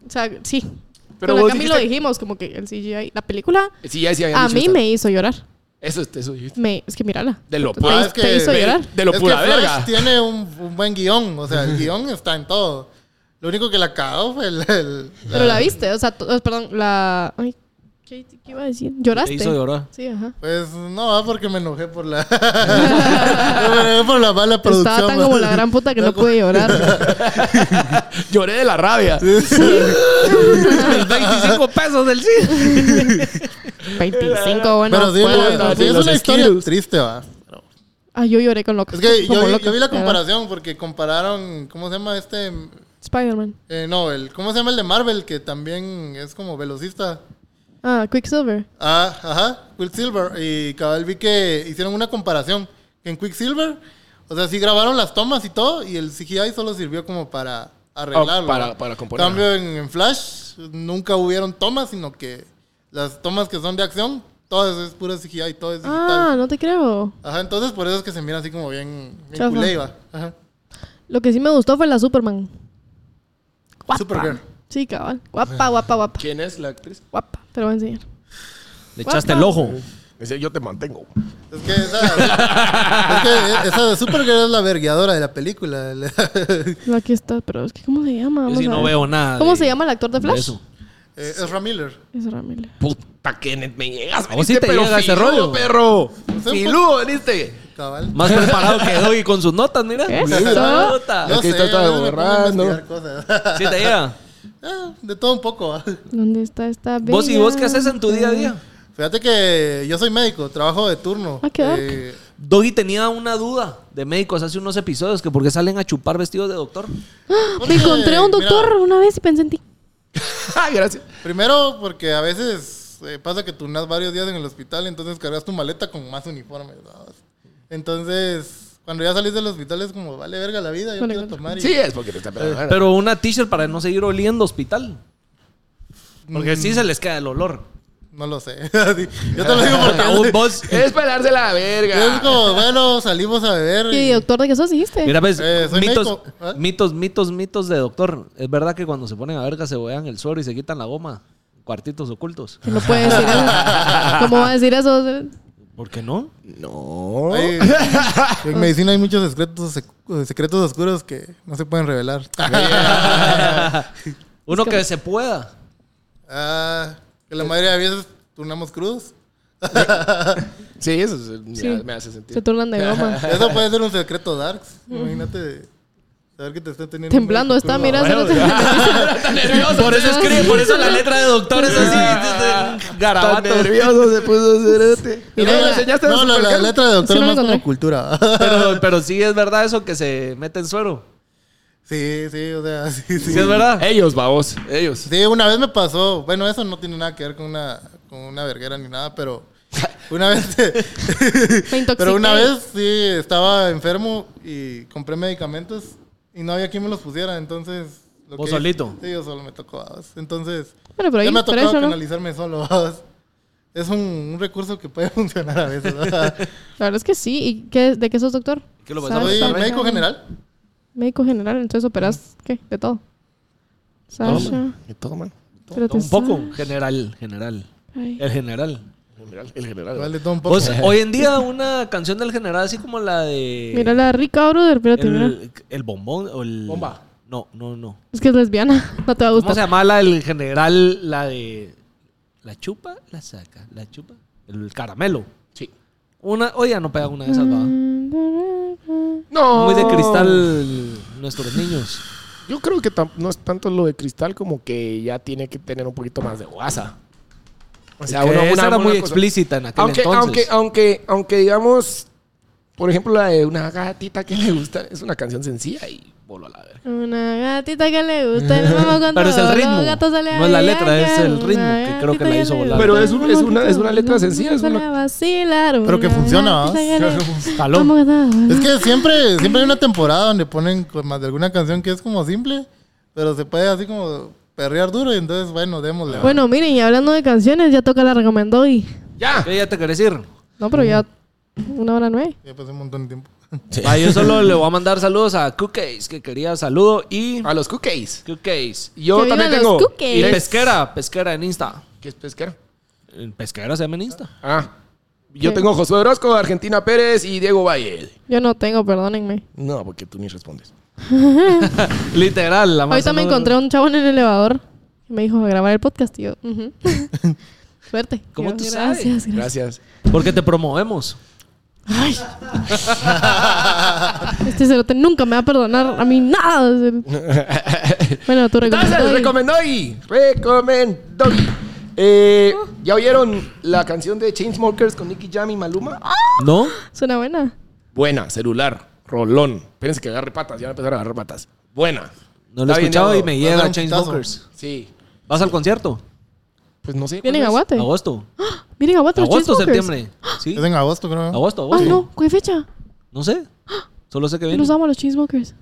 Speaker 1: O sea, sí.
Speaker 3: Pero
Speaker 1: Pero Con
Speaker 3: vos
Speaker 1: la Cami
Speaker 3: dijiste-
Speaker 1: lo dijimos, como que el CGI, la película,
Speaker 3: Sí, ya sí habían
Speaker 1: a
Speaker 3: dicho
Speaker 1: mí
Speaker 3: esto.
Speaker 1: me hizo llorar.
Speaker 3: Eso, eso dijiste.
Speaker 1: Me, es que mírala.
Speaker 3: De lo
Speaker 1: Te-
Speaker 3: pura-
Speaker 1: te,
Speaker 7: es que
Speaker 1: te hizo
Speaker 7: ver-
Speaker 1: llorar.
Speaker 3: de lo
Speaker 7: Es
Speaker 3: pura
Speaker 7: que Flash
Speaker 3: verga.
Speaker 7: tiene un, un buen guión, o sea, el guión está en todo. Lo único que la cagó fue el... el-
Speaker 1: Pero la viste, o sea, to- oh, perdón, la... Ay, ¿qué, qué iba a decir? ¿Lloraste?
Speaker 2: Te hizo llorar.
Speaker 1: Sí, ajá.
Speaker 7: Pues no, ah, porque me enojé por la. me enojé por la mala producción.
Speaker 1: Estaba tan
Speaker 7: man.
Speaker 1: como la gran puta que no pude llorar.
Speaker 3: Lloré de la rabia.
Speaker 2: Mis 25 pesos del cine.
Speaker 1: 25, bueno.
Speaker 7: Pero sí,
Speaker 1: pues,
Speaker 7: bueno,
Speaker 1: no
Speaker 7: sí, es
Speaker 1: sé.
Speaker 7: una historia triste, va.
Speaker 1: Ah, yo lloré con loca.
Speaker 7: Es que
Speaker 1: como
Speaker 7: yo, vi-
Speaker 1: loca,
Speaker 7: yo vi la
Speaker 1: ¿verdad?
Speaker 7: comparación porque compararon. ¿Cómo se llama este?
Speaker 1: Spider-Man.
Speaker 7: Eh, no, el, ¿cómo se llama el de Marvel? Que también es como velocista.
Speaker 1: Ah, Quicksilver.
Speaker 7: Ah, ajá, Quicksilver. Y cabal vi que hicieron una comparación. Que en Quicksilver, o sea, sí grabaron las tomas y todo, y el CGI solo sirvió como para arreglarlo.
Speaker 3: Ah, para- para componer.
Speaker 7: Cambio en, en Flash, nunca hubieron tomas, sino que las tomas que son de acción, todas es pura CGI, todo es
Speaker 1: Ah,
Speaker 7: digital.
Speaker 1: no te creo.
Speaker 7: Ajá, entonces por eso es que se mira así como bien, bien
Speaker 1: Chafa.
Speaker 7: culé, va. Ajá.
Speaker 1: Lo que sí me gustó fue la Superman.
Speaker 7: Supergirl.
Speaker 1: Sí, cabal.
Speaker 7: Ah.
Speaker 1: Guapa, guapa, guapa.
Speaker 3: ¿Quién es la actriz?
Speaker 1: Guapa. Te lo voy a enseñar.
Speaker 2: Le echaste el ojo.
Speaker 3: Dice, yo te mantengo.
Speaker 7: Es que esa, es que esa de Supergirl es la vergueadora de la película. Eh,
Speaker 1: No, Aquí está, pero es que ¿cómo se llama?
Speaker 2: Yo
Speaker 1: Vamos
Speaker 2: sí
Speaker 1: a
Speaker 2: no
Speaker 1: ver.
Speaker 2: veo nada.
Speaker 1: ¿Cómo
Speaker 2: de-
Speaker 1: se llama el actor de
Speaker 2: de
Speaker 1: Flash?
Speaker 2: eso.
Speaker 7: Eh, Ezra Miller.
Speaker 1: Es Ramírez.
Speaker 3: Puta, Kenneth, me llegas.
Speaker 2: vos sí
Speaker 3: veniste,
Speaker 2: te
Speaker 3: pero
Speaker 2: llega ese
Speaker 3: filudo,
Speaker 2: rollo.
Speaker 3: perro.
Speaker 7: Sí,
Speaker 3: Filudo, veniste.
Speaker 7: Cabal.
Speaker 2: Más preparado que Doggy con sus notas, mira.
Speaker 1: Eso.
Speaker 2: Puta.
Speaker 7: Yo
Speaker 3: Aquí
Speaker 7: sé,
Speaker 3: está, está
Speaker 7: a veces me pongo a
Speaker 3: borrando.
Speaker 7: investigar cosas.
Speaker 2: Sí te llega.
Speaker 7: Ah, de todo un poco. ah.
Speaker 1: ¿Dónde está esta bella?
Speaker 2: ¿Vos y vos qué haces en tu día a día?
Speaker 7: Fíjate que yo soy médico, trabajo de turno.
Speaker 1: Ah, qué dark.
Speaker 7: Eh,
Speaker 2: Doggy tenía una duda de médicos hace unos episodios que porque salen a chupar vestidos de doctor.
Speaker 1: Me encontré a un
Speaker 7: mira,
Speaker 1: doctor una vez y pensé en ti.
Speaker 3: Ah, gracias.
Speaker 7: primero, porque a veces eh, pasa que turnas varios días en el hospital, entonces cargas tu maleta con más uniformes. ¿no? Entonces, Cuando ya salís del hospital es como, vale verga la vida, yo
Speaker 1: Vale,
Speaker 7: quiero
Speaker 1: verga.
Speaker 7: tomar. Y,
Speaker 3: Sí, es porque te está pegando. la gana.
Speaker 2: Eh, Pero una t-shirt para no seguir oliendo hospital. Porque si se les queda el olor.
Speaker 7: mm, No lo sé. Así, yo te lo digo
Speaker 2: Raúl,
Speaker 7: porque...
Speaker 2: vos-
Speaker 3: Es para darse la
Speaker 7: es
Speaker 3: verga.
Speaker 7: como, bueno, salimos a beber.
Speaker 1: ¿Y doctor de qué sos dijiste?
Speaker 2: Mira, ves,
Speaker 7: Eh, soy
Speaker 2: mitos,
Speaker 7: médico, ¿eh?
Speaker 2: mitos, mitos, mitos de doctor. Es verdad que cuando se ponen a verga se bodean el suero y se quitan la goma. Cuartitos ocultos.
Speaker 1: Que no puede decir eso. ¿Cómo va a decir eso?
Speaker 2: ¿Por qué no?
Speaker 3: No.
Speaker 7: Hay- en medicina hay muchos secretos, sec- secretos oscuros que no se pueden revelar.
Speaker 2: Uno que se pueda.
Speaker 7: Ah, que la mayoría de veces turnamos crudos.
Speaker 3: Sí, eso es-
Speaker 1: Sí.
Speaker 3: me hace sentir.
Speaker 1: Se turnan de goma.
Speaker 7: Eso puede ser un secreto darks. Imagínate saber que te están teniendo. un
Speaker 1: Mm. Temblando
Speaker 7: médico
Speaker 1: está,
Speaker 7: crudo.
Speaker 1: mira.
Speaker 7: Bueno,
Speaker 2: Por eso escribe, por eso la letra de doctor es así.
Speaker 3: Tan
Speaker 2: Garabato.
Speaker 3: Ah, nervioso se puso este. Cerote.
Speaker 7: no,
Speaker 3: Mira,
Speaker 7: la-
Speaker 3: ¿me enseñaste
Speaker 7: no,
Speaker 3: el
Speaker 7: la, la
Speaker 3: supermercado?
Speaker 7: letra de doctor
Speaker 1: Sí,
Speaker 7: es
Speaker 1: no
Speaker 7: más
Speaker 1: lo
Speaker 7: como
Speaker 1: encontré.
Speaker 7: cultura.
Speaker 2: Pero, pero sí es verdad eso que se mete en suero.
Speaker 7: sí, sí, o sea, sí, sí.
Speaker 2: Sí es verdad.
Speaker 3: Ellos, babos. Ellos.
Speaker 7: Sí, una vez me pasó. Bueno, eso no tiene nada que ver con una, con una verguera ni nada, pero una vez.
Speaker 1: Me intoxiqué.
Speaker 7: pero una vez sí estaba enfermo y compré medicamentos y no había quien me los pusiera, entonces. lo
Speaker 2: ¿Vos
Speaker 7: que-
Speaker 2: solito?
Speaker 7: Sí, yo solo me tocó. babas. Entonces.
Speaker 1: Bueno, pero ahí
Speaker 7: ya me ha
Speaker 1: por
Speaker 7: tocado
Speaker 1: eso, ¿no? La
Speaker 7: canalizarme solo. babas. Es un, un recurso que puede funcionar a veces. ¿verdad?
Speaker 1: verdad es que sí. ¿Y qué, de qué sos doctor?
Speaker 2: ¿Qué lo vas a
Speaker 1: ¿Sabes?
Speaker 7: Soy
Speaker 2: Está bien.
Speaker 7: médico general.
Speaker 1: Médico general, entonces operas, ¿qué? De todo. Sasha.
Speaker 3: Y todo, man.
Speaker 1: pero te
Speaker 2: Eh, Un poco.
Speaker 1: sa-
Speaker 2: General, general.
Speaker 1: Ay.
Speaker 2: El general.
Speaker 3: El general.
Speaker 7: Vale, todo un poco.
Speaker 2: Vos, hoy en día una canción del general así como la de...
Speaker 1: Mira la rica, brother. Mírate, mira.
Speaker 2: Eh, el, el bombón o el...
Speaker 3: Bomba.
Speaker 2: No, no, no.
Speaker 1: Es que es lesbiana. No te va a
Speaker 2: ¿Cómo se
Speaker 1: gustar.
Speaker 2: llama la del general? La de... La chupa, la saca, la chupa. El caramelo.
Speaker 3: Sí.
Speaker 2: Una, hoy ya no pega una de esas,
Speaker 1: Mm.
Speaker 2: ¿va?
Speaker 3: No.
Speaker 2: Muy de
Speaker 1: Oh.
Speaker 2: cristal nuestros niños.
Speaker 3: Yo creo que tam- no es tanto lo de cristal como que ya tiene que tener un poquito más de guasa. O
Speaker 2: Que
Speaker 3: uno-
Speaker 2: esa era muy
Speaker 3: cosa-
Speaker 2: explícita en aquel
Speaker 3: Aunque,
Speaker 2: entonces.
Speaker 3: aunque, ah, aunque, aunque digamos, por ejemplo, la de una gatita que le gusta, es una canción sencilla y voló a la verga.
Speaker 1: Una gatita que le gusta el mamá cuando
Speaker 2: Pero es el
Speaker 1: los
Speaker 2: ritmo,
Speaker 1: gatos sale a
Speaker 2: no es la
Speaker 1: bailar,
Speaker 2: letra, es el
Speaker 1: una
Speaker 2: ritmo que creo que
Speaker 1: gatita
Speaker 2: la hizo
Speaker 1: le
Speaker 2: volar.
Speaker 1: gusta
Speaker 3: Pero
Speaker 1: el
Speaker 3: es un-
Speaker 1: mamá
Speaker 3: es una-
Speaker 1: cuando
Speaker 3: es una
Speaker 1: los
Speaker 3: letra
Speaker 1: gatos
Speaker 3: sencilla, es
Speaker 1: sale
Speaker 3: una-
Speaker 1: a vacilar,
Speaker 7: Pero que
Speaker 1: una
Speaker 7: funciona,
Speaker 1: gatita
Speaker 7: ¿va?
Speaker 1: que le-
Speaker 2: Jalón.
Speaker 1: Vamos a dar-
Speaker 7: Es que siempre, siempre hay una temporada donde ponen con más de alguna canción que es como simple, pero se puede así como perrear duro y entonces, bueno, démosle.
Speaker 1: Bueno, miren, y hablando de canciones, ya toca la recomendó y...
Speaker 3: ¡Ya!
Speaker 2: ¿Qué ya te querés ir?
Speaker 1: No, pero ya una hora nueve.
Speaker 7: Ya pasé un montón de tiempo.
Speaker 2: Va, yo solo le voy a mandar saludos a Cookies, que quería saludo, y
Speaker 3: A los cookies.
Speaker 2: Cookies.
Speaker 3: Ah. Yo
Speaker 1: Que
Speaker 3: también
Speaker 1: vivan los
Speaker 3: tengo.
Speaker 1: cookies.
Speaker 2: Y Pesquera, Pesquera en Insta.
Speaker 3: ¿Qué es pesquero?
Speaker 2: En Pesquera se llama en Insta.
Speaker 3: Ah. Yo
Speaker 1: ¿Qué?
Speaker 3: tengo Josué Orozco, Argentina Pérez y Diego Valle.
Speaker 1: Yo no tengo, perdónenme.
Speaker 3: No, porque tú ni respondes.
Speaker 2: Literal, la
Speaker 1: Ahorita me encontré a un chavo en el elevador y me dijo a grabar el podcast. Y yo, ujú. suerte.
Speaker 2: ¿Cómo
Speaker 1: Y yo,
Speaker 2: tú
Speaker 1: gracias,
Speaker 2: sabes?
Speaker 1: Gracias,
Speaker 3: Gracias.
Speaker 2: Porque te promovemos.
Speaker 1: Este cerote nunca me va a perdonar a mí nada. bueno, tú
Speaker 3: Entonces,
Speaker 1: recomiendas.
Speaker 3: recomendó y recomendó. Eh, ¿Ya oyeron la canción de Chainsmokers con Nicky Jam y Maluma?
Speaker 2: ¿No?
Speaker 1: Suena buena.
Speaker 3: Buena, celular, rolón. Espérense que agarre patas, ya van a empezar a agarrar patas. Buena.
Speaker 2: No lo he
Speaker 3: Está bien,
Speaker 2: escuchado
Speaker 3: ya,
Speaker 2: y me
Speaker 3: no,
Speaker 2: llega
Speaker 7: no,
Speaker 2: Chainsmokers.
Speaker 3: Sí.
Speaker 2: ¿Vas al concierto?
Speaker 3: Pues no sé.
Speaker 1: Vienen a
Speaker 3: ¿cuál es?
Speaker 1: Guate.
Speaker 2: Agosto.
Speaker 1: Vienen a Guate. Ah, los
Speaker 2: Agosto,
Speaker 1: Chainsmokers.
Speaker 2: septiembre. Sí.
Speaker 3: Ah,
Speaker 7: Es en agosto, creo.
Speaker 2: Agosto,
Speaker 1: Ah,
Speaker 2: agosto.
Speaker 1: no. ¿Qué fecha?
Speaker 2: No sé. Solo sé que
Speaker 1: Yo
Speaker 2: viene.
Speaker 1: los amo a los cheesemakers.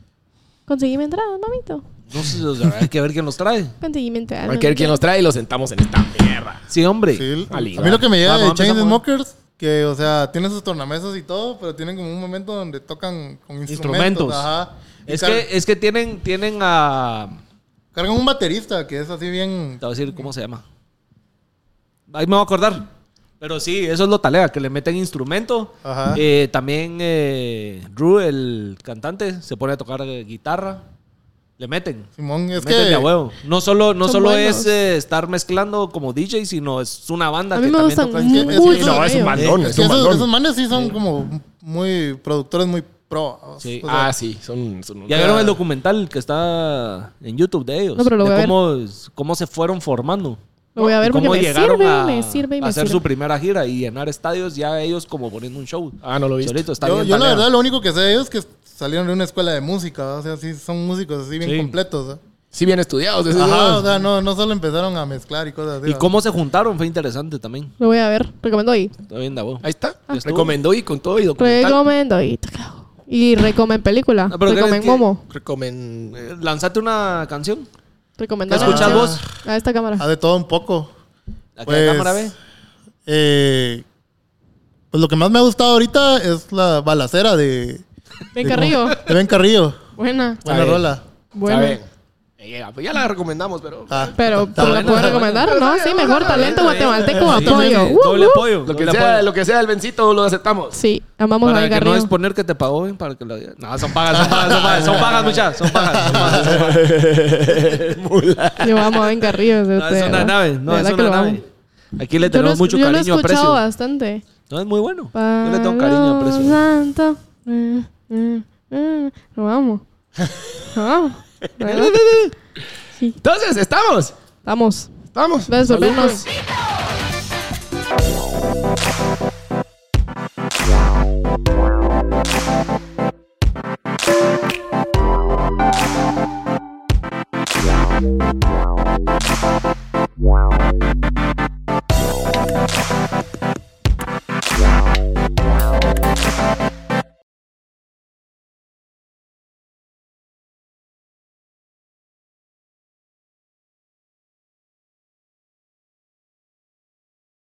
Speaker 1: Conseguíme entradas, mamito.
Speaker 2: No sé, o sea, hay que ver quién los trae.
Speaker 1: Conseguíme entradas.
Speaker 3: Hay que ver quién los trae y los sentamos en esta mierda.
Speaker 2: Sí, hombre.
Speaker 7: Sí,
Speaker 3: A ligar.
Speaker 7: a mí lo que me llega
Speaker 2: Ah, no,
Speaker 7: de Chain
Speaker 2: empezamos.
Speaker 7: Smokers, que, o sea, tienen sus tornamesas y todo, pero tienen como un momento donde tocan con instrumentos.
Speaker 2: Instrumentos.
Speaker 7: Ajá. Y
Speaker 2: Es
Speaker 7: car-
Speaker 2: que, es que tienen, tienen a.
Speaker 7: Cargan un baterista que es así bien.
Speaker 2: Te voy a decir cómo se llama. Ahí me voy a acordar. Pero sí, eso es lo talega, que le meten instrumento.
Speaker 7: Ajá.
Speaker 2: Eh, también eh, Drew, el cantante, se pone a tocar eh, guitarra. Le meten.
Speaker 7: Simón, es
Speaker 2: Le meten de a
Speaker 7: que.
Speaker 2: huevo. No solo, no
Speaker 1: Son
Speaker 2: solo
Speaker 1: buenos.
Speaker 2: es eh, estar mezclando como DJ, sino es una banda
Speaker 1: A
Speaker 2: que
Speaker 1: mí me gustan
Speaker 2: también toca. este
Speaker 7: Es que- es
Speaker 1: mucho.
Speaker 7: que-
Speaker 2: Pues
Speaker 7: no,
Speaker 3: es un bandón,
Speaker 7: Es
Speaker 3: es
Speaker 7: que
Speaker 3: un
Speaker 7: esos, esos
Speaker 3: bandón.
Speaker 7: manes sí son como muy productores muy pro. o
Speaker 2: Sí.
Speaker 7: sea,
Speaker 3: Ah, sí, son. son
Speaker 2: Ya vieron el documental que está en YouTube de ellos.
Speaker 1: No, pero lo
Speaker 2: de
Speaker 1: voy a ver.
Speaker 2: cómo, cómo se fueron formando.
Speaker 1: Lo voy a ver porque
Speaker 2: cómo
Speaker 1: me
Speaker 2: llegaron
Speaker 1: sirve,
Speaker 2: a,
Speaker 1: me sirve y
Speaker 2: a
Speaker 1: me
Speaker 2: hacer
Speaker 1: sirve.
Speaker 2: su primera gira y llenar estadios ya ellos como poniendo un show.
Speaker 3: Ah, no lo viste.
Speaker 2: Solito, está
Speaker 7: yo,
Speaker 2: bien
Speaker 7: yo la
Speaker 2: talega.
Speaker 7: verdad lo único que sé de ellos es que salieron de una escuela de música, ¿va? o sea, sí son músicos así bien
Speaker 2: Sí.
Speaker 7: completos. ¿va?
Speaker 3: Sí, bien estudiados. esos
Speaker 7: Ajá,
Speaker 3: dos.
Speaker 7: o sea, no, no solo empezaron a mezclar y cosas así.
Speaker 2: Y
Speaker 7: ¿va?
Speaker 2: cómo se juntaron fue interesante también.
Speaker 1: Lo voy a ver. Recomiendo ahí.
Speaker 2: Está bien, Davo.
Speaker 3: Ahí está.
Speaker 2: estuvo.
Speaker 1: Pues
Speaker 3: Recomendó y con todo y documental.
Speaker 1: Recomiendo ahí. Te cago. Y recomen película.
Speaker 2: No, pero ¿qué
Speaker 3: Eh,
Speaker 1: recomen
Speaker 2: les tiene-
Speaker 1: Momo.
Speaker 4: Recomen.
Speaker 2: Eh, Lanzate una canción.
Speaker 1: Recomendar
Speaker 2: ¿Qué escuchas
Speaker 1: a-
Speaker 2: vos?
Speaker 1: A esta cámara.
Speaker 7: A de todo un poco.
Speaker 2: Aquí
Speaker 7: Pues-
Speaker 2: la cámara ve.
Speaker 7: Eh, pues lo que más me ha gustado ahorita es la balacera de.
Speaker 1: Ven
Speaker 7: de-
Speaker 1: Carrillo.
Speaker 7: De Ben Carrillo.
Speaker 1: Buena.
Speaker 7: Buena
Speaker 4: bien.
Speaker 7: rola.
Speaker 1: Buena.
Speaker 4: Está bien. Eh, ya, pues ya la recomendamos, pero.
Speaker 7: Ah,
Speaker 1: Pero,
Speaker 7: está
Speaker 1: ¿pero la
Speaker 7: buena.
Speaker 1: puedo recomendar? No, sí, mejor talento guatemalteco apoyo. Uh,
Speaker 2: Doble
Speaker 1: uh.
Speaker 2: apoyo.
Speaker 4: Lo que,
Speaker 2: doble
Speaker 4: sea,
Speaker 2: apoyo.
Speaker 4: lo que sea el vencito, lo aceptamos.
Speaker 1: Sí, amamos a
Speaker 2: Para
Speaker 1: Ben
Speaker 2: que no
Speaker 1: Carrillo.
Speaker 2: exponer que te pagó, ven, para que lo digas. No, son pagas, son pagas, son pagas, son pagas, muchachos. Son pagas, son pagas. Son pagas.
Speaker 1: Yo amo a Ben Carrillo. de
Speaker 2: No, es
Speaker 1: usted,
Speaker 2: una
Speaker 1: ¿no?
Speaker 2: nave,
Speaker 1: De
Speaker 2: no, es
Speaker 1: verdad que
Speaker 2: una
Speaker 1: lo amo.
Speaker 2: nave. Aquí le
Speaker 1: Yo lo,
Speaker 2: tenemos
Speaker 1: es-
Speaker 2: mucho
Speaker 1: yo lo he
Speaker 2: cariño,
Speaker 1: escuchado
Speaker 2: aprecio.
Speaker 1: bastante.
Speaker 2: No, es muy bueno. Yo le tengo cariño,
Speaker 1: Palo
Speaker 2: aprecio.
Speaker 1: Santo. Eh, eh, eh. Lo amo. Lo amo. ¿Verdad?
Speaker 4: Entonces, estamos.
Speaker 1: Vamos.
Speaker 4: Vamos.
Speaker 1: Gracias por vernos.